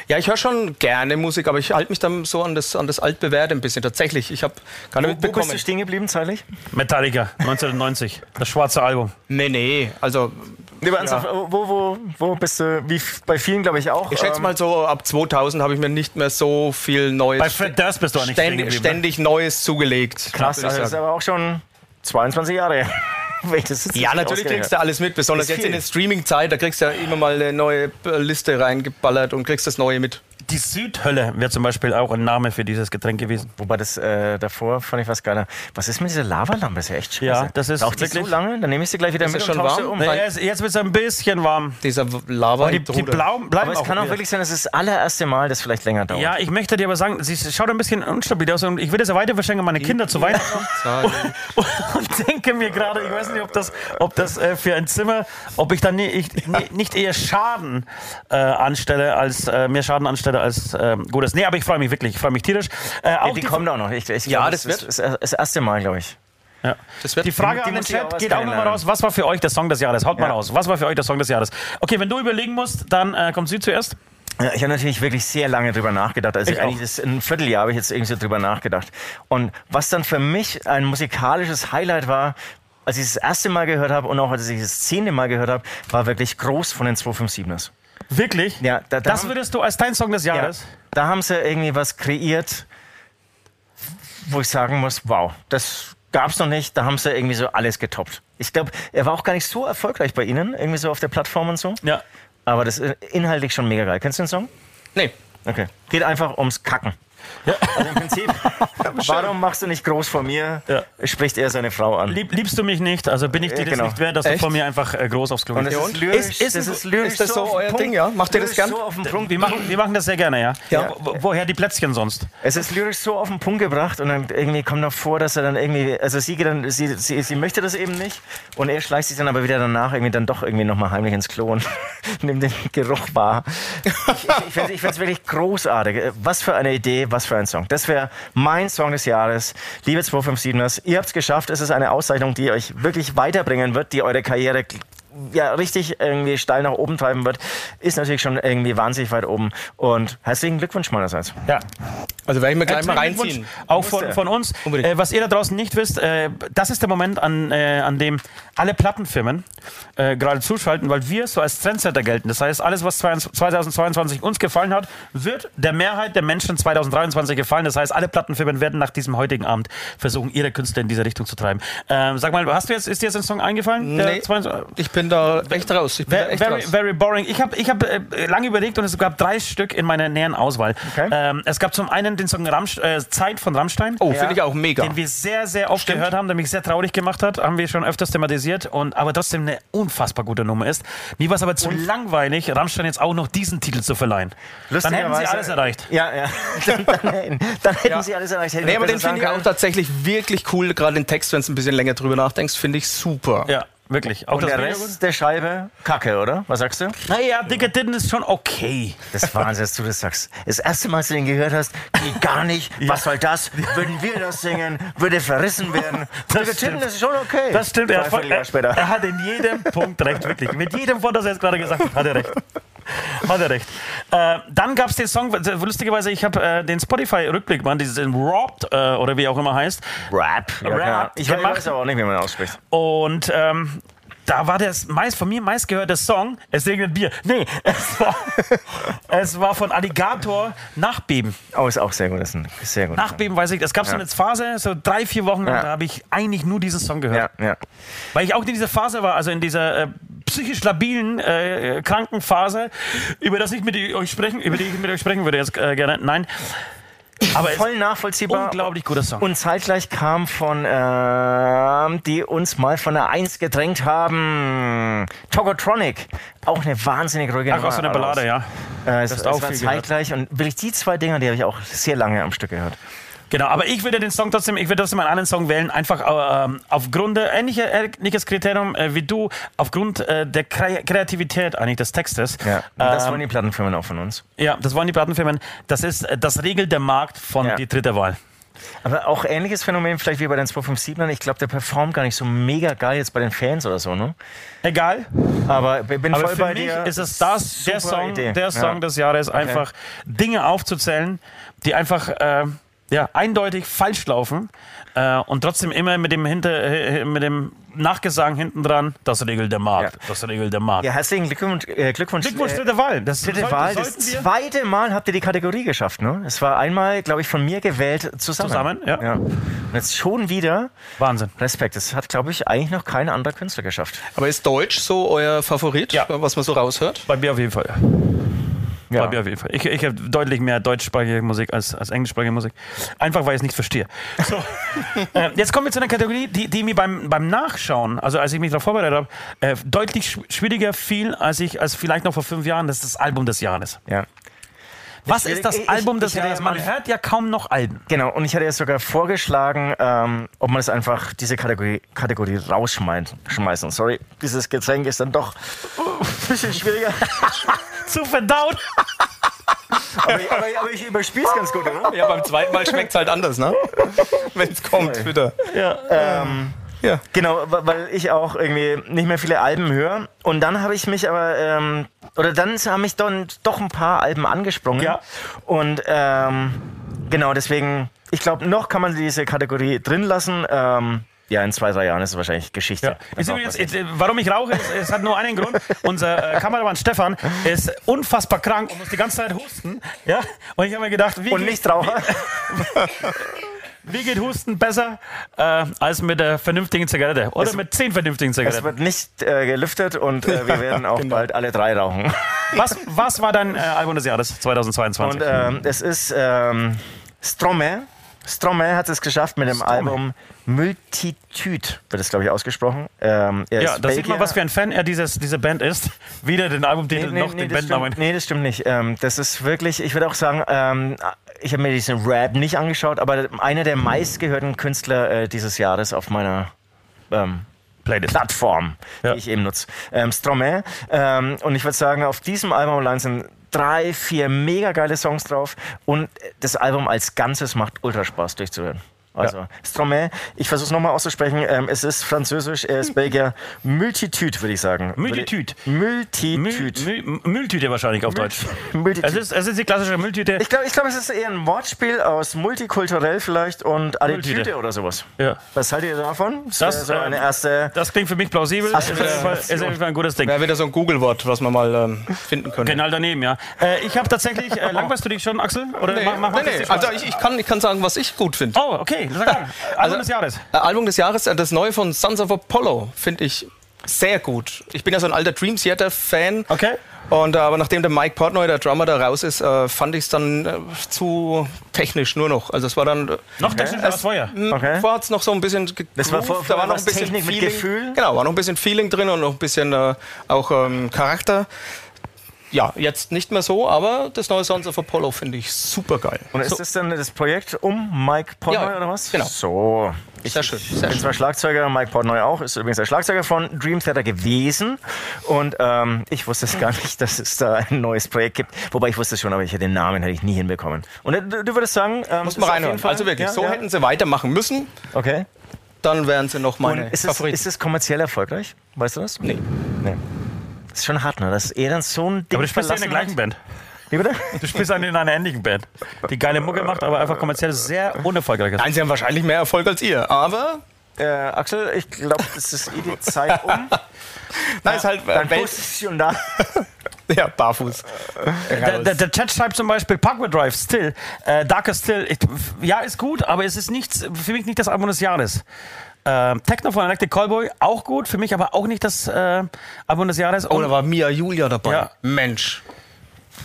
Speaker 3: Ja, ich höre schon gerne Musik, aber ich halte mich dann so an das, an das Altbewährte ein bisschen. Tatsächlich, ich habe gar
Speaker 4: Wo, wo
Speaker 3: nicht
Speaker 4: bist
Speaker 3: mitbekommen.
Speaker 4: du stehen geblieben zeitlich?
Speaker 2: Metallica, 1990. Das schwarze Album.
Speaker 3: nee, nee, also
Speaker 4: Nee, aber ernsthaft, also, wo, wo, wo bist du? Wie f- bei vielen, glaube ich, auch.
Speaker 3: ich schätze
Speaker 4: ähm,
Speaker 3: mal so, ab 2000 habe ich mir nicht mehr so viel Neues,
Speaker 2: Bei Fred Durst bist du auch nicht stehen
Speaker 3: ständig,
Speaker 2: geblieben. ne?
Speaker 3: ständig Neues zugelegt.
Speaker 4: Krass, also
Speaker 3: würde ich
Speaker 4: das ist
Speaker 3: sagen.
Speaker 4: aber auch schon 22 Jahre. Wenn ich das jetzt
Speaker 3: Ja,
Speaker 4: richtig
Speaker 3: natürlich
Speaker 4: ausgerechnet
Speaker 3: kriegst du alles mit, besonders
Speaker 4: Ist
Speaker 3: jetzt
Speaker 4: viel.
Speaker 3: in der Streaming-Zeit, da kriegst du ja immer mal eine neue äh, Liste reingeballert und kriegst das Neue mit.
Speaker 2: Die Südhölle wäre zum Beispiel auch ein Name für dieses Getränk gewesen.
Speaker 4: Wobei das äh, davor fand ich was geiler. Was ist mit dieser Lavalampe? Ist ja echt scheiße.
Speaker 2: Ja, das ist
Speaker 4: Braucht Also, die so
Speaker 2: wirklich-
Speaker 4: lange? Dann nehme ich sie gleich wieder mit
Speaker 3: es
Speaker 4: und
Speaker 3: schon
Speaker 4: tausche
Speaker 3: warm?
Speaker 4: um.
Speaker 3: Nee,
Speaker 4: Weil-
Speaker 2: Jetzt, jetzt wird es ein bisschen warm.
Speaker 3: Dieser Lava
Speaker 2: Die, die blauen bleiben
Speaker 4: aber es kann auch
Speaker 2: wieder.
Speaker 4: wirklich sein, dass es das allererste Mal, das vielleicht länger dauert.
Speaker 2: Ja, ich möchte dir aber sagen, sie schaut ein bisschen unstabil aus und ich will das ja weiter verschenken an meine Kinder zu Weihnachten und, und denke mir gerade, ich weiß nicht, ob das, ob das äh, für ein Zimmer, ob ich dann nie, ich, nie, nicht eher Schaden äh, anstelle, als äh, mehr Schaden anstelle als ähm, Gutes. Nee, aber ich freue mich wirklich, ich freue mich tierisch. Äh, auch
Speaker 4: Ja, die, kommen auch noch. Ich, ich
Speaker 3: Ja,
Speaker 4: glaub,
Speaker 3: das wird-
Speaker 4: ist das, das erste Mal, glaube ich.
Speaker 2: Ja.
Speaker 3: Das wird
Speaker 2: Die Frage
Speaker 4: Die
Speaker 2: an den
Speaker 4: muss ich auch
Speaker 2: Chat
Speaker 4: was
Speaker 2: geht auch nochmal
Speaker 4: kennenlernen.
Speaker 2: raus. Was war für euch der Song des Jahres? Haut mal
Speaker 4: Ja.
Speaker 2: raus. Was war für euch der Song des Jahres? Okay, wenn du überlegen musst, dann äh, kommt sie zuerst.
Speaker 4: Ja, ich habe natürlich wirklich sehr lange drüber nachgedacht. Also
Speaker 2: Ich
Speaker 4: eigentlich
Speaker 2: auch.
Speaker 4: das, ein Vierteljahr habe ich jetzt irgendwie so drüber nachgedacht. Und was dann für mich ein musikalisches Highlight war, als ich das erste Mal gehört habe und auch als ich das zehnte Mal gehört habe, war wirklich groß von den 257ers.
Speaker 2: Wirklich?
Speaker 4: Ja, da- da
Speaker 2: das
Speaker 4: haben-
Speaker 2: würdest du als dein Song des
Speaker 4: Ja,
Speaker 2: Jahres?
Speaker 4: da haben sie irgendwie was kreiert, wo ich sagen muss, wow, das gab's noch nicht. Da haben sie irgendwie so alles getoppt. Ich glaube, er war auch gar nicht so erfolgreich bei ihnen, irgendwie so auf der Plattform und so.
Speaker 2: Ja.
Speaker 4: Aber das ist inhaltlich schon mega geil. Kennst du den Song?
Speaker 3: Nee.
Speaker 4: Okay. Geht einfach ums Kacken. Also im Prinzip, warum machst du nicht groß vor mir?
Speaker 2: Ja.
Speaker 4: Spricht er seine Frau an.
Speaker 2: Lieb, liebst du mich nicht? Also bin ich dir
Speaker 4: Ja, genau.
Speaker 2: das nicht wert, dass du
Speaker 3: Echt?
Speaker 2: vor mir einfach äh, groß aufs Klo
Speaker 4: Und
Speaker 2: gehst?
Speaker 4: das
Speaker 3: Ja,
Speaker 4: ist
Speaker 3: und?
Speaker 4: lyrisch,
Speaker 3: Ist- ist-
Speaker 4: das ist lyrisch
Speaker 3: ist das
Speaker 4: so
Speaker 3: so
Speaker 4: auf den
Speaker 3: euer
Speaker 4: Punkt.
Speaker 3: Ding, ja? Macht ihr das
Speaker 4: Lyrisch
Speaker 3: gern?
Speaker 4: So auf den Punkt.
Speaker 2: Wir machen, wir machen das sehr gerne, ja.
Speaker 3: Ja.
Speaker 2: Wo, woher die Plätzchen sonst?
Speaker 4: Es ist lyrisch so auf den Punkt gebracht und dann irgendwie kommt noch vor, dass er dann irgendwie, also sie geht dann, sie, sie, sie möchte das eben nicht und er schleicht sich dann aber wieder danach irgendwie dann doch irgendwie nochmal heimlich ins Klo und nimmt den Geruch wahr. Ich, ich, ich finde es wirklich großartig. Was für eine Idee, was für ein Song. Das wäre mein Song des Jahres. Liebe 257ers, ihr habt es geschafft. Es ist eine Auszeichnung, die euch wirklich weiterbringen wird, die eure Karriere ja, richtig irgendwie steil nach oben treiben wird, ist natürlich schon irgendwie wahnsinnig weit oben. Und herzlichen Glückwunsch meinerseits.
Speaker 2: Ja.
Speaker 3: Also werde ich mir gleich mal
Speaker 2: Herzlichen
Speaker 3: reinziehen.
Speaker 2: Glückwunsch Auch von,
Speaker 4: Musste.
Speaker 2: von uns.
Speaker 3: Unbedingt.
Speaker 2: Äh, was ihr da draußen nicht wisst, äh, das ist der Moment, an, äh, an dem alle Plattenfirmen äh, gerade zuschalten, weil wir so als Trendsetter gelten. Das heißt, alles, was 2022 uns gefallen hat, wird der Mehrheit der Menschen 2023 gefallen. Das heißt, alle Plattenfirmen werden nach diesem heutigen Abend versuchen, ihre Künstler in diese Richtung zu treiben. Ähm, sag mal, hast du jetzt, ist dir jetzt ein Song eingefallen? der
Speaker 3: Nee.
Speaker 2: 22
Speaker 3: Ich bin da echt raus. Ich bin da
Speaker 2: Ver-
Speaker 3: echt
Speaker 2: Very,
Speaker 3: raus.
Speaker 2: very boring. Ich habe ich hab, äh, lange überlegt und es gab drei Stück in meiner näheren Auswahl.
Speaker 4: Okay.
Speaker 2: Ähm, es gab zum einen den Song Ramsch, äh, Zeit von Rammstein.
Speaker 3: Oh, finde ich auch mega.
Speaker 2: Den wir sehr, sehr oft gehört haben, der mich sehr traurig gemacht hat, haben wir schon öfters thematisiert und aber trotzdem eine unfassbar gute Nummer ist. Mir war es aber zu langweilig, Rammstein jetzt auch noch diesen Titel zu verleihen. Dann hätten sie
Speaker 4: Lustigerweise-
Speaker 2: alles erreicht.
Speaker 4: Ja, ja. Dann, dann, hätten- dann hätten
Speaker 3: Ja.
Speaker 4: sie alles erreicht. Hätten
Speaker 3: Nee,
Speaker 4: wir
Speaker 3: aber den
Speaker 4: besser
Speaker 3: finde ich auch
Speaker 4: sagen
Speaker 3: tatsächlich wirklich cool. Gerade den Text, wenn du ein bisschen länger drüber nachdenkst, finde ich super.
Speaker 2: Ja, wirklich. Auch
Speaker 4: können. Und der
Speaker 2: Video-
Speaker 4: Rest der Scheibe, Kacke, oder? Was sagst du?
Speaker 2: Naja, Dicker Ditten ist schon okay.
Speaker 4: Das ist Wahnsinn, dass du das sagst. Das erste Mal, als du den gehört hast, geht gar nicht. Was soll das? Würden wir das singen? Würde verrissen werden? Das,
Speaker 2: stimmt.
Speaker 4: das ist schon okay.
Speaker 2: Das stimmt, er
Speaker 4: Drei
Speaker 2: hat, voll, er,
Speaker 4: Vierteljahre später.
Speaker 2: er hat in jedem Punkt recht, wirklich. Mit jedem Wort, das er jetzt gerade gesagt hat, hat er recht. Hat er recht. Äh, dann gab es den Song, äh, lustigerweise, ich habe äh, den Spotify-Rückblick, man, diesen Robbed äh, oder wie auch immer heißt.
Speaker 4: Rap. Ja,
Speaker 2: Rap
Speaker 4: klar. Ich weiß-
Speaker 2: gemacht.
Speaker 4: weiß aber auch nicht, wie man ausspricht.
Speaker 2: Und ähm, da war der meist, von mir meistgehörte Song, es regnet Bier. Nee, es war, es war von Alligator Nachbeben.
Speaker 4: Oh, ist auch sehr gut. Ist ein, ist sehr gut.
Speaker 2: Nachbeben weiß ich, es gab so eine Phase, so drei, vier Wochen,
Speaker 4: Ja.
Speaker 2: und da habe ich eigentlich nur diesen Song gehört.
Speaker 4: Ja, ja.
Speaker 2: Weil ich auch in dieser Phase war, also in dieser äh, psychisch labilen, äh, äh, kranken Phase, über das ich mit i- euch sprechen, über die ich mit euch sprechen würde jetzt äh, gerne. Nein. Aber es ist
Speaker 4: Voll
Speaker 2: ein
Speaker 4: nachvollziehbar.
Speaker 2: unglaublich guter Song.
Speaker 4: Und zeitgleich kam von, ähm, die uns mal von der Eins gedrängt haben, Togotronic. Auch eine wahnsinnig ruhige
Speaker 2: Ach, auch so eine Ballade, ja.
Speaker 4: Äh, es,
Speaker 2: hast
Speaker 4: es
Speaker 2: du auch
Speaker 4: war
Speaker 2: viel gehört.
Speaker 4: zeitgleich und wirklich die zwei Dinger, die habe ich auch sehr lange am Stück gehört.
Speaker 2: Genau, aber ich würde den Song trotzdem, ich würde trotzdem einen anderen Song wählen, einfach ähm, aufgrund, äh, ähnliche, ähnliches Kriterium äh, wie du, aufgrund äh, der Kre Kreativität eigentlich des Textes.
Speaker 4: Ja, und das
Speaker 2: Ähm,
Speaker 4: wollen die Plattenfirmen auch von uns.
Speaker 2: Ja, das wollen die Plattenfirmen. Das ist, äh, das regelt der Markt von
Speaker 4: Ja.
Speaker 2: die dritte Wahl.
Speaker 4: Aber auch ähnliches Phänomen vielleicht wie bei den 257ern. Ich glaube, der performt gar nicht so mega geil jetzt bei den Fans oder so, ne?
Speaker 2: Egal.
Speaker 4: Aber ich bin
Speaker 2: Aber
Speaker 4: voll
Speaker 2: für
Speaker 4: bei
Speaker 2: mich
Speaker 4: dir.
Speaker 2: ist es das, der
Speaker 4: Super
Speaker 2: Song,
Speaker 4: Idee.
Speaker 2: der Song
Speaker 4: Ja.
Speaker 2: des Jahres, einfach Dinge aufzuzählen, die einfach äh, ja, eindeutig falsch laufen äh, und trotzdem immer mit dem, Hinter, äh, mit dem Nachgesang hinten dran, das regelt der Markt,
Speaker 4: Ja.
Speaker 2: das regelt der Markt.
Speaker 4: Ja, herzlichen Glückwunsch. Äh, Glückwunsch,
Speaker 2: Glückwunsch,
Speaker 4: äh,
Speaker 2: dritte Wahl. Das
Speaker 4: Dritte
Speaker 2: sollte-
Speaker 4: Wahl, das
Speaker 2: sollten wir
Speaker 4: zweite Mal habt ihr die Kategorie geschafft, ne? Es war einmal, glaube ich, von mir gewählt zusammen.
Speaker 2: Zusammen, ja.
Speaker 4: Und jetzt schon wieder
Speaker 2: Wahnsinn.
Speaker 4: Respekt. Das hat, glaube ich, eigentlich noch kein anderer Künstler geschafft.
Speaker 3: Aber ist Deutsch so euer Favorit,
Speaker 2: Ja.
Speaker 3: was man so raushört?
Speaker 2: Bei mir auf jeden Fall. ja.
Speaker 4: Ja.
Speaker 2: Bei mir auf jeden Fall. Ich, ich habe deutlich mehr deutschsprachige Musik als, als englischsprachige Musik. Einfach, weil ich es nicht verstehe. So. äh, jetzt kommen wir zu einer Kategorie, die, die mir beim, beim Nachschauen, also als ich mich darauf vorbereitet habe, äh, deutlich schw- schwieriger fiel, als ich als vielleicht noch vor fünf Jahren. Das ist das Album des Jahres.
Speaker 4: ja.
Speaker 2: Was ist das
Speaker 4: ich- ich-
Speaker 2: Album des
Speaker 4: ich hätte
Speaker 2: Jahres?
Speaker 4: ja
Speaker 2: Man
Speaker 4: mal-
Speaker 2: hört ja kaum noch Alben.
Speaker 4: Genau, und ich hatte jetzt sogar vorgeschlagen, ähm, ob man das einfach, diese Kategorie, Kategorie rausschmeißen. Sorry, dieses Getränk ist dann doch
Speaker 2: Oh.
Speaker 4: ein bisschen schwieriger.
Speaker 2: Zu verdauen.
Speaker 4: aber, ich- aber, ich- aber ich überspiele es ganz gut, oder?
Speaker 3: Ja, beim zweiten Mal schmeckt es halt anders, ne? Wenn es kommt wieder. Ja.
Speaker 4: Genau, wa- weil ich auch irgendwie nicht mehr viele Alben höre. Und dann habe ich mich aber, ähm, oder dann haben mich dann doch ein paar Alben angesprungen.
Speaker 2: Ja.
Speaker 4: Und ähm, genau, deswegen, ich glaube, noch kann man diese Kategorie drin lassen. Ähm, ja, in zwei, drei Jahren ist es wahrscheinlich Geschichte.
Speaker 2: Ja.
Speaker 4: Dann
Speaker 2: Ist
Speaker 4: braucht
Speaker 2: übrigens,
Speaker 4: man's nicht.
Speaker 2: äh, warum ich rauche, es, es hat nur einen Grund. Unser äh, Kameramann Stefan ist unfassbar krank und muss die ganze Zeit husten. Ja? Und ich habe mir gedacht, wie
Speaker 4: und
Speaker 2: geht-
Speaker 4: nicht Raucher.
Speaker 2: Wie geht Husten besser äh, als mit der vernünftigen Zigarette? Oder mit zehn vernünftigen
Speaker 4: Es
Speaker 2: Zigaretten?
Speaker 4: wird nicht äh, gelüftet und äh, wir werden auch
Speaker 2: Genau.
Speaker 4: bald alle drei rauchen.
Speaker 2: Was, was war dein äh, Album des Jahres 2022?
Speaker 4: Und ähm, es ist ähm, Stromae. Stromae hat es geschafft mit dem Album Multitude, wird es glaube ich ausgesprochen. Ähm, er
Speaker 2: ja,
Speaker 4: ist
Speaker 2: da sieht man,
Speaker 4: Belgier.
Speaker 2: was für ein Fan er dieses, diese Band ist. Weder den Albumtitel noch den
Speaker 4: das
Speaker 2: Bandnamen.
Speaker 4: stimmt, nee, das stimmt nicht. Ähm, das ist wirklich, ich würde auch sagen, ähm, ich habe mir diesen Rap nicht angeschaut, aber einer der meistgehörten Künstler äh, dieses Jahres auf meiner ähm,
Speaker 2: Playlist.
Speaker 4: Plattform,
Speaker 2: Ja.
Speaker 4: die ich eben nutze. Ähm, Stromae. Ähm, und ich würde sagen, auf diesem Album allein sind drei, vier mega geile Songs drauf und das Album als Ganzes macht ultra Spaß durchzuhören. Also, Stromae, ich versuche es nochmal auszusprechen. Ähm, es ist französisch, er ist Belgier. Multitude, würde ich sagen.
Speaker 2: Multitude.
Speaker 4: Multitude.
Speaker 2: Müll- Müll- Mülltüte wahrscheinlich auf Deutsch.
Speaker 4: Multitude.
Speaker 2: Es ist, es ist die klassische Mülltüte.
Speaker 4: Ich glaube, ich glaub, es ist eher ein Wortspiel aus multikulturell vielleicht und Attitüde
Speaker 2: Multitude.
Speaker 4: oder sowas.
Speaker 2: Ja.
Speaker 4: Was haltet ihr davon?
Speaker 2: Das,
Speaker 4: wäre so eine
Speaker 2: ähm,
Speaker 4: erste.
Speaker 2: Das klingt für mich plausibel.
Speaker 4: Ach,
Speaker 2: Es ist auf jeden Fall- es ist auf jeden Fall ein gutes Ding.
Speaker 3: Wäre wieder so ein Google-Wort, was man mal ähm, finden könnte.
Speaker 2: Genau daneben, ja. Äh, ich habe tatsächlich, äh, langweilst du dich schon, Axel? Oder
Speaker 3: Nee,
Speaker 2: mach, mach, mach
Speaker 3: nee, nee.
Speaker 2: das
Speaker 3: Also ich, ich, kann, ich kann sagen, was ich gut finde.
Speaker 4: also-
Speaker 2: Oh, okay. Sag an. Album des Jahres.
Speaker 3: Äh, Album des Jahres, äh, das neue von Sons of Apollo, finde ich sehr gut. Ich bin ja so ein alter Dream Theater-Fan.
Speaker 2: Okay.
Speaker 3: Und äh, aber nachdem der Mike Portnoy, der Drummer, da raus ist, äh, fand ich es dann äh, zu technisch nur noch. Also es war dann.
Speaker 2: Noch technischer als vorher.
Speaker 4: Okay.
Speaker 3: Okay. War es noch so ein bisschen. ge-
Speaker 4: Das war vor-
Speaker 3: grooved,
Speaker 4: vorher war's Technik mit Gefühl?
Speaker 3: Genau, war noch ein bisschen Feeling drin und noch ein bisschen äh, auch ähm, Charakter. Ja, jetzt nicht mehr so, aber das neue Sons of Apollo finde ich super geil.
Speaker 4: Und ist das dann das Projekt um Mike Portnoy
Speaker 3: Ja,
Speaker 4: oder was?
Speaker 3: genau.
Speaker 4: So.
Speaker 3: Sehr schön. Sehr
Speaker 4: Ich bin
Speaker 3: schön.
Speaker 4: zwar Schlagzeuger, Mike Portnoy auch, ist übrigens der Schlagzeuger von Dream Theater gewesen. Und ähm, ich wusste es gar nicht, dass es da ein neues Projekt gibt. Wobei ich wusste es schon, aber ich hätte den Namen hätte ich nie hinbekommen. Und äh, du, du würdest sagen, ähm,
Speaker 3: Muss mal reinhören. Also wirklich, so hätten sie weitermachen müssen.
Speaker 4: Okay.
Speaker 3: Dann wären sie noch
Speaker 4: Und
Speaker 3: meine
Speaker 4: ist es,
Speaker 3: Favoriten.
Speaker 4: ist es kommerziell erfolgreich? Weißt du das?
Speaker 3: Nee.
Speaker 4: Nee. Das ist schon hart, ne? Dass er dann so ein Ding
Speaker 2: Aber du spielst ja in der
Speaker 4: verlassen
Speaker 2: gleichen Band.
Speaker 4: hat. Wie bitte?
Speaker 2: Du spielst ja in einer ähnlichen Band, die geile Mucke macht, aber einfach kommerziell sehr unerfolgreich ist.
Speaker 3: Nein, sie haben wahrscheinlich mehr Erfolg als ihr, aber
Speaker 4: Äh, Axel, ich glaube, es ist eh die Zeit um.
Speaker 3: nein, ist halt
Speaker 4: Dein Post
Speaker 3: äh, Halt, Welt,
Speaker 4: ist schon da.
Speaker 3: ja, barfuß.
Speaker 4: Äh,
Speaker 2: Der, der, der Chat schreibt zum Beispiel Parkway Drive, Still, äh, Darker Still. Ich, ja, ist gut, aber es ist nichts, für mich nicht das Album des Jahres. Ähm, Techno von Electric Callboy, auch gut, für mich aber auch nicht das äh, Album des Jahres. Und-
Speaker 3: Oder Oh, war Mia Julia dabei?
Speaker 2: Ja.
Speaker 3: Mensch.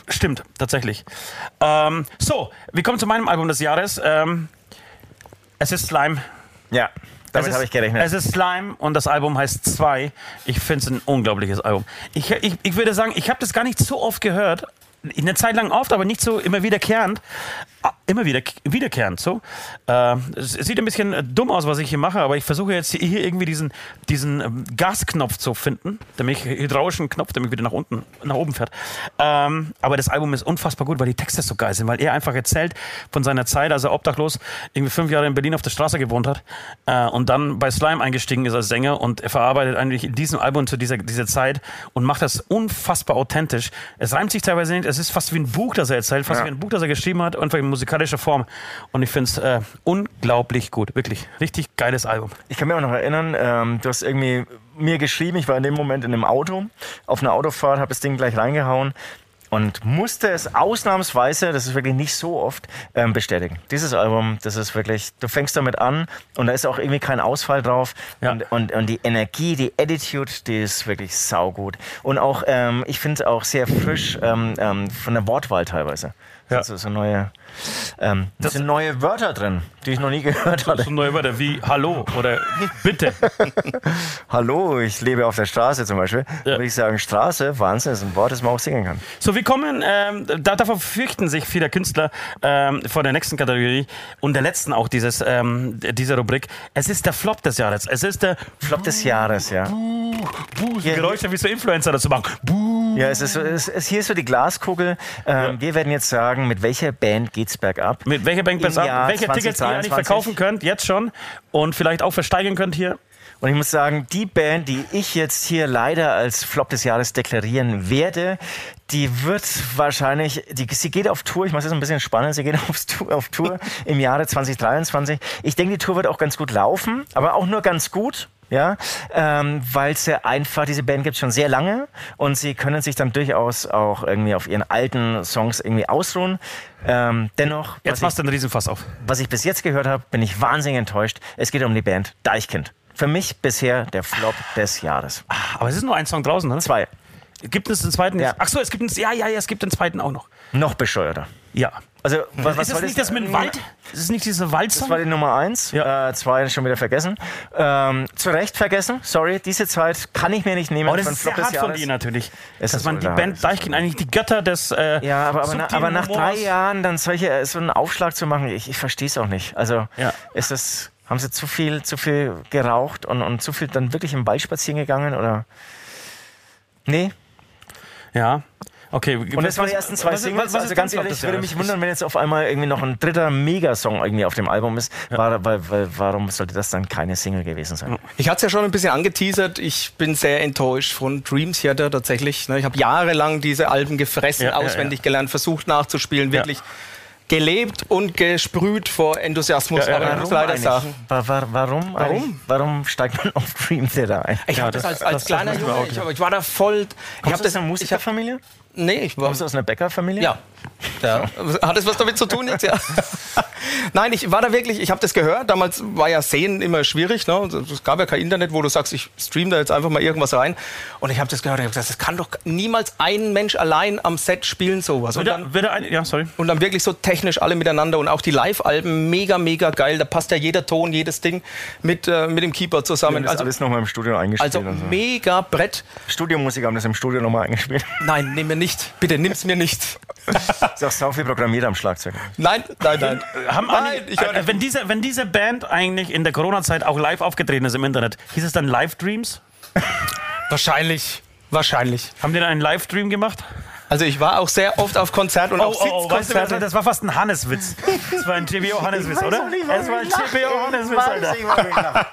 Speaker 2: Stimmt, tatsächlich. Ähm, so, wir kommen zu meinem Album des Jahres. Ähm, es ist Slime.
Speaker 4: Ja,
Speaker 2: Es
Speaker 4: damit
Speaker 2: ist-
Speaker 4: habe ich gerechnet.
Speaker 2: Es ist Slime und das Album heißt Zwei. Ich finde es ein unglaubliches Album. Ich, ich, ich würde sagen, ich habe das gar nicht so oft gehört. Eine Zeit lang oft, aber nicht so immer wiederkehrend. Ah, immer wieder wiederkehrend. So. Äh, es sieht ein bisschen äh, dumm aus, was ich hier mache, aber ich versuche jetzt hier irgendwie diesen, diesen ähm, Gasknopf zu finden, der mich hydraulischen Knopf, der mich wieder nach unten, nach oben fährt. Ähm, aber das Album ist unfassbar gut, weil die Texte so geil sind, weil er einfach erzählt von seiner Zeit, als er obdachlos irgendwie fünf Jahre in Berlin auf der Straße gewohnt hat äh, und dann bei Slime eingestiegen ist als Sänger und er verarbeitet eigentlich in diesem Album zu dieser, dieser Zeit und macht das unfassbar authentisch. Es reimt sich teilweise nicht, es ist fast wie ein Buch, das er erzählt, fast
Speaker 4: Ja.
Speaker 2: wie ein Buch, das er geschrieben hat, einfach in musikalischer Form. Und ich finde es äh, unglaublich gut, wirklich. Richtig geiles Album.
Speaker 4: Ich kann mir auch noch erinnern, ähm, du hast irgendwie mir geschrieben, ich war in dem Moment in einem Auto, auf einer Autofahrt, habe das Ding gleich reingehauen und musste es ausnahmsweise, das ist wirklich nicht so oft, ähm, bestätigen. Dieses Album, das ist wirklich, du fängst damit an und da ist auch irgendwie kein Ausfall drauf
Speaker 2: Ja.
Speaker 4: und, und, und die Energie, die Attitude, die ist wirklich saugut. Und auch, ähm, ich finde es auch sehr frisch ähm, ähm, von der Wortwahl teilweise.
Speaker 2: Ja.
Speaker 4: So, so neue, ähm, das sind neue Wörter drin, die ich noch nie gehört hatte.
Speaker 2: So neu war der wie Hallo oder Bitte.
Speaker 4: Hallo, ich lebe auf der Straße zum Beispiel. Würde ich sagen, Straße, Wahnsinn, ist ein Wort, das man auch singen kann.
Speaker 2: So, wir kommen, ähm, da, davor fürchten sich viele Künstler ähm, vor der nächsten Kategorie und der letzten auch dieses, ähm, dieser Rubrik. Es ist der Flop des Jahres. Es ist der
Speaker 4: Flop des Jahres, ja.
Speaker 2: die Geräusche wie so Influencer dazu machen. Buh.
Speaker 4: Ja, es ist, so- es ist hier ist so die Glaskugel. Ähm, Wir werden jetzt sagen, mit welcher Band geht's bergab?
Speaker 2: Mit welcher Bank
Speaker 4: Im
Speaker 2: besser?
Speaker 4: Jahr
Speaker 2: Welche Tickets ihr eigentlich
Speaker 4: 2023?
Speaker 2: verkaufen könnt, jetzt schon und vielleicht auch versteigern könnt hier.
Speaker 4: Und ich muss sagen, die Band, die ich jetzt hier leider als Flop des Jahres deklarieren werde, die wird wahrscheinlich, die, sie geht auf Tour, ich mache es jetzt ein bisschen spannend, sie geht aufs, Tu- auf Tour im Jahre 2023. Ich denke, die Tour wird auch ganz gut laufen, aber auch nur ganz gut. Ja, ähm, weil sie einfach, diese Band gibt es schon sehr lange und sie können sich dann durchaus auch irgendwie auf ihren alten Songs irgendwie ausruhen. Ähm, dennoch,
Speaker 2: Jetzt
Speaker 4: was ich
Speaker 2: machst du einen Riesenfass auf.
Speaker 4: was ich bis jetzt gehört habe, bin ich wahnsinnig enttäuscht. Es geht um die Band Deichkind. Für mich bisher der Flop des Jahres.
Speaker 2: Aber es ist nur ein Song draußen, oder?
Speaker 4: Zwei.
Speaker 2: Gibt es den zweiten?
Speaker 4: Ja.
Speaker 2: nicht? Ach so, es gibt einen, ja, ja, ja, es gibt den zweiten auch noch.
Speaker 4: Noch bescheuerter.
Speaker 2: Ja.
Speaker 4: Also, was, was
Speaker 2: ist
Speaker 4: soll
Speaker 2: das nicht das mit dem
Speaker 4: Ähm,
Speaker 2: Wald? Ist es nicht dieser
Speaker 4: Das war
Speaker 2: Waldsong?
Speaker 4: die Nummer eins.
Speaker 2: Ja.
Speaker 4: Äh, zwei schon wieder vergessen. Ähm, zu Recht vergessen. Sorry, diese Zeit kann ich mir nicht nehmen.
Speaker 2: Oh, das
Speaker 4: für einen
Speaker 2: ist sehr hart von dir natürlich.
Speaker 4: Es
Speaker 2: dass
Speaker 4: ist
Speaker 2: man die
Speaker 4: so, ja,
Speaker 2: Band
Speaker 4: es ist
Speaker 2: Deichkind eigentlich die Götter des äh,
Speaker 4: Ja, aber, aber, na,
Speaker 2: subtilen
Speaker 4: aber nach drei
Speaker 2: Humors.
Speaker 4: Jahren dann solche, äh, so einen Aufschlag zu machen, ich, ich verstehe es auch nicht. Also
Speaker 2: Ja.
Speaker 4: ist das, haben sie zu viel, zu viel geraucht und, und zu viel dann wirklich im Wald spazieren gegangen oder? Nee,
Speaker 2: Ja. Okay.
Speaker 4: Und das waren die ersten zwei Singles. also ganz ehrlich, ich würde mich wundern, wenn jetzt auf einmal irgendwie noch ein dritter Megasong irgendwie auf dem Album ist. War, weil, weil, warum sollte das dann keine Single gewesen sein?
Speaker 3: Ich hatte es ja schon ein bisschen angeteasert. Ich bin sehr enttäuscht von Dream Theater tatsächlich. ne. Ich habe jahrelang diese Alben gefressen,
Speaker 2: Ja, ja,
Speaker 3: auswendig gelernt, versucht nachzuspielen, wirklich gelebt und gesprüht vor Enthusiasmus.
Speaker 2: Ja, ja,
Speaker 3: Aber ich muss leider
Speaker 4: eigentlich?
Speaker 3: sagen,
Speaker 4: Wa- wa- warum? eigentlich? Warum steigt man auf Dream Theater ein?
Speaker 3: ich habe
Speaker 2: das-
Speaker 3: das als,
Speaker 2: das-
Speaker 3: als
Speaker 2: das
Speaker 3: kleiner
Speaker 2: müssen wir
Speaker 3: Junge,
Speaker 2: auch,
Speaker 3: ich,
Speaker 2: ja.
Speaker 3: hab- ich war da voll. ich habe
Speaker 4: Kommst du aus
Speaker 3: das
Speaker 4: einer Musikerfamilie?
Speaker 3: Nee, ich war
Speaker 4: Kommst du aus einer Bäckerfamilie?
Speaker 3: Ja. ja. Hat es was damit zu tun jetzt? Ja. Nein, ich war da wirklich, ich habe das gehört. Damals war ja Sehen immer schwierig. Ne? Und Es gab ja kein Internet, wo du sagst, ich stream da jetzt einfach mal irgendwas rein. Und ich habe das gehört. Ich hab gesagt, das kann doch niemals ein Mensch allein am Set spielen, sowas. Und dann,
Speaker 2: Wieder, wieder ein, ja, sorry.
Speaker 3: und dann wirklich so technisch alle miteinander und auch die Live-Alben mega, mega geil. Da passt ja jeder Ton, jedes Ding mit, äh, mit dem Keeper
Speaker 4: Haben
Speaker 3: zusammen.
Speaker 4: das
Speaker 3: Also,
Speaker 4: alles nochmal im Studio eingespielt.
Speaker 3: also
Speaker 4: und so.
Speaker 3: mega Brett.
Speaker 4: Studiomusiker haben das im Studio nochmal eingespielt.
Speaker 3: Nein, nimm mir nicht. Bitte nimm's mir nicht.
Speaker 4: Ist auch sau viel programmiert am Schlagzeug.
Speaker 3: Nein, nein, nein.
Speaker 2: Haben
Speaker 3: nein,
Speaker 2: einige,
Speaker 3: ich hör
Speaker 2: äh, wenn, diese, wenn diese Band eigentlich in der Corona-Zeit auch live aufgetreten ist im Internet, hieß es dann Live Dreams?
Speaker 3: Wahrscheinlich. Wahrscheinlich.
Speaker 2: Haben die dann einen Live-Dream gemacht?
Speaker 3: Also ich war auch sehr oft auf Konzert und auf
Speaker 2: Oh, weißt du, wer das
Speaker 3: Sitzkonzerte.
Speaker 2: war? das war fast ein Hanneswitz. Das war ein JBO Hanneswitz, oder? Es war ein JBO Hanneswitz, Alter.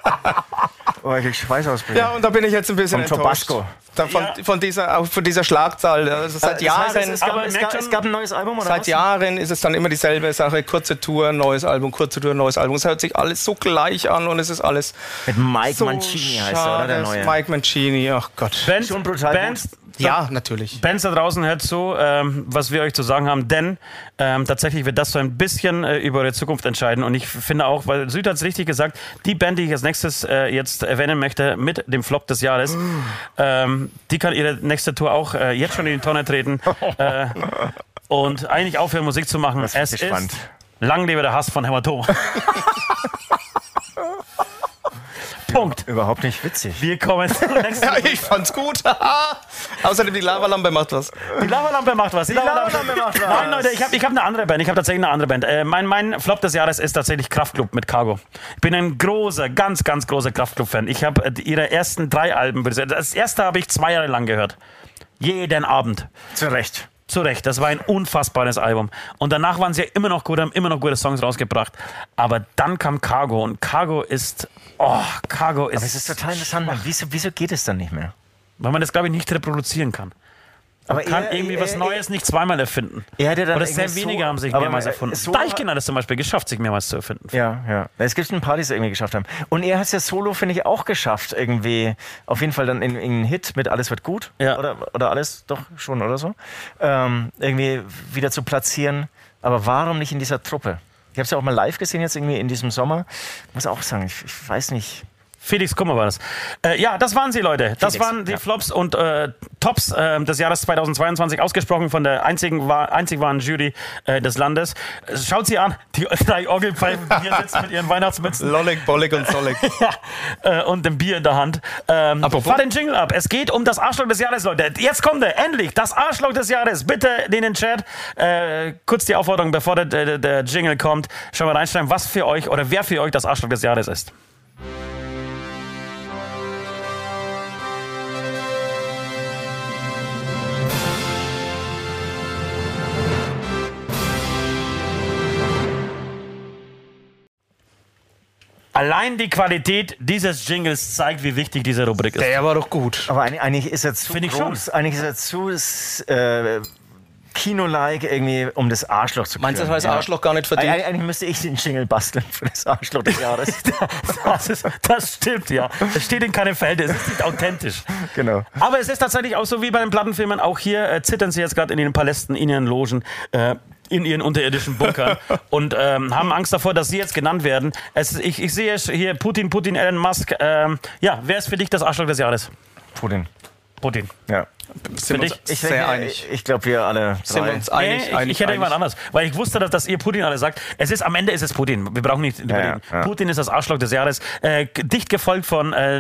Speaker 4: Oh, ich krieg Schweißausbrüche.
Speaker 3: ja, und da bin ich jetzt ein bisschen
Speaker 4: Vom
Speaker 3: enttäuscht.
Speaker 4: Tabasco.
Speaker 3: Da von, von, dieser, auch von dieser Schlagzahl. Also seit, Jahren,
Speaker 4: Das heißt, es, gab,
Speaker 2: Aber
Speaker 4: es,
Speaker 2: merkt
Speaker 4: gab,
Speaker 2: schon-
Speaker 4: es gab ein neues Album oder
Speaker 3: seit
Speaker 4: was?
Speaker 3: Jahren ist es dann immer dieselbe Sache. Kurze Tour, neues Album, kurze Tour, neues Album. Es hört sich alles so gleich an und es ist alles
Speaker 4: Mit Mike
Speaker 3: so
Speaker 4: Mancini heißt er, oder?
Speaker 3: schade.
Speaker 4: Der neue.
Speaker 3: Mike Mancini, ach Gott.
Speaker 2: Bands,
Speaker 4: Schon brutal gut.
Speaker 2: Bands,
Speaker 3: Ja, natürlich.
Speaker 2: Bands da draußen, hört zu, ähm, was wir euch zu sagen haben, denn ähm, tatsächlich wird das so ein bisschen äh, über eure Zukunft entscheiden. Und ich f- finde auch, weil Süd hat es richtig gesagt, die Band, die ich als nächstes äh, jetzt erwähnen möchte, mit dem Flop des Jahres, ähm, die kann ihre nächste Tour auch äh, jetzt schon in die Tonne treten äh, und eigentlich aufhören, Musik zu machen.
Speaker 4: wird
Speaker 2: es ist
Speaker 4: spannend.
Speaker 2: lang lebe der Hass von Hämatom. Punkt.
Speaker 4: Überhaupt nicht witzig.
Speaker 2: Wir kommen zum nächsten.
Speaker 3: Ja, ich fand's gut. Außerdem die Lavalampe macht was.
Speaker 2: Die Lavalampe macht was. Die,
Speaker 4: Lavalampe macht was.
Speaker 2: Nein, Leute, ich habe ich hab eine andere Band. Ich habe tatsächlich eine andere Band. Äh, mein, mein Flop des Jahres ist tatsächlich Kraftklub mit Cargo. Ich bin ein großer, ganz, ganz großer Kraftklub-Fan. Ich habe äh, die- ihre ersten drei Alben. würde ich sagen. Das erste habe ich zwei Jahre lang gehört. Jeden Abend.
Speaker 4: Zu Recht.
Speaker 2: Zu Recht, das war ein unfassbares Album. Und danach waren sie ja immer noch gut, haben immer noch gute Songs rausgebracht. Aber dann kam Cargo und Cargo ist. Oh, Cargo ist.
Speaker 4: Es ist total interessant. Wieso, wieso geht es dann nicht mehr?
Speaker 2: Weil man das, glaube ich, nicht reproduzieren kann.
Speaker 4: Aber
Speaker 2: Kann
Speaker 4: er-
Speaker 2: irgendwie
Speaker 4: er-
Speaker 2: was Neues nicht zweimal erfinden.
Speaker 4: Er hätte dann
Speaker 2: Oder sehr
Speaker 4: irgendwie so-
Speaker 2: wenige haben sich
Speaker 4: aber
Speaker 2: mehrmals
Speaker 4: man-
Speaker 2: erfunden.
Speaker 4: so-
Speaker 2: Deichkind hat es zum Beispiel geschafft, sich mehrmals zu erfinden.
Speaker 4: Ja, ja. Es gibt ein paar, die es irgendwie geschafft haben. Und er hat es ja solo, finde ich, auch geschafft. Irgendwie. Auf jeden Fall dann in, in einen Hit mit Alles wird gut.
Speaker 2: Ja.
Speaker 4: Oder, oder alles doch schon oder so. Ähm, irgendwie wieder zu platzieren. Aber warum nicht in dieser Truppe? Ich habe es ja auch mal live gesehen jetzt irgendwie in diesem Sommer. Muss auch sagen, ich, ich weiß nicht.
Speaker 2: Felix Kummer war das. Äh, ja, das waren sie, Leute. Das
Speaker 4: Felix,
Speaker 2: waren die
Speaker 4: ja.
Speaker 2: Flops und äh, Tops äh, des Jahres 2022, ausgesprochen von der einzigen, wa- einzig wahren Jury äh, des Landes. Äh, Schaut sie an, die drei Orgelpfeifen, die hier sitzen mit ihren Weihnachtsmützen.
Speaker 3: Lollig, Bollig und Sollig.
Speaker 2: äh, und dem Bier in der Hand. Ähm,
Speaker 3: Apropos-
Speaker 2: fahr den Jingle ab. Es geht um das Arschloch des Jahres, Leute. Jetzt kommt er, endlich, das Arschloch des Jahres. Bitte in den Chat äh, kurz die Aufforderung, bevor der, der, der Jingle kommt, schon mal reinschreiben, was für euch oder wer für euch das Arschloch des Jahres ist. Allein die Qualität dieses Jingles zeigt, wie wichtig diese Rubrik ist.
Speaker 3: Der war doch gut.
Speaker 4: Aber eigentlich, eigentlich ist er zu
Speaker 2: Finde ich
Speaker 4: groß. Eigentlich ist er zu s- äh, Kino-like irgendwie, um das Arschloch zu
Speaker 3: Meinst du, das war das
Speaker 4: Ja.
Speaker 3: Arschloch gar nicht
Speaker 4: Eig-
Speaker 3: verdient?
Speaker 4: Eigentlich müsste ich den Jingle basteln für das Arschloch des Jahres.
Speaker 2: Das, ist, das stimmt, ja. Das steht in keinem Verhältnis. Es ist nicht authentisch.
Speaker 4: Genau.
Speaker 2: Aber es ist tatsächlich auch so wie bei den Plattenfilmen. Auch hier äh, zittern sie jetzt gerade in ihren Palästen, in ihren Logen, äh, in ihren unterirdischen Bunkern und ähm, haben Angst davor, dass sie jetzt genannt werden. Es, ich, ich sehe hier Putin, Putin, Elon Musk. Ähm, ja, wer ist für dich das Arschloch des Jahres?
Speaker 4: Putin.
Speaker 2: Putin.
Speaker 4: Ja.
Speaker 3: Sind
Speaker 2: Für dich-
Speaker 3: uns sehr
Speaker 4: denke,
Speaker 3: einig.
Speaker 4: Ich glaube, wir alle
Speaker 3: äh, Sind wir
Speaker 4: drei.
Speaker 3: uns
Speaker 2: Nee,
Speaker 3: einig?
Speaker 2: ich,
Speaker 3: einig
Speaker 2: ich hätte
Speaker 3: einig.
Speaker 2: jemand anders, weil ich wusste, dass, dass ihr Putin alle sagt. Es ist am Ende ist es Putin. Wir brauchen nicht
Speaker 4: Ja,
Speaker 2: überreden.
Speaker 4: ja, ja.
Speaker 2: Putin ist das Arschloch des Jahres. Äh, g- dicht gefolgt von äh,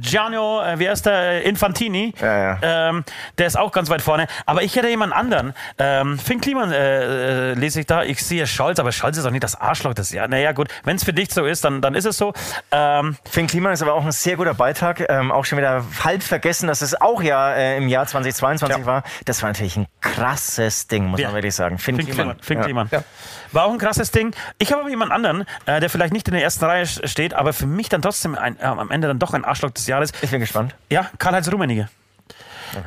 Speaker 2: Gianni, äh, wie heißt der? Infantini.
Speaker 4: Ja,
Speaker 2: Ähm, der ist auch ganz weit vorne. Aber ich hätte jemand anderen. Ähm, Finn Kliman äh, äh, lese ich da. Ich sehe Scholz, aber Scholz ist auch nicht das Arschloch des Jahres. Naja, gut, wenn es für dich so ist, dann, dann ist es so. Ähm,
Speaker 4: Finn Kliman ist aber auch ein sehr guter Beitrag. Ähm, auch schon wieder halb vergessen, dass es auch ja äh, im Jahr 2022 war. Das war natürlich ein krasses Ding, muss
Speaker 2: Ja.
Speaker 4: man wirklich sagen. Finn,
Speaker 2: Finn Kliman.
Speaker 4: Kliman.
Speaker 2: Finn
Speaker 4: Ja.
Speaker 2: Kliman. War auch ein krasses Ding. Ich habe aber jemand anderen, äh, der vielleicht nicht in der ersten Reihe sch- steht, aber für mich dann trotzdem ein, äh, am Ende dann doch ein Arschloch des Jahres.
Speaker 4: Ich bin gespannt.
Speaker 2: Ja, Karl-Heinz Rummenigge.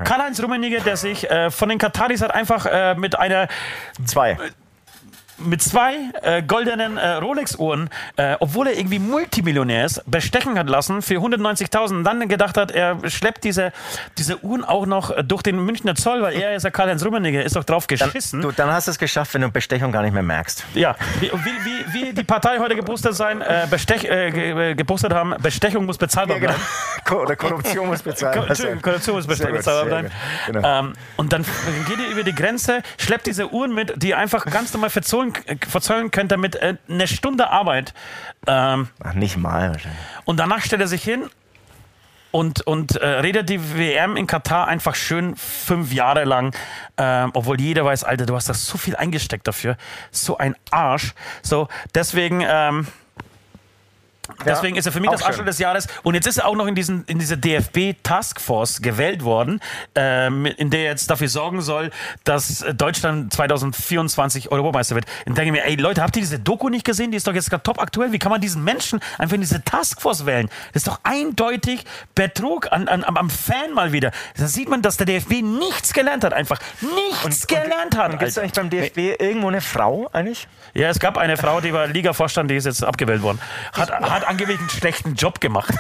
Speaker 2: Karl-Heinz Rummenigge, der sich äh, von den Kataris hat einfach äh, mit einer
Speaker 4: Zwei.
Speaker 2: Äh, mit zwei äh, goldenen äh, Rolex-Uhren, äh, obwohl er irgendwie Multimillionär ist, bestechen hat lassen für 190.000 und dann gedacht hat, er schleppt diese, diese Uhren auch noch äh, durch den Münchner Zoll, weil er ist ja Karl-Heinz Rummenigge, ist doch drauf geschissen.
Speaker 4: Du, dann hast du es geschafft, wenn du Bestechung gar nicht mehr merkst.
Speaker 2: Ja, wie, wie, wie, wie die Partei heute gepostet sein, äh, bestech, äh, ge- äh, gepostet haben, Bestechung muss bezahlbar bleiben.
Speaker 4: Oder Korruption muss bezahlt
Speaker 2: Ko- Entschuldigung, Korruption muss
Speaker 4: genau. Sehr gut,
Speaker 2: bezahlbar
Speaker 4: sehr
Speaker 2: bleiben.
Speaker 4: gut, genau.
Speaker 2: Ähm, und dann f- geht ihr über die Grenze, schleppt diese Uhren mit, die ihr einfach ganz normal verzollen, äh, verzollen könnt, damit äh, eine Stunde Arbeit. Ähm,
Speaker 4: Ach, nicht mal wahrscheinlich.
Speaker 2: und danach stellt er sich hin und, und äh, redet die WM in Katar einfach schön fünf Jahre lang, ähm, obwohl jeder weiß, Alter, du hast da so viel eingesteckt dafür. So ein Arsch. So, deswegen. Ähm, Deswegen ist er für mich
Speaker 4: auch
Speaker 2: das Arschloch
Speaker 4: schön.
Speaker 2: des Jahres. Und jetzt ist er auch noch in, diesen, in diese DFB-Taskforce gewählt worden, ähm, in der jetzt dafür sorgen soll, dass äh, Deutschland 2024 Europameister wird. Und denke ich mir, ey Leute, habt ihr diese Doku nicht gesehen? Die ist doch jetzt gerade top aktuell. Wie kann man diesen Menschen einfach in diese Taskforce wählen? Das ist doch eindeutig Betrug an, an, am- am Fan mal wieder. Da sieht man, dass der DFB nichts gelernt hat, einfach. Nichts gelernt hat.
Speaker 4: Gibt es
Speaker 2: Alter.
Speaker 4: eigentlich beim DFB irgendwo eine Frau eigentlich?
Speaker 2: Ja, es gab eine Frau, die war Liga-Vorstand, die ist jetzt abgewählt worden. Hat, hat angeblich einen schlechten Job gemacht.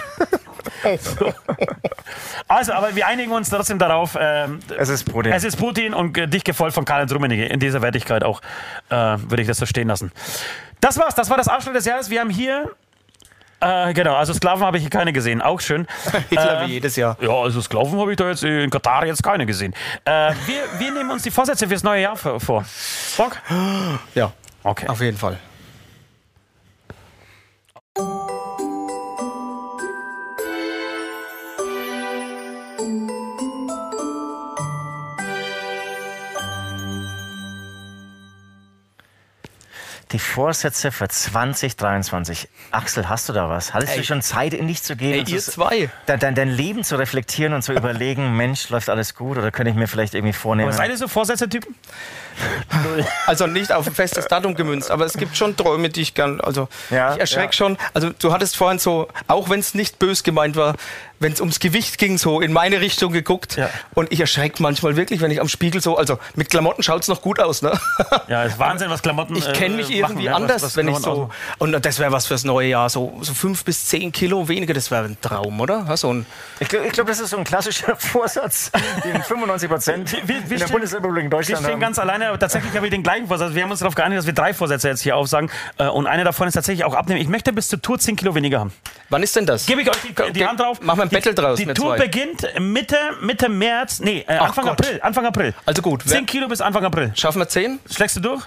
Speaker 2: So. Also, aber wir einigen uns trotzdem darauf. Ähm,
Speaker 4: Es ist Putin.
Speaker 2: es ist Putin und äh, dich gefolgt von Karl-Heinz Rummenigge. In dieser Wertigkeit auch äh, würde ich das so stehen lassen. Das war's, das war das Abschluss des Jahres. Wir haben hier. Äh, genau, also Sklaven habe ich hier keine gesehen. Auch schön.
Speaker 3: Hitler wie jedes Jahr.
Speaker 2: Ja, also Sklaven habe ich da jetzt in Katar jetzt keine gesehen. Äh, wir, wir nehmen uns die Vorsätze fürs neue Jahr vor. vor. Bock?
Speaker 3: Ja,
Speaker 2: Okay.
Speaker 3: auf jeden Fall.
Speaker 4: die Vorsätze für 2023. Axel, hast du da was? Hattest du schon Zeit, in dich zu gehen?
Speaker 3: Ey,
Speaker 4: und
Speaker 3: ihr
Speaker 4: zu-
Speaker 3: zwei.
Speaker 4: Dein, dein, dein Leben zu reflektieren und zu überlegen, Mensch, läuft alles gut oder könnte ich mir vielleicht irgendwie vornehmen?
Speaker 2: Seid ihr so Vorsätze-Typen?
Speaker 3: Also nicht auf ein festes Datum gemünzt, aber es gibt schon Träume, die ich gern, also
Speaker 4: Ja,
Speaker 3: ich erschreck
Speaker 4: ja.
Speaker 3: schon. Also du hattest vorhin so, auch wenn es nicht bös gemeint war, wenn es ums Gewicht ging, so in meine Richtung geguckt.
Speaker 2: Ja.
Speaker 3: Und ich erschrecke manchmal wirklich, wenn ich am Spiegel so, also mit Klamotten schaut es noch gut aus, ne?
Speaker 2: Ja, ist Wahnsinn, was Klamotten.
Speaker 3: Ich
Speaker 2: äh,
Speaker 3: kenne mich
Speaker 2: machen,
Speaker 3: irgendwie
Speaker 2: ja, was-
Speaker 3: anders,
Speaker 2: was
Speaker 3: wenn ich
Speaker 2: Klamotten
Speaker 3: so. Und das wäre was fürs neue Jahr, so, so fünf bis zehn Kilo weniger, das wäre ein Traum, oder? Ja, So ein,
Speaker 4: Ich glaube, glaub, das ist so ein klassischer Vorsatz, den 95 Prozent
Speaker 2: Wir- wir
Speaker 4: in der
Speaker 2: stehen-
Speaker 4: Bundesrepublik
Speaker 2: Wir
Speaker 4: Deutschland
Speaker 2: stehen
Speaker 4: haben.
Speaker 2: ganz alleine, aber tatsächlich habe ich den gleichen Vorsatz. Wir haben uns darauf geeinigt, dass wir drei Vorsätze jetzt hier aufsagen. Äh, Und einer davon ist tatsächlich auch abnehmen. Ich möchte bis zur Tour 10 Kilo weniger haben.
Speaker 3: wann ist denn das?
Speaker 2: Gebe ich euch die, die
Speaker 3: Ge-
Speaker 2: Hand drauf.
Speaker 3: Machen wir ein
Speaker 2: Die-
Speaker 3: Battle draus,
Speaker 2: Die
Speaker 3: wir
Speaker 2: Tour
Speaker 3: zwei.
Speaker 2: beginnt Mitte, Mitte März. Nee, äh, Anfang
Speaker 3: Gott.
Speaker 2: April. Anfang April.
Speaker 3: Also gut, wer-
Speaker 2: 10 Kilo bis Anfang April.
Speaker 3: Schaffen wir zehn?
Speaker 2: Schlägst du durch?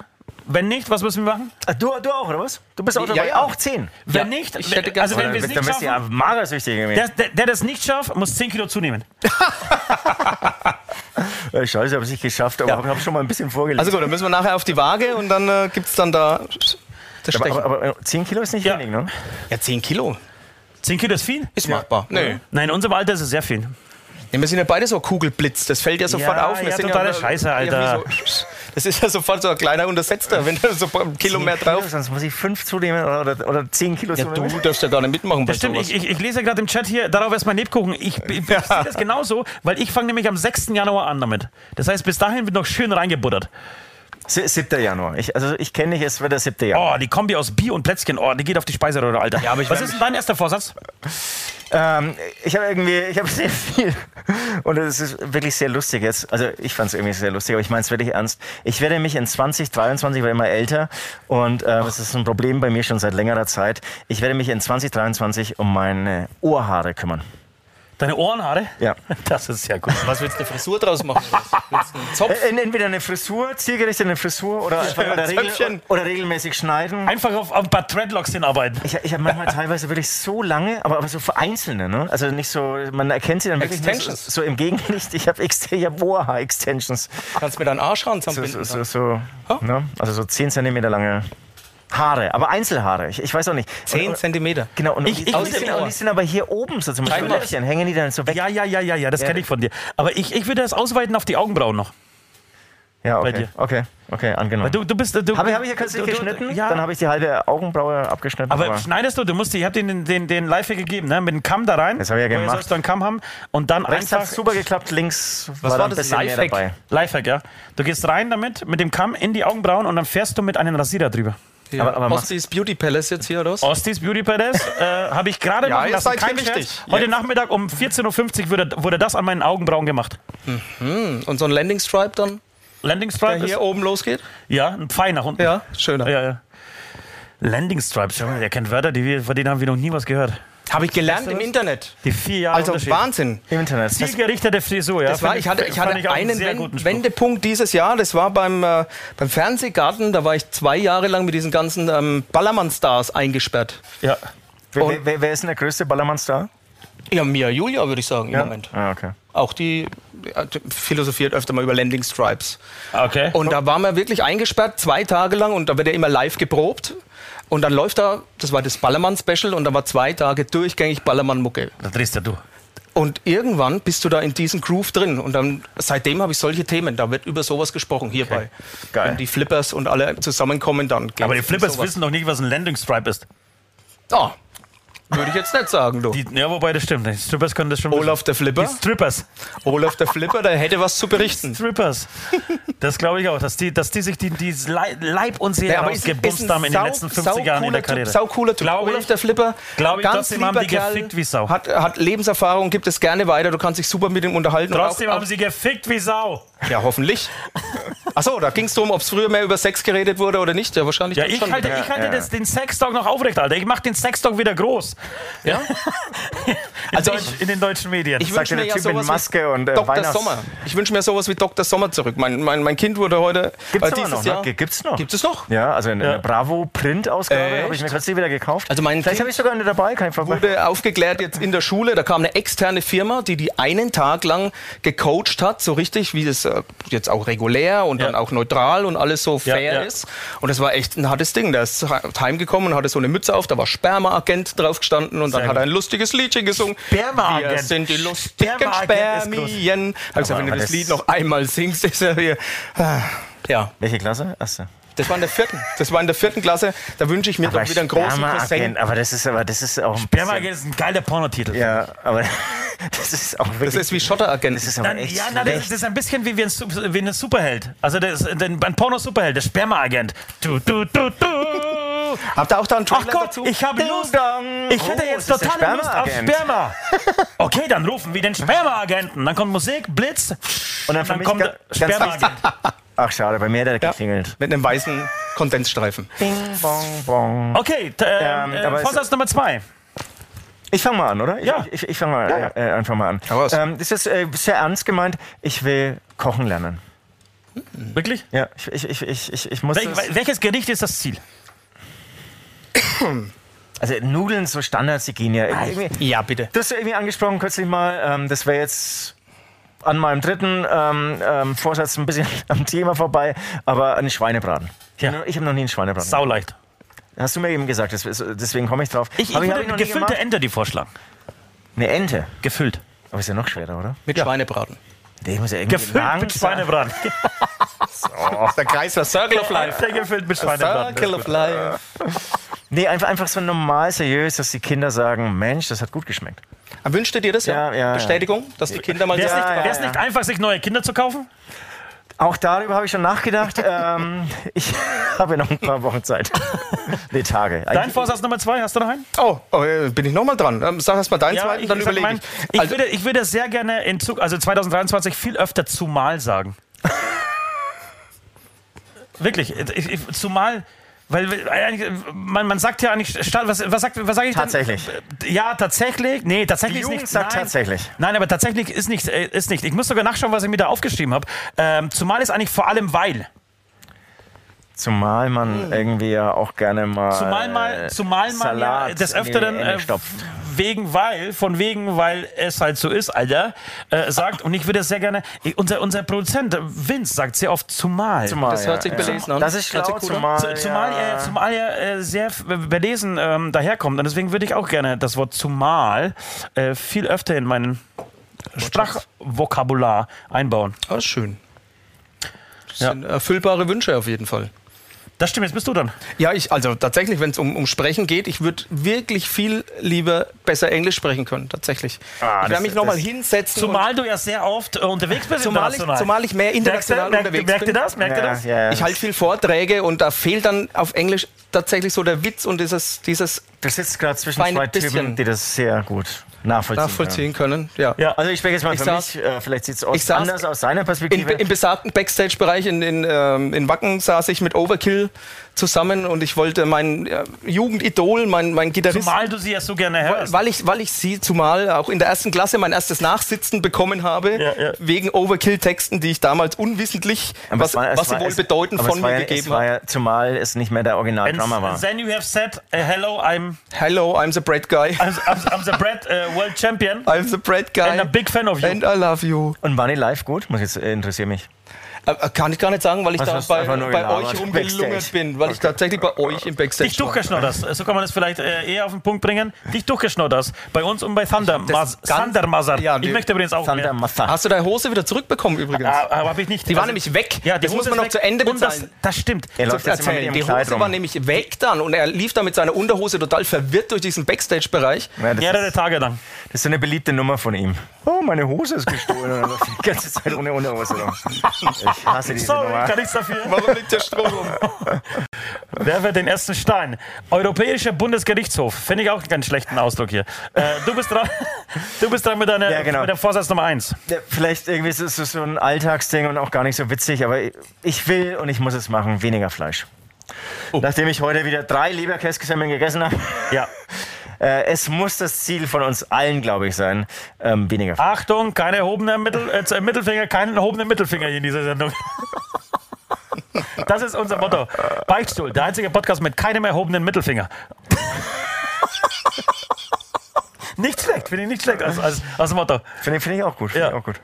Speaker 2: Wenn nicht, was müssen wir machen?
Speaker 4: Ah, Du, du auch, oder was? Du bist auch
Speaker 3: Ja,
Speaker 4: dabei?
Speaker 3: ja.
Speaker 4: Auch 10.
Speaker 2: Wenn nicht,
Speaker 3: ich hätte
Speaker 2: also
Speaker 3: gern-
Speaker 2: wenn wir es nicht
Speaker 4: Dann bist du
Speaker 2: schaffen,
Speaker 4: ja magersüchtig
Speaker 2: der,
Speaker 4: irgendwie.
Speaker 2: der, der das nicht schafft, muss 10 Kilo zunehmen.
Speaker 4: Äh, Scheiße, habe ich nicht geschafft, aber ich habe schon mal ein bisschen vorgelegt.
Speaker 3: Also gut, dann müssen wir nachher auf die Waage und dann äh, gibt es dann da das Stechen.
Speaker 4: aber, aber, aber 10 Kilo ist nicht
Speaker 2: Ja.
Speaker 4: wenig, ne?
Speaker 3: ja, zehn Kilo
Speaker 2: 10 Kilo ist viel?
Speaker 3: ist machbar. Nee.
Speaker 2: Nein, in unserem Alter ist es sehr viel.
Speaker 3: Ja, wir sind ja beide so Kugelblitz, das fällt ja sofort
Speaker 2: Ja,
Speaker 3: auf. Wir
Speaker 2: ja,
Speaker 3: sind
Speaker 2: totaler Scheiße, Alter.
Speaker 3: irgendwie So, das ist ja sofort so ein kleiner Untersetzter, wenn da so ein Kilo mehr
Speaker 4: 10 Kilo,
Speaker 3: drauf
Speaker 4: Sonst muss ich 5 zunehmen oder, oder, oder 10 Kilo
Speaker 3: Ja, du
Speaker 4: zunehmen.
Speaker 3: darfst ja gar nicht mitmachen bei
Speaker 2: Das stimmt,
Speaker 3: sowas.
Speaker 2: ich, ich, ich lese gerade im Chat hier, darauf erstmal Lebkuchen. Ich, ich, ich sehe das genauso, weil ich fange nämlich am 6. Januar an damit. Das heißt, bis dahin wird noch schön reingebuttert.
Speaker 4: Sie- 7. Januar. Ich, also ich kenne dich, es wird der 7. Januar.
Speaker 2: Oh, die Kombi aus Bier und Plätzchen, oh, die geht auf die Speiseröhre, Alter.
Speaker 3: Ja, aber ich
Speaker 2: Was
Speaker 3: werd
Speaker 2: ist denn
Speaker 3: mich-
Speaker 2: dein erster Vorsatz?
Speaker 4: Ähm, ich habe irgendwie, ich habe sehr viel. Und es ist wirklich sehr lustig jetzt. Also ich fand es irgendwie sehr lustig, aber ich meine es wirklich ernst. Ich werde mich in 2023, werde immer älter und ähm, es ist ein Problem bei mir schon seit längerer Zeit. Ich werde mich in 2023 um meine Ohrhaare kümmern.
Speaker 2: Deine Ohrenhaare?
Speaker 4: Ja.
Speaker 2: Das ist ja gut.
Speaker 3: Was willst du eine Frisur draus machen? Willst du einen Zopf?
Speaker 4: Äh, Entweder eine Frisur, zielgerichtete Frisur oder, oder, regel,
Speaker 3: Zöpfchen.
Speaker 4: oder regelmäßig schneiden.
Speaker 2: Einfach auf, auf ein paar Dreadlocks hinarbeiten.
Speaker 4: Ich, ich habe manchmal teilweise wirklich so lange, aber, aber so für Einzelne, ne? Also nicht so, man erkennt sie dann wirklich nur so,
Speaker 3: Extensions.
Speaker 4: so im Gegenlicht. Ich habe hab Ohrhaar-Extensions.
Speaker 3: Kannst du mir deinen Arsch
Speaker 4: So, so,
Speaker 3: ranzubinden?
Speaker 4: so, so,
Speaker 2: Oh.
Speaker 4: ne? Also so 10 cm lange Haare, aber Einzelhaare. Ich, ich weiß auch nicht. Und-
Speaker 3: 10
Speaker 4: und-
Speaker 3: Zentimeter.
Speaker 4: Genau, und,
Speaker 2: Ich-
Speaker 4: ich,
Speaker 2: ich
Speaker 4: und, die
Speaker 2: mit dem
Speaker 4: sind, und
Speaker 3: Ohr.
Speaker 4: die sind aber hier oben so zum Beispiel.
Speaker 3: Scheinbar.
Speaker 4: Löffchen, Hängen die dann so weg?
Speaker 2: Ja, ja, ja, ja, ja, das kenne ich von dir. Aber ich, ich würde das ausweiten auf die Augenbrauen noch.
Speaker 4: Ja, okay.
Speaker 2: dir.
Speaker 4: Okay, okay, angenommen.
Speaker 2: Du, du bist. Du,
Speaker 4: Habe ich, hab ich ja kürzlich
Speaker 2: du- du-
Speaker 4: geschnitten?
Speaker 2: Ja.
Speaker 4: Dann habe ich die halbe Augenbraue abgeschnitten.
Speaker 2: aber schneidest du, du musst, die- ich habe den, den, den, den Live hier gegeben, ne? mit einem Kamm da rein.
Speaker 4: Das hab ich ja
Speaker 2: Woher
Speaker 4: gemacht.
Speaker 2: sollst du einen Kamm haben und dann
Speaker 4: rechts
Speaker 2: einfach
Speaker 4: hat super geklappt, links
Speaker 3: war
Speaker 4: da ein
Speaker 3: das?
Speaker 4: bisschen mehr
Speaker 3: Lifehack?
Speaker 4: dabei.
Speaker 2: Lifehack, ja. Du gehst rein damit, mit dem Kamm in die Augenbrauen und dann fährst du mit einem Rasierer drüber.
Speaker 3: Ja.
Speaker 4: aber- aber mach-
Speaker 3: Ostis Beauty Palace jetzt hier, oder was?
Speaker 2: Ostis Beauty Palace äh, habe ich gerade
Speaker 3: Ja,
Speaker 2: machen
Speaker 3: ihr
Speaker 2: lassen.
Speaker 3: seid
Speaker 2: Kein
Speaker 3: hier
Speaker 2: Scherz.
Speaker 3: richtig.
Speaker 2: Heute
Speaker 3: Jetzt.
Speaker 2: Nachmittag um 14.50 Uhr wurde, wurde das an meinen Augenbrauen gemacht.
Speaker 3: Und so ein Landing Stripe dann,
Speaker 2: Landing
Speaker 3: der
Speaker 2: Stripe ist,
Speaker 3: hier oben losgeht?
Speaker 2: ja, ein Pfeil nach unten.
Speaker 3: Ja, schöner.
Speaker 2: ja. ja. Landing Stripes, Junge, der kennt Wörter, die wir, von denen haben wir noch nie was gehört.
Speaker 3: Habe ich gelernt im Internet.
Speaker 2: Die vier Jahre
Speaker 3: Also
Speaker 2: Unterschied.
Speaker 3: Wahnsinn.
Speaker 4: Im Internet.
Speaker 2: Zielgerichtete Frisur, ja.
Speaker 3: Das war,
Speaker 2: Fand
Speaker 3: ich hatte, ich hatte
Speaker 2: fand auch
Speaker 3: einen
Speaker 2: sehr
Speaker 3: Wen-
Speaker 2: guten Spruch.
Speaker 3: Wendepunkt dieses Jahr. Das war beim, äh, beim Fernsehgarten. Da war ich zwei Jahre lang mit diesen ganzen ähm, Ballermann-Stars eingesperrt.
Speaker 2: Ja.
Speaker 4: Wer,
Speaker 3: Und-
Speaker 4: wer, wer ist denn der größte Ballermann-Star?
Speaker 3: Ja, Mia Julia, würde ich sagen, im Moment.
Speaker 4: Ah, okay.
Speaker 3: Auch die äh, die philosophiert öfter mal über Landing Stripes.
Speaker 2: Ah, Okay.
Speaker 3: Und da waren wir wirklich eingesperrt, zwei Tage lang. Und da wird ja immer live geprobt. Und dann läuft da, das war das Ballermann-Special, und da war zwei Tage durchgängig Ballermann-Mucke.
Speaker 2: da drehst ja du.
Speaker 3: Und irgendwann bist du da in diesem Groove drin. Und dann seitdem habe ich solche Themen. Da wird über sowas gesprochen hierbei.
Speaker 4: Geil.
Speaker 3: Wenn die Flippers und alle zusammenkommen, dann geht's
Speaker 2: Aber die
Speaker 3: um
Speaker 2: Flippers
Speaker 3: sowas.
Speaker 2: wissen doch nicht, was ein Landing Stripe ist.
Speaker 3: Ah, würde ich jetzt nicht sagen, du.
Speaker 2: Die, ja, wobei das stimmt. Die Strippers können das schon.
Speaker 3: Olaf der
Speaker 2: wissen.
Speaker 3: Flipper.
Speaker 2: Die Strippers.
Speaker 3: Olaf der Flipper, der hätte was zu berichten.
Speaker 2: Strippers. Das glaube ich auch, dass die, dass die sich die, die Lei- Leib und Seele
Speaker 3: Ja,
Speaker 2: ausgebumst haben in den
Speaker 3: sau-
Speaker 2: letzten 50 Jahren in
Speaker 3: saucooler
Speaker 2: der
Speaker 3: Typ,
Speaker 2: Karriere.
Speaker 3: Saucooler Typ.
Speaker 2: Glaube
Speaker 3: Olaf
Speaker 2: ich.
Speaker 3: der Flipper.
Speaker 2: Glaube ich,
Speaker 3: ganz
Speaker 2: trotzdem haben
Speaker 3: lieber
Speaker 2: die
Speaker 3: Kerl,
Speaker 2: gefickt wie Sau.
Speaker 3: Hat, hat Lebenserfahrung, gibt es gerne weiter. Du kannst dich super mit ihm unterhalten. und
Speaker 2: Trotzdem
Speaker 3: auch,
Speaker 2: haben sie gefickt wie Sau.
Speaker 3: Ja, hoffentlich. Achso, da ging es darum, ob es früher mehr über Sex geredet wurde oder nicht. Ja, wahrscheinlich
Speaker 2: Ja,
Speaker 3: dann
Speaker 2: ich
Speaker 3: schon.
Speaker 2: halte, ich halte das, den Sextalk noch aufrecht, Alter. Ich mache den Sextalk wieder groß.
Speaker 3: Ja?
Speaker 2: In,
Speaker 3: Also
Speaker 2: Deutsch, in den deutschen Medien.
Speaker 3: Ich
Speaker 4: Sagt
Speaker 3: wünsche
Speaker 4: der
Speaker 3: mir ja
Speaker 4: Typ mit
Speaker 3: sowas
Speaker 4: Maske
Speaker 3: wie
Speaker 4: und, äh,
Speaker 3: Dr.
Speaker 4: Weihnachts-
Speaker 3: Sommer. Ich wünsche mir sowas wie Dr. Sommer zurück. Mein, mein, mein Kind wurde heute
Speaker 4: Gibt's
Speaker 3: äh,
Speaker 4: aber
Speaker 3: dieses
Speaker 4: noch, ne?
Speaker 3: Jahr.
Speaker 4: G- gibt's noch?
Speaker 3: Gibt's es noch?
Speaker 4: Ja, also eine
Speaker 2: Ja.
Speaker 4: Bravo-Print-Ausgabe habe ich mir
Speaker 3: Äh, Echt?
Speaker 4: kürzlich wieder gekauft.
Speaker 3: Also mein
Speaker 4: Vielleicht
Speaker 3: Kind
Speaker 4: habe ich sogar eine dabei, kein Problem.
Speaker 3: Wurde aufgeklärt jetzt in der Schule. Da kam eine externe Firma, die die einen Tag lang gecoacht hat, so richtig, wie das äh, äh, jetzt auch regulär und
Speaker 2: Ja.
Speaker 3: dann auch neutral und alles so
Speaker 2: Ja,
Speaker 3: fair
Speaker 2: ja.
Speaker 3: ist. Und das war echt ein hartes Ding. Der ist he- heimgekommen und hatte so eine Mütze auf, da war Sperma-Agent draufgestanden und dann
Speaker 2: Sehr
Speaker 3: hat
Speaker 2: gut.
Speaker 3: er ein lustiges Liedchen gesungen.
Speaker 4: Sperma-Agent.
Speaker 3: Wir sind die lustigen
Speaker 4: Sperma-Agent ist groß.
Speaker 3: Spermien. Also
Speaker 4: Aber
Speaker 3: wenn du das
Speaker 4: das-
Speaker 3: Lied noch einmal singst, ist er hier... Ah, Ja,
Speaker 4: Welche Klasse? Achso.
Speaker 3: das war in der vierten. Das war in der vierten Klasse. Da wünsche ich mir doch wieder einen großen Cousin.
Speaker 4: Sperma-Agent, also aber das ist aber das ist auch ein
Speaker 2: Sperma
Speaker 4: bisschen-
Speaker 2: ist ein geiler Pornotitel.
Speaker 4: Ja, aber das ist auch wirklich.
Speaker 3: Das ist wie Schotteragent.
Speaker 4: Das ist aber
Speaker 2: Dann,
Speaker 4: echt
Speaker 2: ja, na, das,
Speaker 4: schlecht.
Speaker 2: das ist ein bisschen wie, wie, ein, Sup- wie ein Superheld. Also das, ein, ein Porno-Superheld, der Sperma-Agent. Du, du, du, du.
Speaker 3: Habt ihr auch da einen
Speaker 2: Ach
Speaker 3: Trailer
Speaker 2: Gott,
Speaker 3: dazu?
Speaker 2: ich habe
Speaker 4: Ding
Speaker 2: Lust.
Speaker 4: dong.
Speaker 2: Ich hätte
Speaker 4: Oh,
Speaker 2: jetzt
Speaker 4: es ist der
Speaker 2: totale Lust auf
Speaker 4: Sperma-Agent.
Speaker 2: Sperma. Okay, dann rufen wir den Sperma-Agenten. Dann kommt Musik, Blitz
Speaker 4: Und dann,
Speaker 2: und dann
Speaker 4: vermisst
Speaker 2: kommt
Speaker 4: ganz-
Speaker 2: der
Speaker 4: ganz
Speaker 2: Sperma-Agent.
Speaker 4: Ach schade, bei mir hat er
Speaker 3: Ja,
Speaker 4: geklingelt.
Speaker 3: mit einem weißen Kondensstreifen.
Speaker 4: Bing, bong, bong.
Speaker 2: Okay, t-
Speaker 4: Ähm,
Speaker 2: äh, äh,
Speaker 4: aber es-
Speaker 2: Vorsatz Nummer zwei.
Speaker 4: Ich fange mal an, oder? Ich-
Speaker 2: Ja.
Speaker 4: Ich, ich fange mal Äh, einfach mal an.
Speaker 3: raus.
Speaker 4: Ähm, das ist äh, sehr ernst gemeint. Ich will kochen lernen.
Speaker 2: Wirklich?
Speaker 4: Ja, ich, ich, ich, ich, ich, ich muss.
Speaker 2: Wel
Speaker 4: das-
Speaker 2: wel- welches Gericht ist das Ziel?
Speaker 4: also Nudeln, so Standards, die gehen ja irgendwie.
Speaker 3: Ja, bitte.
Speaker 4: Du hast ja irgendwie angesprochen kürzlich mal, ähm, das wäre jetzt an meinem dritten ähm, ähm, Vorsatz ein bisschen am Thema vorbei, aber einen Schweinebraten. Ich
Speaker 2: Ja.
Speaker 4: habe noch, ich hab noch nie einen Schweinebraten.
Speaker 2: Sauleicht.
Speaker 4: Hast du mir eben gesagt, das, ist- deswegen komme ich drauf.
Speaker 2: Ich, ich
Speaker 4: Hab hab
Speaker 2: würde
Speaker 4: noch nie
Speaker 2: gefüllte
Speaker 4: gemacht.
Speaker 2: Ente die vorschlagen.
Speaker 4: Eine Ente.
Speaker 2: Gefüllt.
Speaker 4: Aber ist ja noch schwerer, oder?
Speaker 3: Mit Schweinebraten.
Speaker 4: Der muss ja irgendwie
Speaker 2: Gefüllt mit Schweinebraten.
Speaker 3: Der Kreis war Circle of Life.
Speaker 2: Der gefüllt mit Schweinebraten.
Speaker 3: Circle of Life.
Speaker 4: Nee, einfach, einfach so normal seriös, dass die Kinder sagen, Mensch, das hat gut geschmeckt.
Speaker 3: Ah, Wünscht ihr dir das?
Speaker 4: Ja, ja, ja.
Speaker 3: Bestätigung, dass die Kinder mal
Speaker 2: Wäre es
Speaker 3: sagen,
Speaker 2: nicht,
Speaker 4: ja,
Speaker 2: wär's
Speaker 4: ja.
Speaker 2: nicht einfach, sich neue Kinder zu kaufen?
Speaker 4: Auch darüber habe ich schon nachgedacht. ähm, ich habe ja noch ein paar Wochen Zeit. Nee, Tage.
Speaker 2: Dein Vorsatz Nummer zwei, hast du noch einen?
Speaker 3: oh, oh, äh, bin ich nochmal dran. Ähm, Sag erst mal deinen zweiten, dann
Speaker 2: sag
Speaker 3: überlege
Speaker 2: mein,
Speaker 3: ich.
Speaker 2: ich,
Speaker 3: Also,
Speaker 2: würde, ich würde sehr gerne in Zug, also 2023 viel öfter zumal sagen. Wirklich, ich, ich, zumal, weil wir- eigentlich, man, man sagt ja eigentlich, statt- was, was sage was sag ich denn?
Speaker 4: Tatsächlich.
Speaker 2: Ja, tatsächlich. Nee, tatsächlich
Speaker 4: Die
Speaker 2: ist
Speaker 4: Jugend
Speaker 2: nicht.
Speaker 4: sagt
Speaker 2: nein.
Speaker 4: tatsächlich.
Speaker 2: Nein, aber tatsächlich ist nicht, äh, ist nicht. Ich muss sogar nachschauen, was ich mir da aufgeschrieben habe. Ähm, zumal ist eigentlich vor allem weil.
Speaker 4: Zumal man irgendwie ja auch gerne mal.
Speaker 2: Hm. Zumal mal, zumal man ja
Speaker 4: Salat
Speaker 2: des
Speaker 4: in die
Speaker 2: Öfteren
Speaker 4: Ente
Speaker 2: äh,
Speaker 4: stopft.
Speaker 2: wegen weil, von wegen, weil es halt so ist, Alter, äh, sagt, und ich würde sehr gerne, ich, unser, unser Produzent äh, Vince sagt sehr oft zumal.
Speaker 4: Zumal,
Speaker 3: Das hört sich belesen an.
Speaker 4: Das ist
Speaker 3: Hört
Speaker 4: schlau,
Speaker 3: sich gut an.
Speaker 4: zumal.
Speaker 2: Zu- Zumal
Speaker 4: ja.
Speaker 2: er, zumal er äh, sehr f- belesen ähm, daherkommt. Und deswegen würde ich auch gerne das Wort zumal äh, viel öfter in meinen Sprachvokabular einbauen.
Speaker 3: ah, ist schön. Das sind erfüllbare Wünsche auf jeden Fall.
Speaker 2: Das stimmt, jetzt bist du dann.
Speaker 3: Ja, ich, also tatsächlich, wenn es um, um Sprechen geht, ich würde wirklich viel lieber besser Englisch sprechen können, tatsächlich.
Speaker 4: Ah,
Speaker 3: ich
Speaker 4: das-
Speaker 3: werde mich nochmal
Speaker 4: das-
Speaker 3: hinsetzen.
Speaker 2: Zumal du ja sehr oft äh, unterwegs bist
Speaker 3: Zumal ich,
Speaker 2: international.
Speaker 3: zumal ich mehr
Speaker 2: merkt,
Speaker 3: international
Speaker 2: ihr- merkt,
Speaker 3: unterwegs
Speaker 2: merkt ihr
Speaker 3: bin.
Speaker 2: das? Merkt ihr
Speaker 4: Ja,
Speaker 2: das?
Speaker 4: ja, ja.
Speaker 3: Ich halte viel Vorträge und da fehlt dann auf Englisch tatsächlich so der Witz und dieses, dieses
Speaker 4: Du sitzt gerade zwischen
Speaker 3: Feine
Speaker 4: zwei Typen,
Speaker 3: bisschen.
Speaker 4: die das sehr gut nachvollziehen.
Speaker 3: nachvollziehen können. Ja.
Speaker 4: können. Also ich spreche jetzt mal
Speaker 3: Ich
Speaker 4: für
Speaker 3: saß-
Speaker 4: mich, äh, vielleicht sieht es
Speaker 3: ich saß-
Speaker 4: anders aus seiner
Speaker 3: In,
Speaker 4: Perspektive.
Speaker 3: im besagten Backstage-Bereich in, in, ähm, in Wacken saß ich mit Overkill zusammen und ich wollte mein äh, Jugendidol, mein, mein Gitarrist,
Speaker 2: Zumal du sie ja so gerne hörst.
Speaker 3: weil ich, weil ich sie zumal auch in der ersten Klasse mein erstes Nachsitzen bekommen habe,
Speaker 2: Ja, ja.
Speaker 3: wegen Overkill-Texten, die ich damals unwissentlich,
Speaker 4: Aber
Speaker 3: was,
Speaker 4: es war- es
Speaker 3: was sie
Speaker 4: war-
Speaker 3: wohl
Speaker 4: es-
Speaker 3: bedeuten
Speaker 4: aber
Speaker 3: von
Speaker 4: es war
Speaker 3: mir
Speaker 4: ja- es
Speaker 3: gegeben
Speaker 4: war
Speaker 3: hat.
Speaker 4: ja, Zumal es nicht mehr der
Speaker 2: And
Speaker 4: Original-Drummer war.
Speaker 2: then you have said, uh, hello, I'm,
Speaker 3: Hello, I'm the bread guy.
Speaker 2: I'm, I'm, I'm the bread uh, world champion
Speaker 3: I'm the bread guy.
Speaker 2: Also and a big fan of you.
Speaker 3: And I love you.
Speaker 4: Und war die live gut? Muss jetzt äh, interessiert mich.
Speaker 3: Äh, äh, Kann ich gar nicht sagen, weil ich
Speaker 4: Was
Speaker 3: da
Speaker 4: hast du
Speaker 3: bei,
Speaker 4: einfach nur
Speaker 3: bei
Speaker 4: gelabert?
Speaker 3: euch rumgelungert
Speaker 4: Backstage.
Speaker 3: bin, weil ich tatsächlich bei euch im Backstage
Speaker 2: Dich
Speaker 3: war.
Speaker 2: durchgeschnodderst. So kann man das vielleicht äh, eher auf den Punkt bringen. Dich durchgeschnodderst. Bei uns und bei Thunder. Mas
Speaker 3: das ganz-
Speaker 2: Thunder Mazar.
Speaker 3: Ja,
Speaker 2: ich
Speaker 3: die-
Speaker 2: möchte übrigens auch
Speaker 4: Thunder
Speaker 2: mehr.
Speaker 4: Massa.
Speaker 3: Hast du deine Hose wieder zurückbekommen übrigens?
Speaker 2: Ah, Aber habe ich nicht.
Speaker 3: Die war nämlich weg.
Speaker 2: Ja, die
Speaker 3: das muss
Speaker 2: Hose ist
Speaker 3: man noch
Speaker 2: weg.
Speaker 3: zu Ende
Speaker 2: Und das,
Speaker 3: bezahlen.
Speaker 2: das stimmt.
Speaker 4: Er läuft jetzt immer mit
Speaker 3: Erzählen.
Speaker 4: ihrem
Speaker 3: Die
Speaker 4: Kleid
Speaker 3: Hose
Speaker 4: rum.
Speaker 3: war nämlich weg dann und er lief da mit seiner Unterhose total verwirrt durch diesen Backstage-Bereich.
Speaker 4: Ja, das,
Speaker 2: Mehrere
Speaker 4: ist,
Speaker 2: Tage lang.
Speaker 4: das ist so eine beliebte Nummer von ihm. Oh, meine Hose ist gestohlen. Und er läuft die ganze Zeit ohne Unterhose rum. Ich hasse diese
Speaker 2: Sorry,
Speaker 3: genau.
Speaker 4: Nummer.
Speaker 2: kann nichts dafür.
Speaker 3: Warum liegt der Strom rum?
Speaker 2: Werfe den ersten Stein. Europäischer Bundesgerichtshof. Finde ich auch einen ganz schlechten Ausdruck hier. Äh, du bist dran. Du bist dran mit deiner
Speaker 4: Ja, genau.
Speaker 2: mit der Vorsatz Nummer 1.
Speaker 4: Ja, Vielleicht irgendwie ist es so- so ein Alltagsding und auch gar nicht so witzig, aber ich- ich will und ich muss es machen, weniger Fleisch. Nachdem ich heute wieder drei Leberkäsgesemmeln gegessen habe,
Speaker 2: Ja.
Speaker 4: äh, es muss das Ziel von uns allen, glaube ich, sein, ähm, weniger Fleisch.
Speaker 2: Achtung, kein erhobener Mittel, äh, Mittelfinger, keinen erhobenen Mittelfinger hier in dieser Sendung. Das ist unser Motto. Beichtstuhl, der einzige Podcast mit keinem erhobenen Mittelfinger. Nicht schlecht, finde ich nicht schlecht als, als, als Motto.
Speaker 4: Finde find ich auch gut. Finde
Speaker 2: Ja.
Speaker 4: ich auch gut.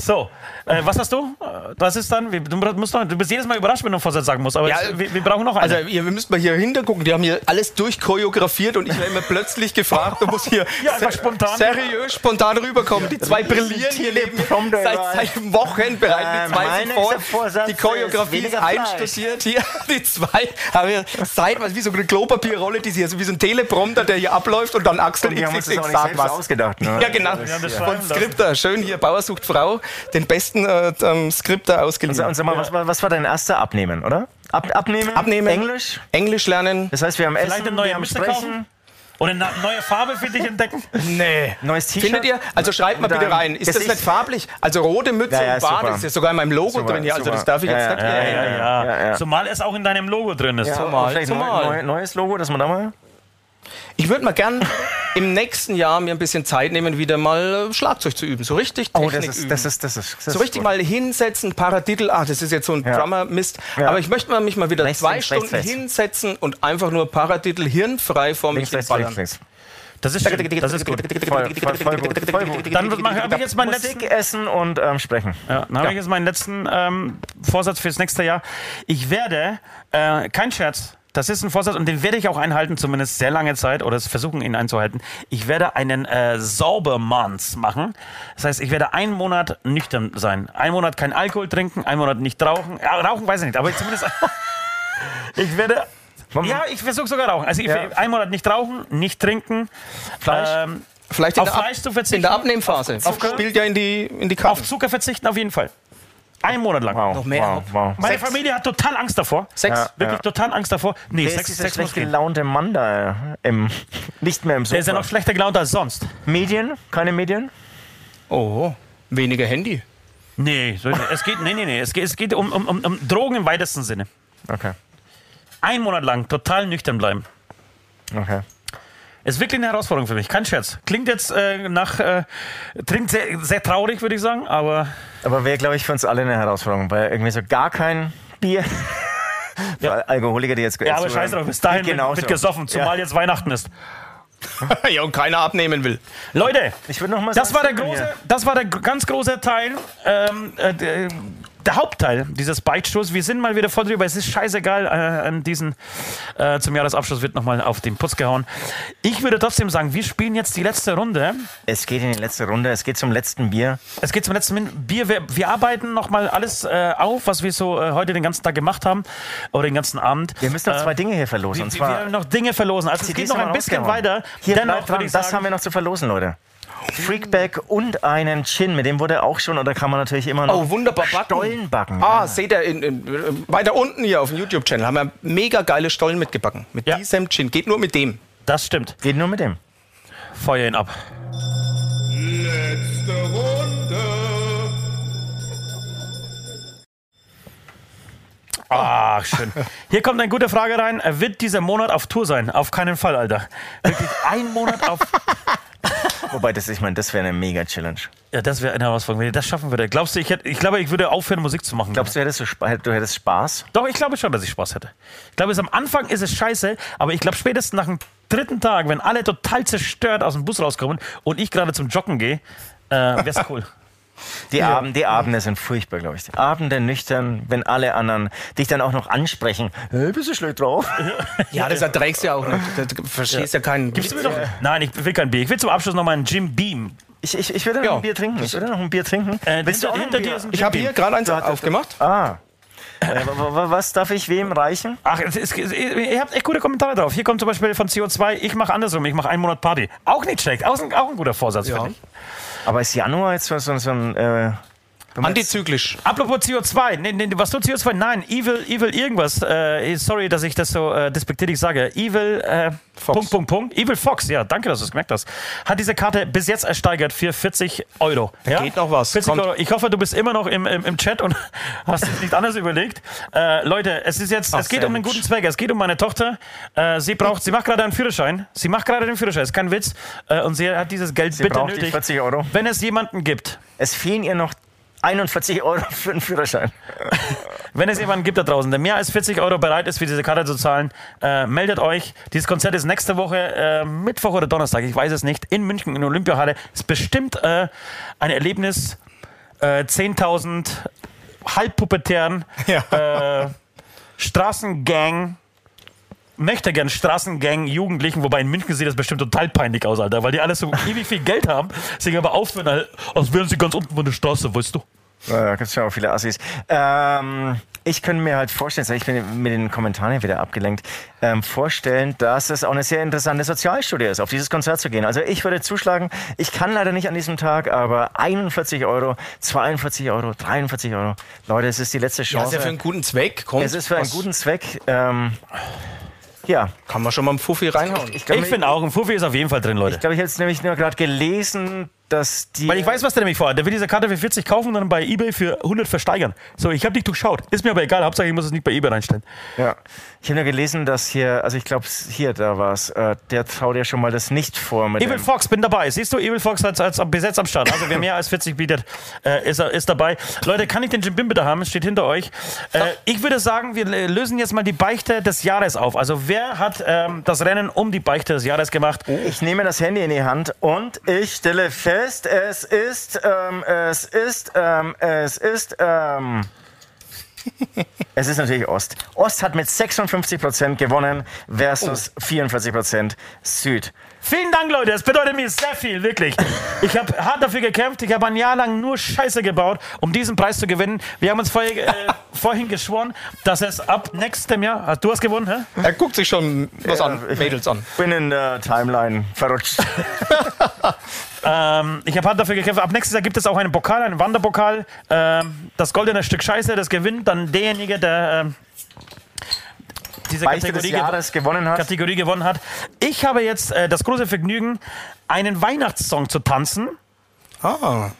Speaker 2: So, äh, was hast du? Äh, Das ist dann, wir- du, musst noch, du bist jedes Mal überrascht, wenn du einen Vorsatz sagen musst, aber
Speaker 3: Ja,
Speaker 2: jetzt, wir, wir brauchen noch einen.
Speaker 3: Also ihr, wir müssen mal hier hintergucken, die haben hier alles durchchoreografiert und ich werde immer plötzlich gefragt und muss hier
Speaker 2: Ja, einfach spontan.
Speaker 3: seriös spontan rüberkommen. Die zwei brillieren hier neben
Speaker 4: Teleprompter
Speaker 3: seit,
Speaker 4: überall.
Speaker 3: seit Wochen bereiten die
Speaker 4: Ähm,
Speaker 3: zwei
Speaker 4: mein
Speaker 3: sich
Speaker 4: nächster
Speaker 3: vor.
Speaker 4: Vorsatz
Speaker 3: Die Choreografie
Speaker 4: ist
Speaker 3: ist,
Speaker 4: weniger Fleisch.
Speaker 3: einstudiert hier. Die zwei haben hier seitweise wie so eine Klopapierrolle, die sie also wie so ein Teleprompter, der hier abläuft und dann Axel
Speaker 4: Und wir haben uns das auch
Speaker 3: XXX
Speaker 4: nicht
Speaker 3: sagt
Speaker 4: selbst
Speaker 3: was.
Speaker 4: ausgedacht. Ne?
Speaker 3: Ja, genau.
Speaker 2: Wir haben das
Speaker 3: Von
Speaker 2: schreiben lassen.
Speaker 3: Skripter. Schön hier, Bauer sucht Frau. Den besten äh, ähm, Skripter ausgeliehen.
Speaker 4: So, und sag Also, mal, was, war- was war dein erster Abnehmen, oder? Ab, abnehmen?
Speaker 3: Abnehmen.
Speaker 4: Englisch?
Speaker 3: Englisch lernen.
Speaker 4: Das heißt, wir haben
Speaker 2: Vielleicht
Speaker 4: Essen,
Speaker 2: eine neue
Speaker 4: wir haben
Speaker 2: Mische
Speaker 4: Sprechen,
Speaker 2: kaufen? Oder eine neue Farbe für dich entdecken?
Speaker 3: Nee.
Speaker 4: neues T-Shirt.
Speaker 3: Findet ihr? Also schreibt mal
Speaker 4: Und
Speaker 3: bitte
Speaker 4: dann-
Speaker 3: rein. Ist
Speaker 4: Es
Speaker 3: das, nicht farblich? Also rote Mütze
Speaker 4: Ja, ja,
Speaker 3: und Bart
Speaker 4: super.
Speaker 3: das ist ja sogar in meinem Logo
Speaker 4: Super,
Speaker 3: drin hier. Also
Speaker 4: super.
Speaker 3: das darf ich
Speaker 4: Ja,
Speaker 3: jetzt
Speaker 4: ja,
Speaker 3: nicht.
Speaker 4: ja,
Speaker 2: Ja, ja.
Speaker 4: ja, ja.
Speaker 2: Ah, Zumal es auch in deinem Logo drin ist.
Speaker 4: Ja,
Speaker 3: Zumal,
Speaker 4: vielleicht ein neu,
Speaker 3: zumal.
Speaker 4: neu, neues Logo, das man da mal.
Speaker 3: Ich würde mal gern im nächsten Jahr mir ein bisschen Zeit nehmen, wieder mal äh, Schlagzeug zu üben. So richtig Technik üben.
Speaker 4: ist, Oh, das ist.
Speaker 3: so richtig mal hinsetzen, Paradiddle. Ach, das ist jetzt so ein
Speaker 4: Ja.
Speaker 3: Drummer-Mist.
Speaker 4: Ja.
Speaker 3: Aber ich möchte mal mich mal wieder
Speaker 4: Rechts,
Speaker 3: zwei
Speaker 4: links, rechts,
Speaker 3: Stunden
Speaker 4: rechts.
Speaker 3: hinsetzen und einfach nur Paradiddle hirnfrei vor mich
Speaker 4: Links, rechts,
Speaker 3: hinballern.
Speaker 4: links, links.
Speaker 2: Das ist schön. Das ist gut.
Speaker 4: Voll, voll, voll gut. Voll gut.
Speaker 2: Dann habe ich jetzt meinen letzten
Speaker 4: Musik, Essen und ähm, Sprechen.
Speaker 2: Ja, dann habe ich jetzt meinen letzten ähm, Vorsatz fürs nächste Jahr. Ich werde, äh, kein Scherz, das ist ein Vorsatz und den werde ich auch einhalten, zumindest sehr lange Zeit oder es versuchen, ihn einzuhalten. Ich werde einen äh, Saubermanns machen. Das heißt, ich werde einen Monat nüchtern sein. Einen Monat kein Alkohol trinken, einen Monat nicht rauchen. Ja, rauchen weiß ich nicht, aber zumindest. ich werde. Ja, ich versuche sogar rauchen. Also ich,
Speaker 4: Ja.
Speaker 2: einen Monat nicht rauchen, nicht trinken.
Speaker 4: Fleisch?
Speaker 2: Ähm,
Speaker 3: Vielleicht in
Speaker 2: Auf
Speaker 3: der, Ab
Speaker 2: Fleisch zu verzichten?
Speaker 3: in der Abnehmphase. Spielt ja in die, in die Karten.
Speaker 2: auf Zucker verzichten auf jeden Fall. Einen Monat lang.
Speaker 4: Wow.
Speaker 3: Noch mehr ab.
Speaker 4: Wow. wow.
Speaker 2: Meine
Speaker 3: Sex.
Speaker 2: Familie hat total Angst davor.
Speaker 3: Sechs.
Speaker 4: Ja.
Speaker 2: Wirklich total Angst davor. Nee,
Speaker 4: Wer ist
Speaker 2: Sex,
Speaker 4: dieser
Speaker 2: Sex
Speaker 4: schlecht
Speaker 2: muss gehen.
Speaker 4: gelaunte Mann da im, nicht mehr im Sofa?
Speaker 2: Der ist ja noch schlechter gelaunt als sonst.
Speaker 4: Medien? Keine Medien?
Speaker 3: Oh, weniger Handy.
Speaker 2: Nee, so, es geht, nee, nee, nee. Es geht, es geht um, um, um, um Drogen im weitesten Sinne.
Speaker 4: Okay.
Speaker 2: Ein Monat lang total nüchtern bleiben.
Speaker 4: Okay.
Speaker 2: Ist wirklich eine Herausforderung für mich, kein Scherz. Klingt jetzt äh, nach, äh, klingt sehr, sehr traurig, würde ich sagen, aber
Speaker 4: Aber wäre, glaube ich, für uns alle eine Herausforderung, weil irgendwie so gar kein Bier. Für Al- Alkoholiker, die jetzt
Speaker 2: ja, aber scheiß drauf, bis dahin wird,
Speaker 4: Genauso.
Speaker 2: wird gesoffen, zumal jetzt Weihnachten ist.
Speaker 3: ja, und keiner abnehmen will.
Speaker 2: Leute,
Speaker 4: Ich würde noch mal
Speaker 2: Das
Speaker 4: sagen,
Speaker 2: war der
Speaker 4: hier.
Speaker 2: große, das war der gr- ganz große Teil, ähm, äh, der, der Hauptteil dieses Beichtstoß. Wir sind mal wieder voll drüber. Es ist scheißegal, äh, an diesen äh, zum Jahresabschluss wird nochmal auf den Putz gehauen. Ich würde trotzdem sagen, wir spielen jetzt die letzte Runde.
Speaker 4: Es geht in die letzte Runde, es geht zum letzten Bier.
Speaker 2: Es geht zum letzten Min Bier. Wir, wir arbeiten nochmal alles äh, auf, was wir so äh, heute den ganzen Tag gemacht haben oder den ganzen Abend.
Speaker 4: Wir müssen noch zwei Dinge hier verlosen. Und
Speaker 2: Äh, wir, wir
Speaker 4: zwar,
Speaker 2: haben noch Dinge verlosen. Also es geht
Speaker 4: CDs
Speaker 2: noch
Speaker 4: haben wir
Speaker 2: ein bisschen
Speaker 4: rausgehauen.
Speaker 2: weiter.
Speaker 4: Hier
Speaker 2: Dennoch
Speaker 4: Dennoch
Speaker 2: würde
Speaker 4: dran,
Speaker 2: ich
Speaker 4: das
Speaker 2: sagen,
Speaker 4: haben wir noch zu verlosen, Leute. Freakback und einen Chin, mit dem wurde auch schon, oder kann man natürlich immer noch
Speaker 3: Oh, wunderbar backen.
Speaker 4: Stollen backen.
Speaker 3: Ah, seht ihr, in, in, weiter unten hier auf dem YouTube-Channel haben wir mega geile Stollen mitgebacken. Mit
Speaker 2: Ja.
Speaker 3: diesem Gin. Geht nur mit dem.
Speaker 2: das stimmt.
Speaker 4: Geht nur mit dem.
Speaker 2: Feuer ihn ab.
Speaker 1: Letzte Runde.
Speaker 2: Ach, Ah, schön. Hier kommt eine gute Frage rein. Äh, Wird dieser Monat auf Tour sein? Auf keinen Fall, Alter. Wirklich ein Monat auf.
Speaker 4: Wobei, das, ich meine, das wäre eine mega Challenge.
Speaker 2: Ja, das wäre eine Herausforderung, wenn ihr das schaffen würde. Glaubst du, ich, hätte, ich glaube, ich würde aufhören, Musik zu machen.
Speaker 4: Glaubst du, hättest du, spa- du hättest Spaß?
Speaker 2: Doch, ich glaube schon, dass ich Spaß hätte. Ich glaube, es am Anfang ist es scheiße, aber ich glaube, spätestens nach dem dritten Tag, wenn alle total zerstört aus dem Bus rauskommen und ich gerade zum Joggen gehe, äh, wäre es cool.
Speaker 4: Die, Abend, die Abende sind furchtbar, glaube ich. Die Abende nüchtern, wenn alle anderen dich dann auch noch ansprechen. Hey, bist du schlecht drauf?
Speaker 3: Ja, das erträgst du ja auch nicht. Du verstehst ja, keinen.
Speaker 2: Gibst du mir doch. Nein, ich will kein Bier. Ich will zum Abschluss nochmal einen Jim Beam.
Speaker 4: Ich, ich, ich würde noch
Speaker 3: Ja.
Speaker 4: ein Bier trinken. Ich würde noch ein Bier trinken.
Speaker 2: Äh,
Speaker 4: Willst du auch
Speaker 2: hinter hinter
Speaker 4: noch ein Bier?
Speaker 2: dir ist ein Jim
Speaker 3: Ich habe
Speaker 2: Beam.
Speaker 3: hier gerade eins aufgemacht.
Speaker 4: Ah. Äh, wa- wa- was darf ich wem reichen?
Speaker 2: Ach, es ist, es, ihr habt echt gute Kommentare drauf. Hier kommt zum Beispiel von CO2, ich mache andersrum, ich mache einen Monat Party. Auch nicht schlecht, auch ein, auch ein guter Vorsatz,
Speaker 3: Ja.
Speaker 2: finde ich.
Speaker 4: Aber ist Januar jetzt so, so, so ein. Äh,
Speaker 3: Antizyklisch.
Speaker 2: Apropos CO2, nee, nee, was du CO2? Nein, Evil, Evil irgendwas. Äh, sorry, dass ich das so äh, despektierlich sage. Evil, äh, Punkt, Punkt, Punkt. Evil Fox, ja, danke, dass du es gemerkt hast. Hat diese Karte bis jetzt ersteigert für 40 Euro. Ja?
Speaker 3: geht noch was.
Speaker 2: 40
Speaker 3: Kommt.
Speaker 2: Euro. Ich hoffe, du bist immer noch im, im, im Chat und hast es nicht anders überlegt. Äh, Leute, es ist jetzt, es geht
Speaker 3: sehr
Speaker 2: um einen
Speaker 3: hübsch.
Speaker 2: guten Zweck. Es geht um meine Tochter. Äh, sie braucht, sie macht gerade einen Führerschein. Sie macht gerade den Führerschein, ist kein Witz. Äh, und sie hat dieses Geld bitte
Speaker 4: braucht die
Speaker 2: nötig.
Speaker 4: 40 Euro.
Speaker 2: Wenn es jemanden gibt,
Speaker 4: es fehlen ihr noch 41 Euro für einen Führerschein.
Speaker 2: Wenn es jemanden gibt da draußen, der mehr als 40 Euro bereit ist, für diese Karte zu zahlen, äh, meldet euch. Dieses Konzert ist nächste Woche, äh, Mittwoch oder Donnerstag, ich weiß es nicht, in München in der Olympiahalle. Ist bestimmt äh, ein Erlebnis. äh, 10.000 halbpuppetären äh, Straßengang, möchte gern Straßengang Jugendlichen, wobei in München sieht das bestimmt total peinlich aus, Alter, weil die alles so ewig viel Geld haben, sich aber aufhören, als- als wären sie ganz unten von der Straße, weißt du.
Speaker 4: Da gibt es schon auch viele Assis. Ähm, ich könnte mir halt vorstellen, ich bin mit den Kommentaren hier wieder abgelenkt, ähm, vorstellen, dass es auch eine sehr interessante Sozialstudie ist, auf dieses Konzert zu gehen. Also ich würde zuschlagen, ich kann leider nicht an diesem Tag, aber 41 Euro, 42 Euro, 43 Euro. Leute, es ist die letzte
Speaker 3: Das ist
Speaker 4: Chance.
Speaker 3: ja für einen guten Zweck. Kommt,
Speaker 4: es ist für einen
Speaker 3: was-
Speaker 4: guten Zweck. Ähm, ja,
Speaker 3: Kann man schon mal einen Fuffi reinhauen.
Speaker 4: glaub,
Speaker 2: Ich finde auch, ein Fuffi ist auf jeden Fall drin, Leute.
Speaker 4: Ich glaube, ich habe jetzt nämlich nur gerade gelesen, dass die.
Speaker 2: Weil ich weiß, was der nämlich vorhat. Der will diese Karte für 40 kaufen und dann bei eBay für 100 versteigern. So, ich habe nicht durchschaut. Ist mir aber egal. Hauptsache, ich muss es nicht bei eBay reinstellen.
Speaker 4: Ja. Ich habe nur gelesen, dass hier, also ich glaube, hier da war es, äh, der traut ja schon mal das nicht vor mit
Speaker 2: Evil
Speaker 4: dem-
Speaker 2: Fox, bin dabei. Siehst du, Evil Fox hat als besetzt am Start. Also, wer mehr als 40 bietet, äh, ist, ist dabei. Leute, kann ich den Jim Bim bitte haben? Es Steht hinter euch. Äh, ich würde sagen, wir äh, lösen jetzt mal die Beichte des Jahres auf. Also, wer hat ähm, das Rennen um die Beichte des Jahres gemacht?
Speaker 4: Ich nehme das Handy in die Hand und ich stelle fest, es ist, ähm, es ist, ähm, es ist, ähm, es ist natürlich Ost. Ost hat mit 56% gewonnen versus 44% Süd.
Speaker 2: Vielen Dank, Leute. Das bedeutet mir sehr viel, wirklich. Ich habe hart dafür gekämpft. Ich habe ein Jahr lang nur Scheiße gebaut, um diesen Preis zu gewinnen. Wir haben uns vorher, äh, vorhin geschworen, dass es ab nächstem Jahr. Ah, Du hast gewonnen, hä?
Speaker 3: Er guckt sich schon was an, Mädels an.
Speaker 4: Bin in der Timeline verrutscht.
Speaker 2: Ähm, ich habe hart dafür gekämpft. Ab nächstes Jahr gibt es auch einen Pokal, einen Wanderpokal. Ähm, das goldene Stück Scheiße, das gewinnt dann derjenige, der ähm, diese
Speaker 4: Beichte des
Speaker 2: Kategorie gew-
Speaker 4: Jahres gewonnen hat.
Speaker 2: Kategorie gewonnen hat. Ich habe jetzt äh, das große Vergnügen, einen Weihnachtssong zu tanzen.
Speaker 3: Ah.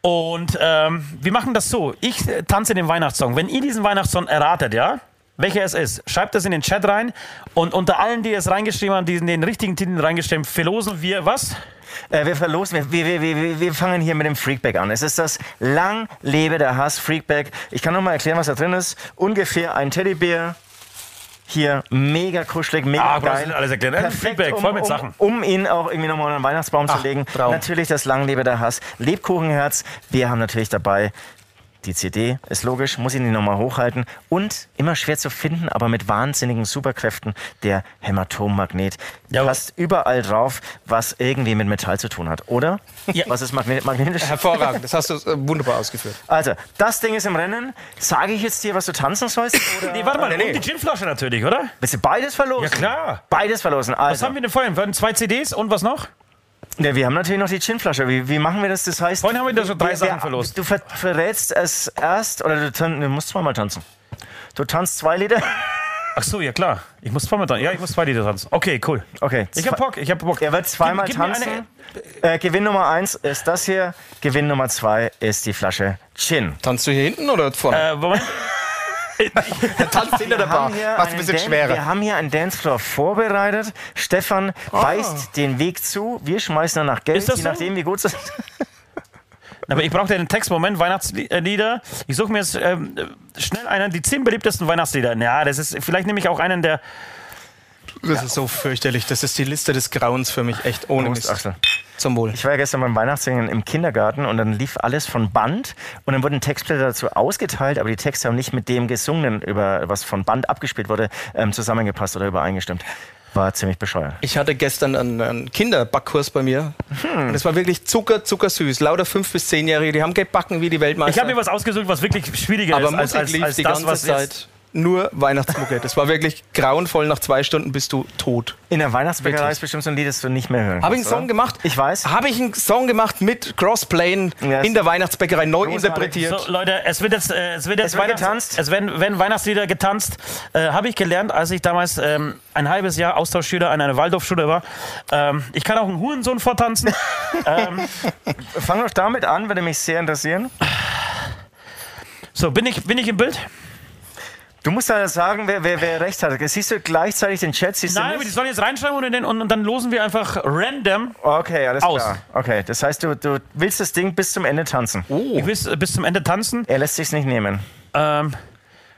Speaker 2: Und ähm, wir machen das so. Ich äh, tanze den Weihnachtssong. Wenn ihr diesen Weihnachtssong erratet, ja, welcher es ist, schreibt es in den Chat rein. Und unter allen, die es reingeschrieben haben, die den richtigen Titel reingeschrieben, verlosen wir was?
Speaker 4: Äh, wir verlosen, wir, wir, wir, wir, wir fangen hier mit dem Freakback an. Es ist das Lang lebe der Hass Freakback. Ich kann noch mal erklären, was da drin ist. Ungefähr ein Teddybär. Hier mega kuschelig, mega
Speaker 2: Ah, brauchst du
Speaker 4: geil.
Speaker 2: nicht alles erklären. Ein
Speaker 4: Perfekt,
Speaker 2: Freakback,
Speaker 4: um,
Speaker 2: voll mit
Speaker 4: um,
Speaker 2: Sachen.
Speaker 4: Um ihn auch irgendwie nochmal an den Weihnachtsbaum zu legen.
Speaker 3: Traum.
Speaker 4: Natürlich das Lang lebe der Hass. Lebkuchenherz. Wir haben natürlich dabei die CD ist logisch, muss ich die nochmal hochhalten. Und immer schwer zu finden, aber mit wahnsinnigen Superkräften, der Hämatommagnet.
Speaker 2: Jawohl.
Speaker 4: Passt überall drauf, was irgendwie mit Metall zu tun hat, oder?
Speaker 2: Ja.
Speaker 4: Was ist magne magnetisch?
Speaker 3: Hervorragend, das hast du äh, wunderbar ausgeführt.
Speaker 4: Also, das Ding ist im Rennen. Sage ich jetzt dir, was du tanzen sollst? Oder
Speaker 2: Nee, warte mal,
Speaker 3: Ah, nee, nee.
Speaker 2: und die Ginflasche natürlich, oder?
Speaker 4: willst du beides verlosen?
Speaker 2: Ja, klar.
Speaker 4: Beides verlosen.
Speaker 2: Was
Speaker 4: Also,
Speaker 2: haben wir denn vorhin? Wir hatten zwei CDs und was noch?
Speaker 4: ja, wir haben natürlich noch die Ginflasche. Wie, wie machen wir das? Das heißt,
Speaker 2: Vorhin haben wir da schon drei
Speaker 4: wer-
Speaker 2: Sachen
Speaker 4: wer-
Speaker 2: verlost.
Speaker 4: Du ver verrätst es erst, oder du, tan- du musst zweimal tanzen. Du tanzt zwei Lieder.
Speaker 2: Ach so, ja klar. Ich muss zweimal tanzen. Ja, ich muss zwei Lieder tanzen. Okay, cool.
Speaker 4: Okay.
Speaker 2: Ich hab Bock, ich hab Bock.
Speaker 4: Er wird zweimal
Speaker 2: Gib- gib mir
Speaker 4: tanzen. Äh, Gewinn Nummer eins ist das hier. Gewinn Nummer zwei ist die Flasche Gin.
Speaker 3: Tanzt du hier hinten oder vorne?
Speaker 2: Eine, äh, Moment.
Speaker 3: Er tanzt Äh, hinter der
Speaker 4: Wir
Speaker 3: Bar.
Speaker 4: haben hier
Speaker 3: Macht ein
Speaker 4: einen
Speaker 3: bisschen
Speaker 4: Dan- Wir
Speaker 3: schwerer.
Speaker 4: haben hier einen Dancefloor vorbereitet. Stefan
Speaker 3: Ah.
Speaker 4: weist den Weg zu. Wir schmeißen dann nach Geld,
Speaker 2: Ist das
Speaker 4: je
Speaker 2: so?
Speaker 4: nachdem, wie gut es ist.
Speaker 2: Aber ich brauchte den Text. Moment, Weihnachtslieder. Ich suche mir jetzt ähm, schnell einen, die zehn beliebtesten Weihnachtslieder. Ja, das ist, vielleicht nehme ich auch einen der.
Speaker 3: Das ist so fürchterlich. Das ist die Liste des Grauens für mich. Echt ohne
Speaker 4: Prost, Axel.
Speaker 3: Zum Wohl.
Speaker 4: Ich war ja gestern beim Weihnachtssingen im Kindergarten und dann lief alles von Band und dann wurden Textblätter dazu ausgeteilt, aber die Texte haben nicht mit dem Gesungenen, über was von Band abgespielt wurde, ähm, zusammengepasst oder übereingestimmt. War ziemlich bescheuert.
Speaker 3: Ich hatte gestern einen, einen Kinderbackkurs bei mir.
Speaker 2: Hm.
Speaker 3: Und es war wirklich zucker, zuckersüß. Lauter 5- bis 10-Jährige, die haben gebacken wie die Weltmeister.
Speaker 2: Ich habe mir was ausgesucht, was wirklich schwieriger
Speaker 3: Aber
Speaker 2: ist als,
Speaker 3: Musik
Speaker 2: als,
Speaker 3: lief
Speaker 2: als
Speaker 3: die
Speaker 2: das,
Speaker 3: ganze
Speaker 2: was jetzt.
Speaker 3: Zeit nur Weihnachtsmucke. Das war wirklich grauenvoll. Nach zwei Stunden bist du tot.
Speaker 4: In der Weihnachtsbäckerei
Speaker 3: Wirklich?
Speaker 4: ist bestimmt so ein Lied, das du nicht mehr hören
Speaker 3: Habe ich einen
Speaker 4: kannst,
Speaker 3: Song
Speaker 4: oder?
Speaker 3: gemacht?
Speaker 4: Ich weiß.
Speaker 3: Habe ich einen Song gemacht mit Crossplane
Speaker 4: Ja, ist-
Speaker 3: in der Weihnachtsbäckerei neu interpretiert.
Speaker 2: So, Leute, es wird jetzt, äh, es wird jetzt
Speaker 4: Es wird
Speaker 2: Weihnachts-
Speaker 4: getanzt.
Speaker 2: Es werden, werden Weihnachtslieder getanzt. Äh, Habe ich gelernt, als ich damals ähm, ein halbes Jahr Austauschschüler an einer Waldorfschule war. Ähm, ich kann auch einen Hurensohn vortanzen.
Speaker 4: Fang doch damit an, würde mich sehr interessieren.
Speaker 2: So, bin ich, bin ich im Bild?
Speaker 4: Du musst ja sagen, wer, wer, wer recht hat. Siehst du gleichzeitig den Chat? Siehst
Speaker 2: Nein,
Speaker 4: du
Speaker 2: aber die
Speaker 4: nicht?
Speaker 2: sollen jetzt reinschreiben und, in den, und, und dann losen wir einfach random.
Speaker 4: Okay, alles
Speaker 2: Aus.
Speaker 4: klar. Okay, das heißt, du, du willst das Ding bis zum Ende tanzen.
Speaker 2: Ich will es, äh, bis zum Ende tanzen.
Speaker 4: Er lässt sich's nicht nehmen.
Speaker 2: Ähm,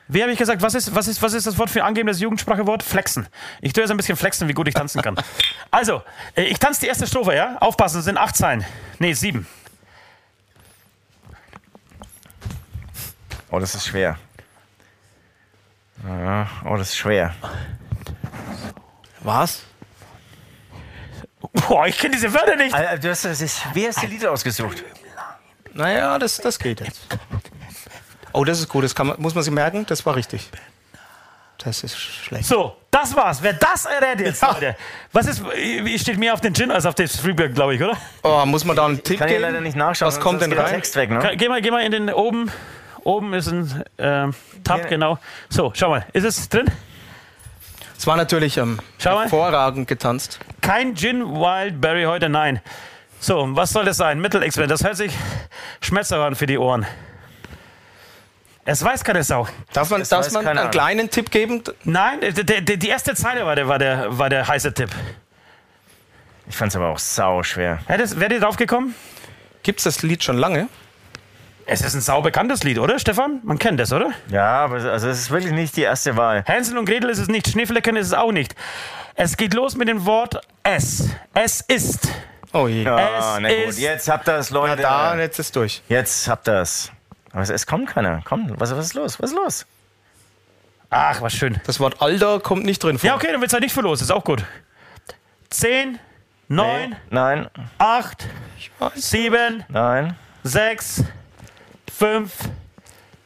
Speaker 2: wie habe ich gesagt, was ist, was, ist, was ist das Wort für ein angebendes Jugendsprachewort? Flexen. Ich tue jetzt ein bisschen flexen, wie gut ich tanzen kann. Also, äh, ich tanze die erste Strophe, ja? Aufpassen, es sind acht Zeilen. Nee, sieben.
Speaker 4: Oh, das ist schwer. Ja, oh, das ist schwer.
Speaker 3: Was?
Speaker 2: Boah, ich kenne diese Wörter nicht.
Speaker 4: Alter, du hast, das ist, wie hast du die Lieder ausgesucht?
Speaker 3: Naja, das, das geht jetzt. Oh, das ist gut, das kann man, muss man sich merken, das war richtig. Das ist schlecht.
Speaker 2: So, das war's. Wer das errät jetzt,
Speaker 3: Ja.
Speaker 2: Leute. Was ist, äh, ich steht mehr auf den Gin als auf den Freebird, glaube ich, oder?
Speaker 3: Oh, muss man da einen Tipp
Speaker 4: Kann ich
Speaker 3: geben?
Speaker 4: leider nicht nachschauen.
Speaker 3: Was kommt
Speaker 4: sonst
Speaker 3: denn
Speaker 4: geht der
Speaker 3: rein?
Speaker 4: Text weg, ne?
Speaker 2: Geh mal, geh mal in den oben. Oben ist ein ähm, Tab,
Speaker 4: Ja.
Speaker 2: genau. So, schau mal. Ist es drin?
Speaker 3: Es war natürlich ähm,
Speaker 2: Schau mal.
Speaker 3: hervorragend getanzt.
Speaker 2: Kein Gin Wildberry heute, nein. So, und was soll das sein? Mittelexperiment. Das hört sich schmerzhaft an für die Ohren. Es weiß keine Sau.
Speaker 3: Darf man, darf
Speaker 4: weiß
Speaker 3: man
Speaker 4: keiner.
Speaker 3: einen kleinen Tipp geben?
Speaker 2: Nein, d- d- d- die erste Zeile war der, war der, war der heiße Tipp.
Speaker 4: Ich fand's aber auch sau schwer.
Speaker 2: Hättest, wärt ihr drauf gekommen?
Speaker 3: Gibt es das Lied schon lange?
Speaker 2: Es ist ein saubekanntes Lied, oder, Stefan? Man kennt das, oder?
Speaker 4: Ja, aber es- also es ist wirklich nicht die erste Wahl.
Speaker 2: Hänsel und Gretel ist es nicht, Schneeflecken ist es auch nicht. Es geht los mit dem Wort es. Es ist.
Speaker 3: Oh je.
Speaker 4: Ah,
Speaker 2: Es
Speaker 4: na gut.
Speaker 2: ist-
Speaker 4: Jetzt habt ihr's,
Speaker 3: Na
Speaker 4: Leute.
Speaker 3: da, jetzt ist durch.
Speaker 4: Jetzt habt ihr's. Aber es, es kommt keiner. Komm, was, was ist los? Was ist los?
Speaker 2: Ach, was schön.
Speaker 3: Das Wort Alter kommt nicht drin vor.
Speaker 2: Ja, okay, dann wird's halt nicht verlost, ist auch gut. 10, 9,
Speaker 4: Nein,
Speaker 2: 8, 7,
Speaker 4: nein.
Speaker 2: 6, 5,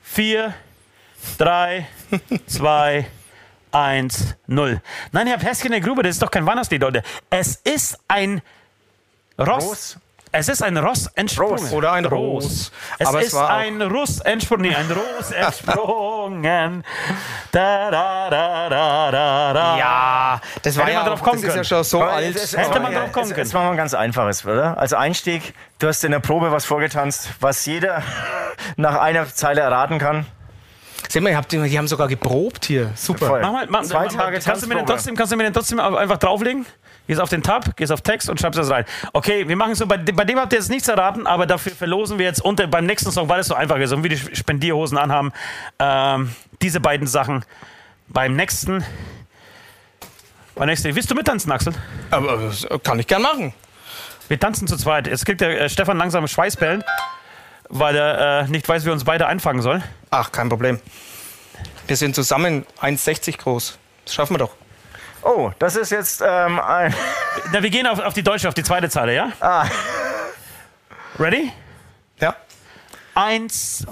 Speaker 2: 4, 3, 2, 1, 0. Nein, Herr Peskin in der Grube, das ist doch kein Weihnachtslied, Leute. Es ist ein Ross.
Speaker 4: Ross.
Speaker 2: Es ist ein Ross entsprungen.
Speaker 4: Ross.
Speaker 3: Oder ein
Speaker 2: Ross.
Speaker 3: Ros.
Speaker 2: Es
Speaker 3: Aber
Speaker 2: ist
Speaker 3: es war auch-
Speaker 2: ein Russ entsprungen. Nee, ein Ross entsprungen. Da, da, da, da, da, da.
Speaker 3: Ja, das war
Speaker 2: Hätte
Speaker 3: ja
Speaker 2: man
Speaker 3: auch,
Speaker 2: drauf kommen
Speaker 3: das ist ja
Speaker 2: können.
Speaker 3: schon so
Speaker 4: Aber
Speaker 3: alt.
Speaker 4: es- es-
Speaker 2: Hätte
Speaker 4: aber
Speaker 2: man
Speaker 4: ja,
Speaker 2: drauf kommen
Speaker 4: es-
Speaker 2: können.
Speaker 4: Es war mal ein ganz einfaches, oder? Als Einstieg, du hast in der Probe was vorgetanzt, was jeder nach einer Zeile erraten kann.
Speaker 3: Seht mal, ihr habt, die haben sogar geprobt hier. Super.
Speaker 4: Voll.
Speaker 2: Mach mal, mach,
Speaker 4: Zwei
Speaker 2: mach,
Speaker 4: Tage
Speaker 2: kannst du mir den
Speaker 4: Tanzprobe.
Speaker 2: trotzdem, kannst du mir den trotzdem au- einfach drauflegen? Gehst auf den Tab, gehst auf Text und schreibst das rein. Okay, wir machen so, bei, de- bei dem habt ihr jetzt nichts erraten, aber dafür verlosen wir jetzt unter, beim nächsten Song, weil es so einfach ist und wie die Sch- Spendierhosen anhaben, ähm, diese beiden Sachen beim nächsten. Beim nächsten. Willst du mittanzen, Axel?
Speaker 3: Aber das kann ich gern machen.
Speaker 2: Wir tanzen zu zweit. Jetzt kriegt der äh, Stefan langsam Schweißbällen, weil er äh, nicht weiß, wie er uns beide einfangen soll.
Speaker 3: Ach, kein Problem. Wir sind zusammen 1,60 groß. Das schaffen wir doch.
Speaker 4: Oh, das ist jetzt ähm, ein.
Speaker 2: Na, wir gehen auf, auf die deutsche, auf die zweite Zeile, ja?
Speaker 4: Ah.
Speaker 2: Ready?
Speaker 3: Ja.
Speaker 2: Eins,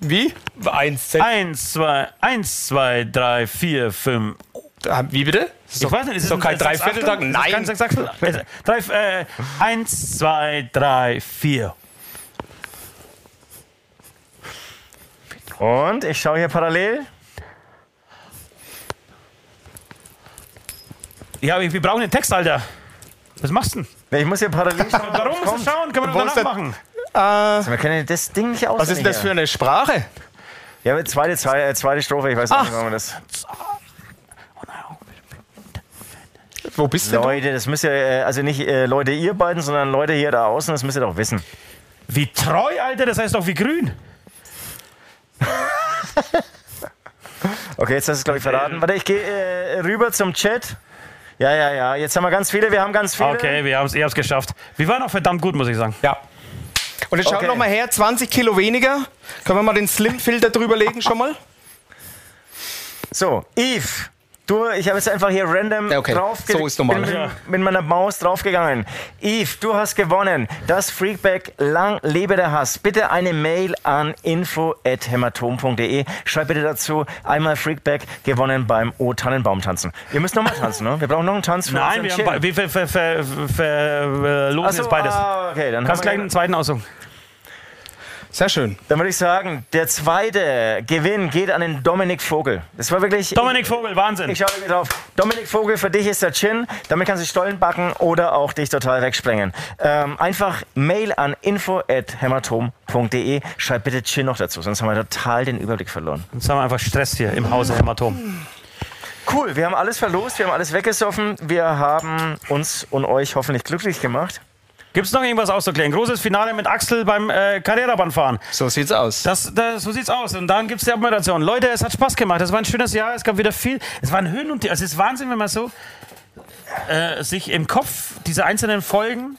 Speaker 3: Wie? 1,60.
Speaker 2: Eins, zwei, eins, zwei, drei, vier, fünf.
Speaker 3: Ah, Wie bitte? Das
Speaker 2: Ich weiß nicht,
Speaker 3: ist doch kein Dreivierteltag.
Speaker 2: Nein. Kein
Speaker 3: Nein.
Speaker 2: Sechsachtel? Also, drei, äh, eins, zwei, drei, vier.
Speaker 4: Und ich schaue hier parallel.
Speaker 2: Ja, wir, wir brauchen den Text, Alter. Was machst du denn?
Speaker 4: Ich muss hier parallel schauen.
Speaker 2: Warum musst du schauen? Können wir
Speaker 3: Wo
Speaker 2: doch
Speaker 3: ist
Speaker 2: danach machen.
Speaker 4: Wir können das Ding nicht aus.
Speaker 3: Was ist denn das für eine Sprache?
Speaker 4: Ja, aber zweite, zweite, äh, zweite Strophe, ich weiß auch
Speaker 3: Ach.
Speaker 4: nicht, warum wir das.
Speaker 3: Wo bist du?
Speaker 4: Leute, das müsst ihr, äh, also nicht äh, Leute ihr beiden, sondern Leute hier da außen, das müsst ihr doch wissen.
Speaker 2: Wie treu, Alter, das heißt doch wie grün.
Speaker 4: Okay, jetzt hast du es, glaube ich, verraten. Warte, ich gehe äh, rüber zum Chat. Ja, ja, ja, jetzt haben wir ganz viele, wir haben ganz viele.
Speaker 2: Okay, wir haben es, ihr habt es geschafft. Wir waren auch verdammt gut, muss ich sagen.
Speaker 3: Ja. Und jetzt schaut
Speaker 4: Okay.
Speaker 3: noch mal her, 20 Kilo weniger. Können wir mal den Slim-Filter drüberlegen schon mal?
Speaker 4: So, Eve, du, ich habe jetzt einfach hier random
Speaker 3: Ja, okay.
Speaker 4: drauf
Speaker 3: So ist normal. ne?
Speaker 4: bin
Speaker 2: Ja.
Speaker 4: mit, mit meiner Maus draufgegangen. Eve, du hast gewonnen. Das Freakback lang lebe der Hass. Bitte eine Mail an info@hematom.de. Schreib bitte dazu einmal Freakback gewonnen beim O Tannenbaum tanzen. Ihr müsst nochmal tanzen, ne? Wir brauchen noch einen Tanz für
Speaker 2: Nein,
Speaker 4: unseren
Speaker 2: wir, haben,
Speaker 4: Chin.
Speaker 2: be- wir ver, ver, ver, ver,
Speaker 4: Ach
Speaker 2: verlosen
Speaker 4: so,
Speaker 2: jetzt beides.
Speaker 4: Ah, okay, dann
Speaker 2: Kannst
Speaker 4: haben wir
Speaker 2: gleich einen zweiten aussuchen.
Speaker 3: Sehr schön.
Speaker 4: Dann würde ich sagen, der zweite Gewinn geht an den Dominik Vogel. Das war wirklich.
Speaker 2: Dominik Vogel, Wahnsinn.
Speaker 4: Ich schaue wieder drauf. Dominik Vogel, für dich ist der Chin. Damit kannst du Stollen backen oder auch dich total wegsprengen. Ähm, einfach Mail an info.hämatom.de. Schreib bitte Chin noch dazu, sonst haben wir total den Überblick verloren.
Speaker 2: Jetzt haben wir einfach Stress hier im Hause Hämatom.
Speaker 4: Cool, wir haben alles verlost, wir haben alles weggesoffen. Wir haben uns und euch hoffentlich glücklich gemacht.
Speaker 2: Gibt es noch irgendwas auszuklären? Großes Finale mit Axel beim äh, Carrera-Bahnfahren.
Speaker 3: So sieht's aus.
Speaker 2: Das, das, so sieht's aus. Und dann gibt's die Abmoderation. Leute, es hat Spaß gemacht. Es war ein schönes Jahr. Es gab wieder viel. Es waren Höhen und Tiefen. Also Es ist Wahnsinn, wenn man so äh, sich im Kopf diese einzelnen Folgen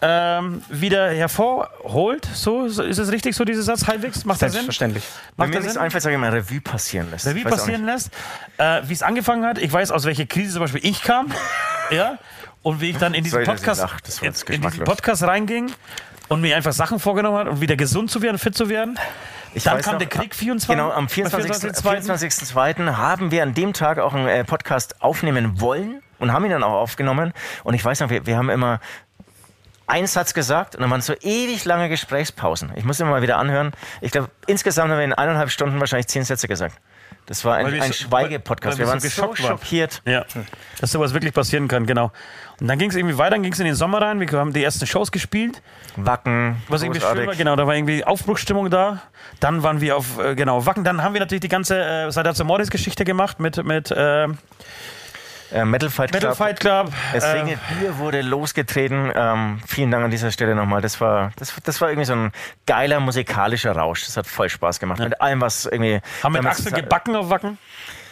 Speaker 2: ähm, wieder hervorholt. So, so ist es richtig, so dieser Satz halbwegs? Macht das Sinn?
Speaker 3: Selbstverständlich.
Speaker 4: Wenn
Speaker 2: Macht
Speaker 4: mir
Speaker 2: das
Speaker 4: nichts
Speaker 2: Sinn?
Speaker 4: einfällt, sage ich mal Revue passieren lässt.
Speaker 2: Revue
Speaker 4: Ich weiß auch
Speaker 2: passieren lässt, äh, wie es angefangen hat. Ich weiß, aus welcher Krise zum Beispiel ich kam. ja. Und wie ich dann in diesen,
Speaker 4: 2008,
Speaker 2: Podcast,
Speaker 4: das war
Speaker 2: in,
Speaker 4: jetzt
Speaker 2: in diesen
Speaker 4: geschmacklos.
Speaker 2: Podcast reinging und mir einfach Sachen vorgenommen hat, um wieder gesund zu werden, fit zu werden.
Speaker 4: Ich
Speaker 2: Dann
Speaker 4: weiß
Speaker 2: kam
Speaker 4: noch,
Speaker 2: der Krieg 24.
Speaker 4: Genau, am 24.2.
Speaker 2: 24.2..
Speaker 4: 24.2. haben wir an dem Tag auch einen äh, Podcast aufnehmen wollen und haben ihn dann auch aufgenommen. Und ich weiß noch, wir, wir haben immer einen Satz gesagt und dann waren so ewig lange Gesprächspausen. Ich muss immer mal wieder anhören. Ich glaube, insgesamt haben wir in eineinhalb Stunden wahrscheinlich zehn Sätze gesagt. Das war ein,
Speaker 2: Weil wir
Speaker 4: ein
Speaker 2: so-
Speaker 4: Schweigepodcast.
Speaker 2: weil- weil
Speaker 4: Wir waren
Speaker 2: wir so
Speaker 4: so
Speaker 2: geschockt waren.
Speaker 4: schockiert.
Speaker 2: Ja, dass sowas wirklich passieren kann, genau. Und dann ging es irgendwie weiter, dann ging es in den Sommer rein. Wir haben die ersten Shows gespielt.
Speaker 4: Wacken,
Speaker 2: Was irgendwie schön war,
Speaker 4: großartig.
Speaker 2: genau, da war irgendwie Aufbruchsstimmung da. Dann waren wir auf, äh, genau, Wacken. Dann haben wir natürlich die ganze äh, Sadat Mordes Geschichte gemacht mit, mit äh,
Speaker 4: Äh, Metal Fight Club.
Speaker 2: Metal Fight Club.
Speaker 4: Es
Speaker 2: äh,
Speaker 4: regnet Bier, wurde losgetreten. Ähm, vielen Dank an dieser Stelle nochmal. Das war, das, das war irgendwie so ein geiler musikalischer Rausch. Das hat voll Spaß gemacht. Mit allem, was irgendwie.
Speaker 2: haben mit
Speaker 4: damit
Speaker 2: Axel
Speaker 4: zusa-
Speaker 2: gebacken auf Wacken.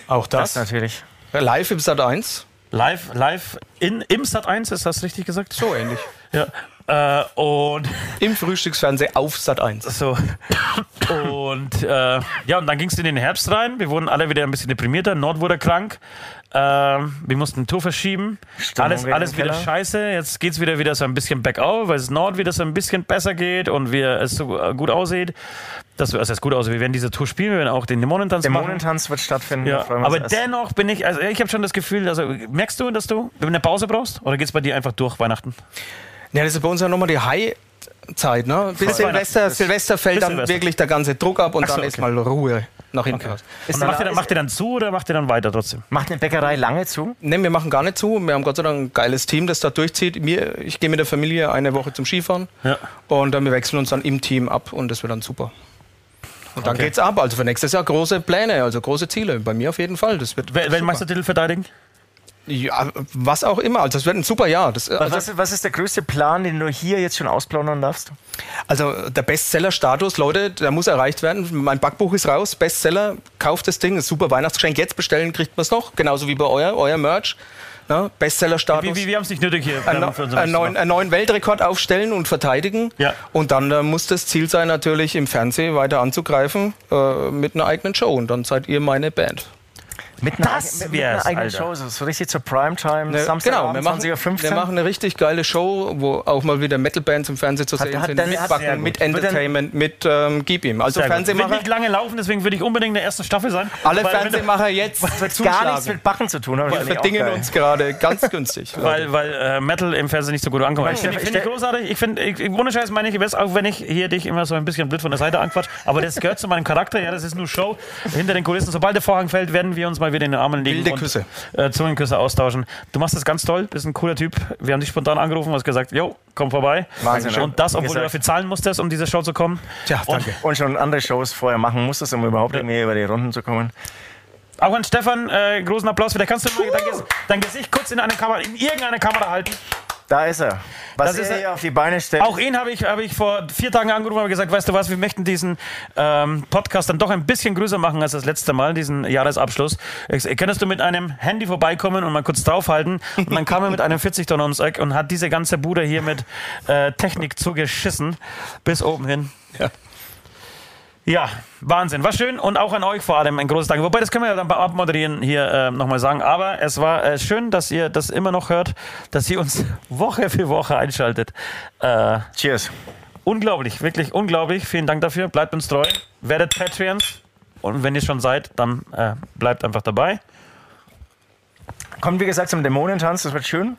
Speaker 3: Auch
Speaker 4: Das natürlich.
Speaker 3: Live im Sat 1.
Speaker 2: Live, live in, im Sat 1, ist das richtig gesagt?
Speaker 3: So ähnlich.
Speaker 2: Ja. Äh, und
Speaker 3: Im Frühstücksfernsehen auf Sat 1.
Speaker 2: so. Und äh, ja, und dann ging es in den Herbst rein. Wir wurden alle wieder ein bisschen deprimierter. Nord wurde krank. Ähm, wir mussten ein Tour verschieben.
Speaker 4: Stimmung
Speaker 2: alles
Speaker 4: wieder
Speaker 2: alles
Speaker 4: im
Speaker 2: wieder
Speaker 4: Keller.
Speaker 2: scheiße. Jetzt geht es wieder, wieder so ein bisschen bergauf, weil es Nord wieder so ein bisschen besser geht und wir es so äh, gut aussieht. Das also es gut aussieht. Wir werden diese Tour spielen, wir werden auch den Dämonentanz
Speaker 4: Der
Speaker 2: machen.
Speaker 4: Monentanz wird stattfinden. Da
Speaker 2: Ja,
Speaker 4: freuen wir uns
Speaker 2: aber
Speaker 4: erst.
Speaker 2: dennoch bin ich, also ich habe schon das Gefühl, also merkst du, dass du eine Pause brauchst oder geht es bei dir einfach durch Weihnachten?
Speaker 3: Ja, das ist bei uns ja nochmal die High-Zeit, ne? Bis Silvester, Silvester fällt
Speaker 2: bis
Speaker 3: dann
Speaker 2: Silvester.
Speaker 3: wirklich der ganze Druck ab und
Speaker 2: Ach so,
Speaker 3: dann ist
Speaker 2: okay.
Speaker 3: mal Ruhe nach hinten raus.
Speaker 4: Ist
Speaker 2: Macht ihr, dann,
Speaker 4: ist-
Speaker 2: macht ihr dann zu oder macht ihr dann weiter trotzdem?
Speaker 4: macht eine Bäckerei lange zu?
Speaker 3: Ne, wir machen gar nicht zu. Wir haben Gott sei Dank ein geiles Team, das da durchzieht. Mir, ich gehe mit der Familie eine Woche zum Skifahren
Speaker 2: Ja.
Speaker 3: und dann wir wechseln uns dann im Team ab und das wird dann super. Und dann geht's ab. Also für nächstes Jahr große Pläne, also große Ziele. Bei mir auf jeden Fall. Das wird
Speaker 2: Wel- Welchen
Speaker 3: super.
Speaker 2: Meistertitel verteidigen?
Speaker 3: Ja, was auch immer. Also das wird ein super Jahr. Das, also,
Speaker 4: was, was ist der größte Plan, den du hier jetzt schon ausplaudern darfst?
Speaker 3: also der Bestseller-Status, Leute, der muss erreicht werden. Mein Backbuch ist raus. Bestseller, kauft das Ding. Ist super Weihnachtsgeschenk. Jetzt bestellen kriegt man es noch. Genauso wie bei euer, euer Merch. Ne? Bestseller-Status.
Speaker 2: Wir, wir, wir haben es nicht nötig hier.
Speaker 3: einen,
Speaker 2: ähm, für unseren
Speaker 3: einen, neuen,
Speaker 2: Restaurant.
Speaker 3: einen neuen Weltrekord aufstellen und verteidigen.
Speaker 2: Ja.
Speaker 3: Und dann äh, muss das Ziel sein, natürlich im Fernsehen weiter anzugreifen äh, mit einer eigenen Show. Und dann seid ihr meine Band.
Speaker 4: Mit einer,
Speaker 2: Das
Speaker 4: eigen- mit
Speaker 2: wär's,
Speaker 4: einer eigenen
Speaker 2: Alter. genau,
Speaker 4: Show, so- so richtig zur Primetime,
Speaker 3: Ne,
Speaker 4: Samstagabend,
Speaker 3: wir machen,
Speaker 4: 20.15
Speaker 3: wir machen eine richtig geile Show, wo auch mal wieder Metal-Bands im Fernsehen zu sehen
Speaker 4: hat
Speaker 3: sind.
Speaker 4: dann-
Speaker 3: mit
Speaker 4: hat-
Speaker 2: sehr
Speaker 3: Backen,
Speaker 2: gut.
Speaker 3: mit
Speaker 4: Wird dann-
Speaker 3: Entertainment, mit ähm, Gib ihm. Also
Speaker 2: Sehr gut. Wird
Speaker 3: Fernsehmacher,
Speaker 2: nicht lange laufen, deswegen würde ich unbedingt in der ersten Staffel sein.
Speaker 3: alle
Speaker 2: Weil-
Speaker 3: Fernsehmacher jetzt
Speaker 4: hat gar nichts
Speaker 3: zuschlagen.
Speaker 4: mit Backen zu tun. aber
Speaker 3: Wir
Speaker 4: finde ich auch
Speaker 3: verdingen
Speaker 4: geil.
Speaker 3: uns gerade ganz günstig. Leute.
Speaker 2: Weil, weil äh, Metal im Fernsehen nicht so gut ankommt. Ich
Speaker 4: Stell-
Speaker 2: finde find
Speaker 4: stell-
Speaker 2: ich großartig. Ich finde, ich, ich- ohne Scheiß meine ich, weiß, auch wenn ich hier dich immer so ein bisschen blöd von der Seite anquatsch, aber das gehört zu meinem Charakter. Ja, das ist nur Show hinter den Kulissen. Sobald der Vorhang fällt, werden wir uns mal wieder in den Armen liegen
Speaker 3: Wilde
Speaker 2: und
Speaker 3: Küsse.
Speaker 2: Äh, Zungenküsse austauschen. Du machst das ganz toll, bist ein cooler Typ. Wir haben dich spontan angerufen, hast gesagt, jo, komm vorbei.
Speaker 4: Wahnsinn,
Speaker 2: Und das, obwohl du
Speaker 4: gesagt.
Speaker 2: dafür zahlen musstest, um diese Show zu kommen.
Speaker 3: Tja,
Speaker 2: Und-
Speaker 3: danke.
Speaker 4: und schon andere Shows vorher machen musstest, um überhaupt irgendwie über die Runden zu kommen.
Speaker 2: Auch an Stefan, äh, großen Applaus. Vielleicht kannst du mal dein, Ges- dein Gesicht kurz in eine Kamera, in irgendeine Kamera halten.
Speaker 4: Da ist er. Was
Speaker 2: Das
Speaker 4: er
Speaker 2: ist er.
Speaker 4: hier auf die Beine stellt.
Speaker 2: Auch ihn habe ich, habe ich vor vier Tagen angerufen und habe gesagt, weißt du was, wir möchten diesen ähm, Podcast dann doch ein bisschen größer machen als das letzte Mal, diesen Jahresabschluss. Ich, sag, könntest du mit einem Handy vorbeikommen und mal kurz draufhalten? Und dann kam er mit einem 40 Tonner ums Eck und hat diese ganze Bude hier mit äh, Technik zugeschissen. Bis oben hin.
Speaker 3: Ja.
Speaker 2: Ja, Wahnsinn, war schön und auch an euch vor allem ein großes Dank. Wobei, das können wir ja dann beim Abmoderieren hier äh, nochmal sagen. Aber es war äh, schön, dass ihr das immer noch hört, dass ihr uns Woche für Woche einschaltet. Äh,
Speaker 4: Cheers.
Speaker 2: Unglaublich, wirklich unglaublich. Vielen Dank dafür. Bleibt uns treu. Werdet Patreons. Und wenn ihr schon seid, dann äh, bleibt einfach dabei.
Speaker 4: Kommt wie gesagt zum Dämonentanz, das wird schön.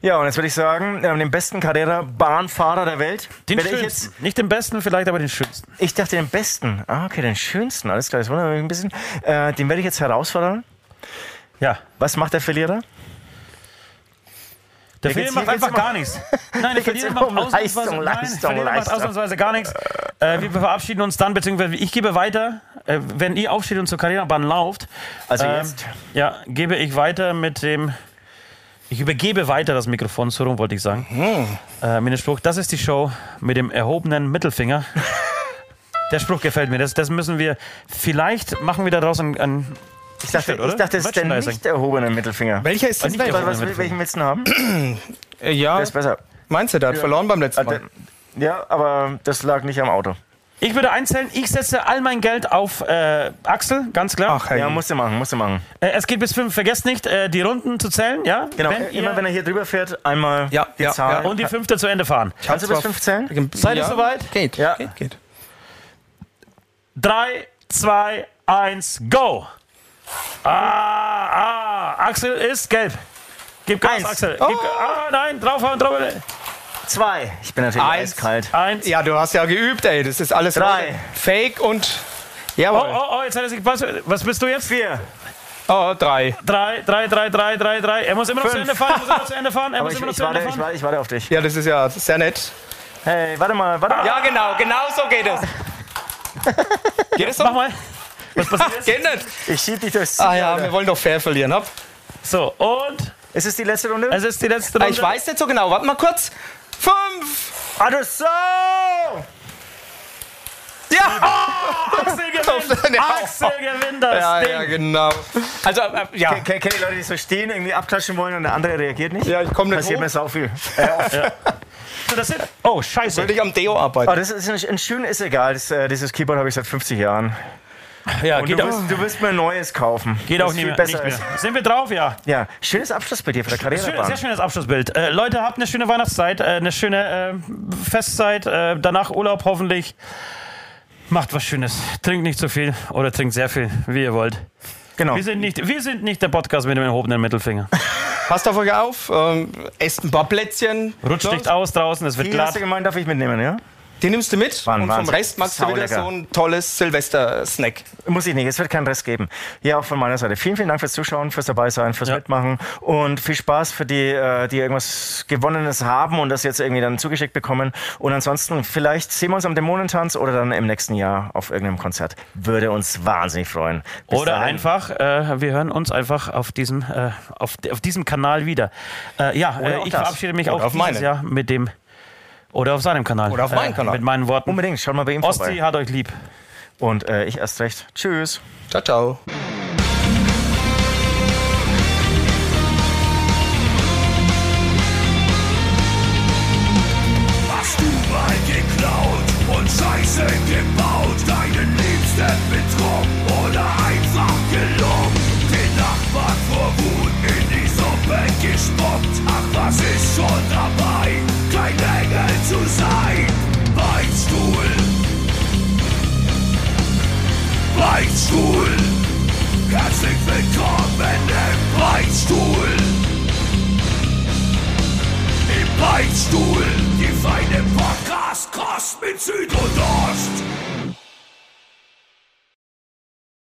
Speaker 4: Ja, und jetzt würde ich sagen, ähm, den besten Carrera-Bahnfahrer der Welt.
Speaker 2: Den
Speaker 4: werde ich,
Speaker 2: schönsten.
Speaker 4: jetzt,
Speaker 2: Nicht den besten, vielleicht aber den schönsten.
Speaker 4: ich dachte den besten. Ah, okay, den schönsten. Alles klar, das wundert mich ein bisschen. Äh, den werde ich jetzt herausfordern.
Speaker 2: Ja.
Speaker 4: Was macht der Verlierer?
Speaker 2: Der
Speaker 4: Hier
Speaker 2: Verlierer
Speaker 4: geht's-
Speaker 2: macht
Speaker 4: hier geht's
Speaker 2: einfach
Speaker 4: immer-
Speaker 2: gar nichts. Nein, der
Speaker 4: Hier geht's
Speaker 2: Verlierer
Speaker 4: immer
Speaker 2: macht
Speaker 4: um
Speaker 2: ausnahmsweise,
Speaker 4: Leistung,
Speaker 2: nein,
Speaker 4: Leistung,
Speaker 2: Verlierer macht
Speaker 4: Leistung.
Speaker 2: ausnahmsweise gar nichts. Äh, wir verabschieden uns dann, beziehungsweise ich gebe weiter, äh, wenn ihr aufsteht und zur Karrierebahn lauft.
Speaker 4: Also
Speaker 2: ähm,
Speaker 4: jetzt.
Speaker 2: Ja, gebe ich weiter mit dem. Ich übergebe weiter das Mikrofon, so rum wollte ich sagen.
Speaker 4: Hm.
Speaker 2: Äh, mit dem Spruch, das ist die Show mit dem erhobenen Mittelfinger. Der Spruch gefällt mir. Das, das müssen wir. Vielleicht machen wir daraus ein. ein
Speaker 4: Ich dachte,
Speaker 2: T-Shirt, oder?
Speaker 4: ich dachte es ist der
Speaker 2: Merchandising.
Speaker 4: nicht erhobene Mittelfinger.
Speaker 3: Welcher ist das?
Speaker 2: Nicht
Speaker 4: Was,
Speaker 2: erhobene
Speaker 4: welchen willst du denn haben?
Speaker 3: Äh, Ja,
Speaker 4: Der ist besser.
Speaker 3: Meinst du, der hat verloren beim letzten Mal?
Speaker 4: Ja, aber das lag nicht am Auto.
Speaker 2: Ich würde einzählen, ich setze all mein Geld auf äh, Axel, ganz klar.
Speaker 3: hey.
Speaker 4: Ja, musste machen, musste machen.
Speaker 2: Äh, es geht bis fünf. Vergesst nicht, äh, die Runden zu zählen, ja?
Speaker 4: Genau,
Speaker 2: Wenn ihr,
Speaker 4: immer wenn er hier drüber fährt, einmal
Speaker 3: Ja,
Speaker 4: die
Speaker 3: ja,
Speaker 4: Zahl.
Speaker 3: ja.
Speaker 2: und die fünfte zu Ende fahren.
Speaker 4: Kannst du bis 15?
Speaker 2: Seid ihr soweit?
Speaker 3: Geht,
Speaker 4: Ja.
Speaker 3: geht, geht.
Speaker 2: Drei, zwei, eins, go! Ah, ah, Axel ist gelb. Gib Gas,
Speaker 4: Eins. Oh.
Speaker 2: Axel. Gib, ah, nein, draufhauen, draufhauen.
Speaker 4: Zwei. Ich bin natürlich
Speaker 3: Eins.
Speaker 4: eiskalt.
Speaker 2: Eins. Ah,
Speaker 3: Ja, du hast ja geübt, ey. Das ist alles
Speaker 4: Drei.
Speaker 3: Fake und.
Speaker 2: Oh,
Speaker 3: Jawohl.
Speaker 2: oh, oh, jetzt hat er sich gepasst. Was bist du jetzt?
Speaker 4: Vier.
Speaker 3: Oh, drei.
Speaker 2: Drei, drei, drei, drei, drei, drei. Er muss immer noch zu
Speaker 4: Fünf.
Speaker 2: Ende fahren, er muss immer noch zu Ende fahren, er
Speaker 4: Aber
Speaker 2: muss
Speaker 4: ich,
Speaker 2: immer noch
Speaker 4: ich,
Speaker 2: zu Ende
Speaker 4: warte, ich,
Speaker 2: fahren.
Speaker 4: warte, ich warte auf dich.
Speaker 3: Ja, das ist ja sehr nett.
Speaker 4: Hey, warte mal, warte mal.
Speaker 3: Ja, genau, genau so geht es. geht es
Speaker 2: Mach
Speaker 3: noch?
Speaker 2: mal. Was passiert jetzt?
Speaker 3: Geht nicht.
Speaker 4: Ich schieb dich durchs Ziel.
Speaker 3: Ah ja, wir wollen doch fair verlieren, hab.
Speaker 2: So, und
Speaker 4: Ist es die letzte Runde?
Speaker 2: es ist die letzte
Speaker 3: Ah,
Speaker 2: Runde.
Speaker 3: ich weiß nicht so genau. Warte mal kurz. Fünf!
Speaker 4: Adesso!
Speaker 3: Ja!
Speaker 2: Axel gewinnt,
Speaker 3: Ja.
Speaker 2: Axel gewinnt das
Speaker 3: Ja,
Speaker 2: Ding.
Speaker 3: ja, genau. Also, äh, ja.
Speaker 4: Kennt kennt ihr Leute, die so stehen, irgendwie abklatschen wollen und der andere reagiert nicht?
Speaker 3: Ja, ich komme nicht
Speaker 4: Passiert mir
Speaker 3: hoch.
Speaker 4: sau viel. Äh, oft.
Speaker 2: So, das sind, oh, scheiße.
Speaker 3: Sollte ich am Deo arbeiten?
Speaker 4: Aber das ist ein, ein schön ist egal. Das, äh, dieses Keyboard habe ich seit 50 Jahren.
Speaker 2: Ja,
Speaker 4: Und
Speaker 2: geht
Speaker 4: du,
Speaker 2: auch,
Speaker 4: wirst, du wirst mir ein neues kaufen.
Speaker 2: geht
Speaker 4: Das
Speaker 2: auch nicht
Speaker 4: viel
Speaker 2: mehr.
Speaker 4: besser
Speaker 2: nicht
Speaker 4: ist.
Speaker 2: mehr. Sind wir drauf? Ja.
Speaker 4: Ja, schönes Abschlussbild hier für der
Speaker 2: Schön,
Speaker 4: Karrierebahn.
Speaker 2: sehr schönes Abschlussbild. Äh, Leute, habt eine schöne Weihnachtszeit, äh, eine schöne äh, Festzeit, äh, danach Urlaub hoffentlich. Macht was Schönes. Trinkt nicht zu viel oder trinkt sehr viel, wie ihr wollt.
Speaker 4: Genau.
Speaker 2: Wir sind nicht, wir sind nicht der Podcast mit dem erhobenen Mittelfinger.
Speaker 3: Passt auf euch auf. Ähm, esst ein paar Plätzchen.
Speaker 2: Rutscht nicht aus draußen, es wird
Speaker 4: Die
Speaker 2: glatt.
Speaker 4: hast du gemeint, darf ich mitnehmen, ja?
Speaker 3: Die nimmst du mit.
Speaker 4: Mann,
Speaker 3: und vom
Speaker 4: Wahnsinn.
Speaker 3: Rest machst du wieder
Speaker 4: Saulecker.
Speaker 3: so ein tolles Silvester-Snack.
Speaker 4: Muss ich nicht, es wird keinen Rest geben. Ja, auch von meiner Seite. Vielen, vielen Dank fürs Zuschauen, fürs Dabeisein, fürs
Speaker 2: Ja.
Speaker 4: Mitmachen und viel Spaß für die, äh, die irgendwas Gewonnenes haben und das jetzt irgendwie dann zugeschickt bekommen. Und ansonsten, vielleicht sehen wir uns am Dämonentanz oder dann im nächsten Jahr auf irgendeinem Konzert. Würde uns wahnsinnig freuen. Bis
Speaker 2: Oder
Speaker 4: dahin.
Speaker 2: einfach, äh, wir hören uns einfach auf diesem, äh, auf, auf diesem Kanal wieder. Äh, ja,
Speaker 4: Oder
Speaker 2: äh,
Speaker 4: auch
Speaker 2: ich
Speaker 4: das.
Speaker 2: verabschiede mich
Speaker 3: Oder
Speaker 2: auch
Speaker 3: auf
Speaker 2: dieses
Speaker 3: meinen.
Speaker 2: Jahr mit dem oder auf seinem Kanal. Äh,
Speaker 3: Oder auf meinen Kanal. Um
Speaker 2: Mit meinen Worten.
Speaker 4: Unbedingt, schaut mal bei ihm
Speaker 2: Osti
Speaker 4: vorbei.
Speaker 2: hat euch lieb.
Speaker 4: Und äh, ich erst recht. Tschüss.
Speaker 3: Ciao, ciao.
Speaker 1: Hast du mal geklaut und Scheiße gebaut, deinen Liebsten betrogen oder einfach gelogen? Den Nachbarn vor Wut in die Suppe gespuckt, ach was ist schon dabei, kein Engel zu sein. Beinstuhl, Beinstuhl, herzlich willkommen im Beinstuhl. Im Beinstuhl, die feine Podcast-Kost mit Süd.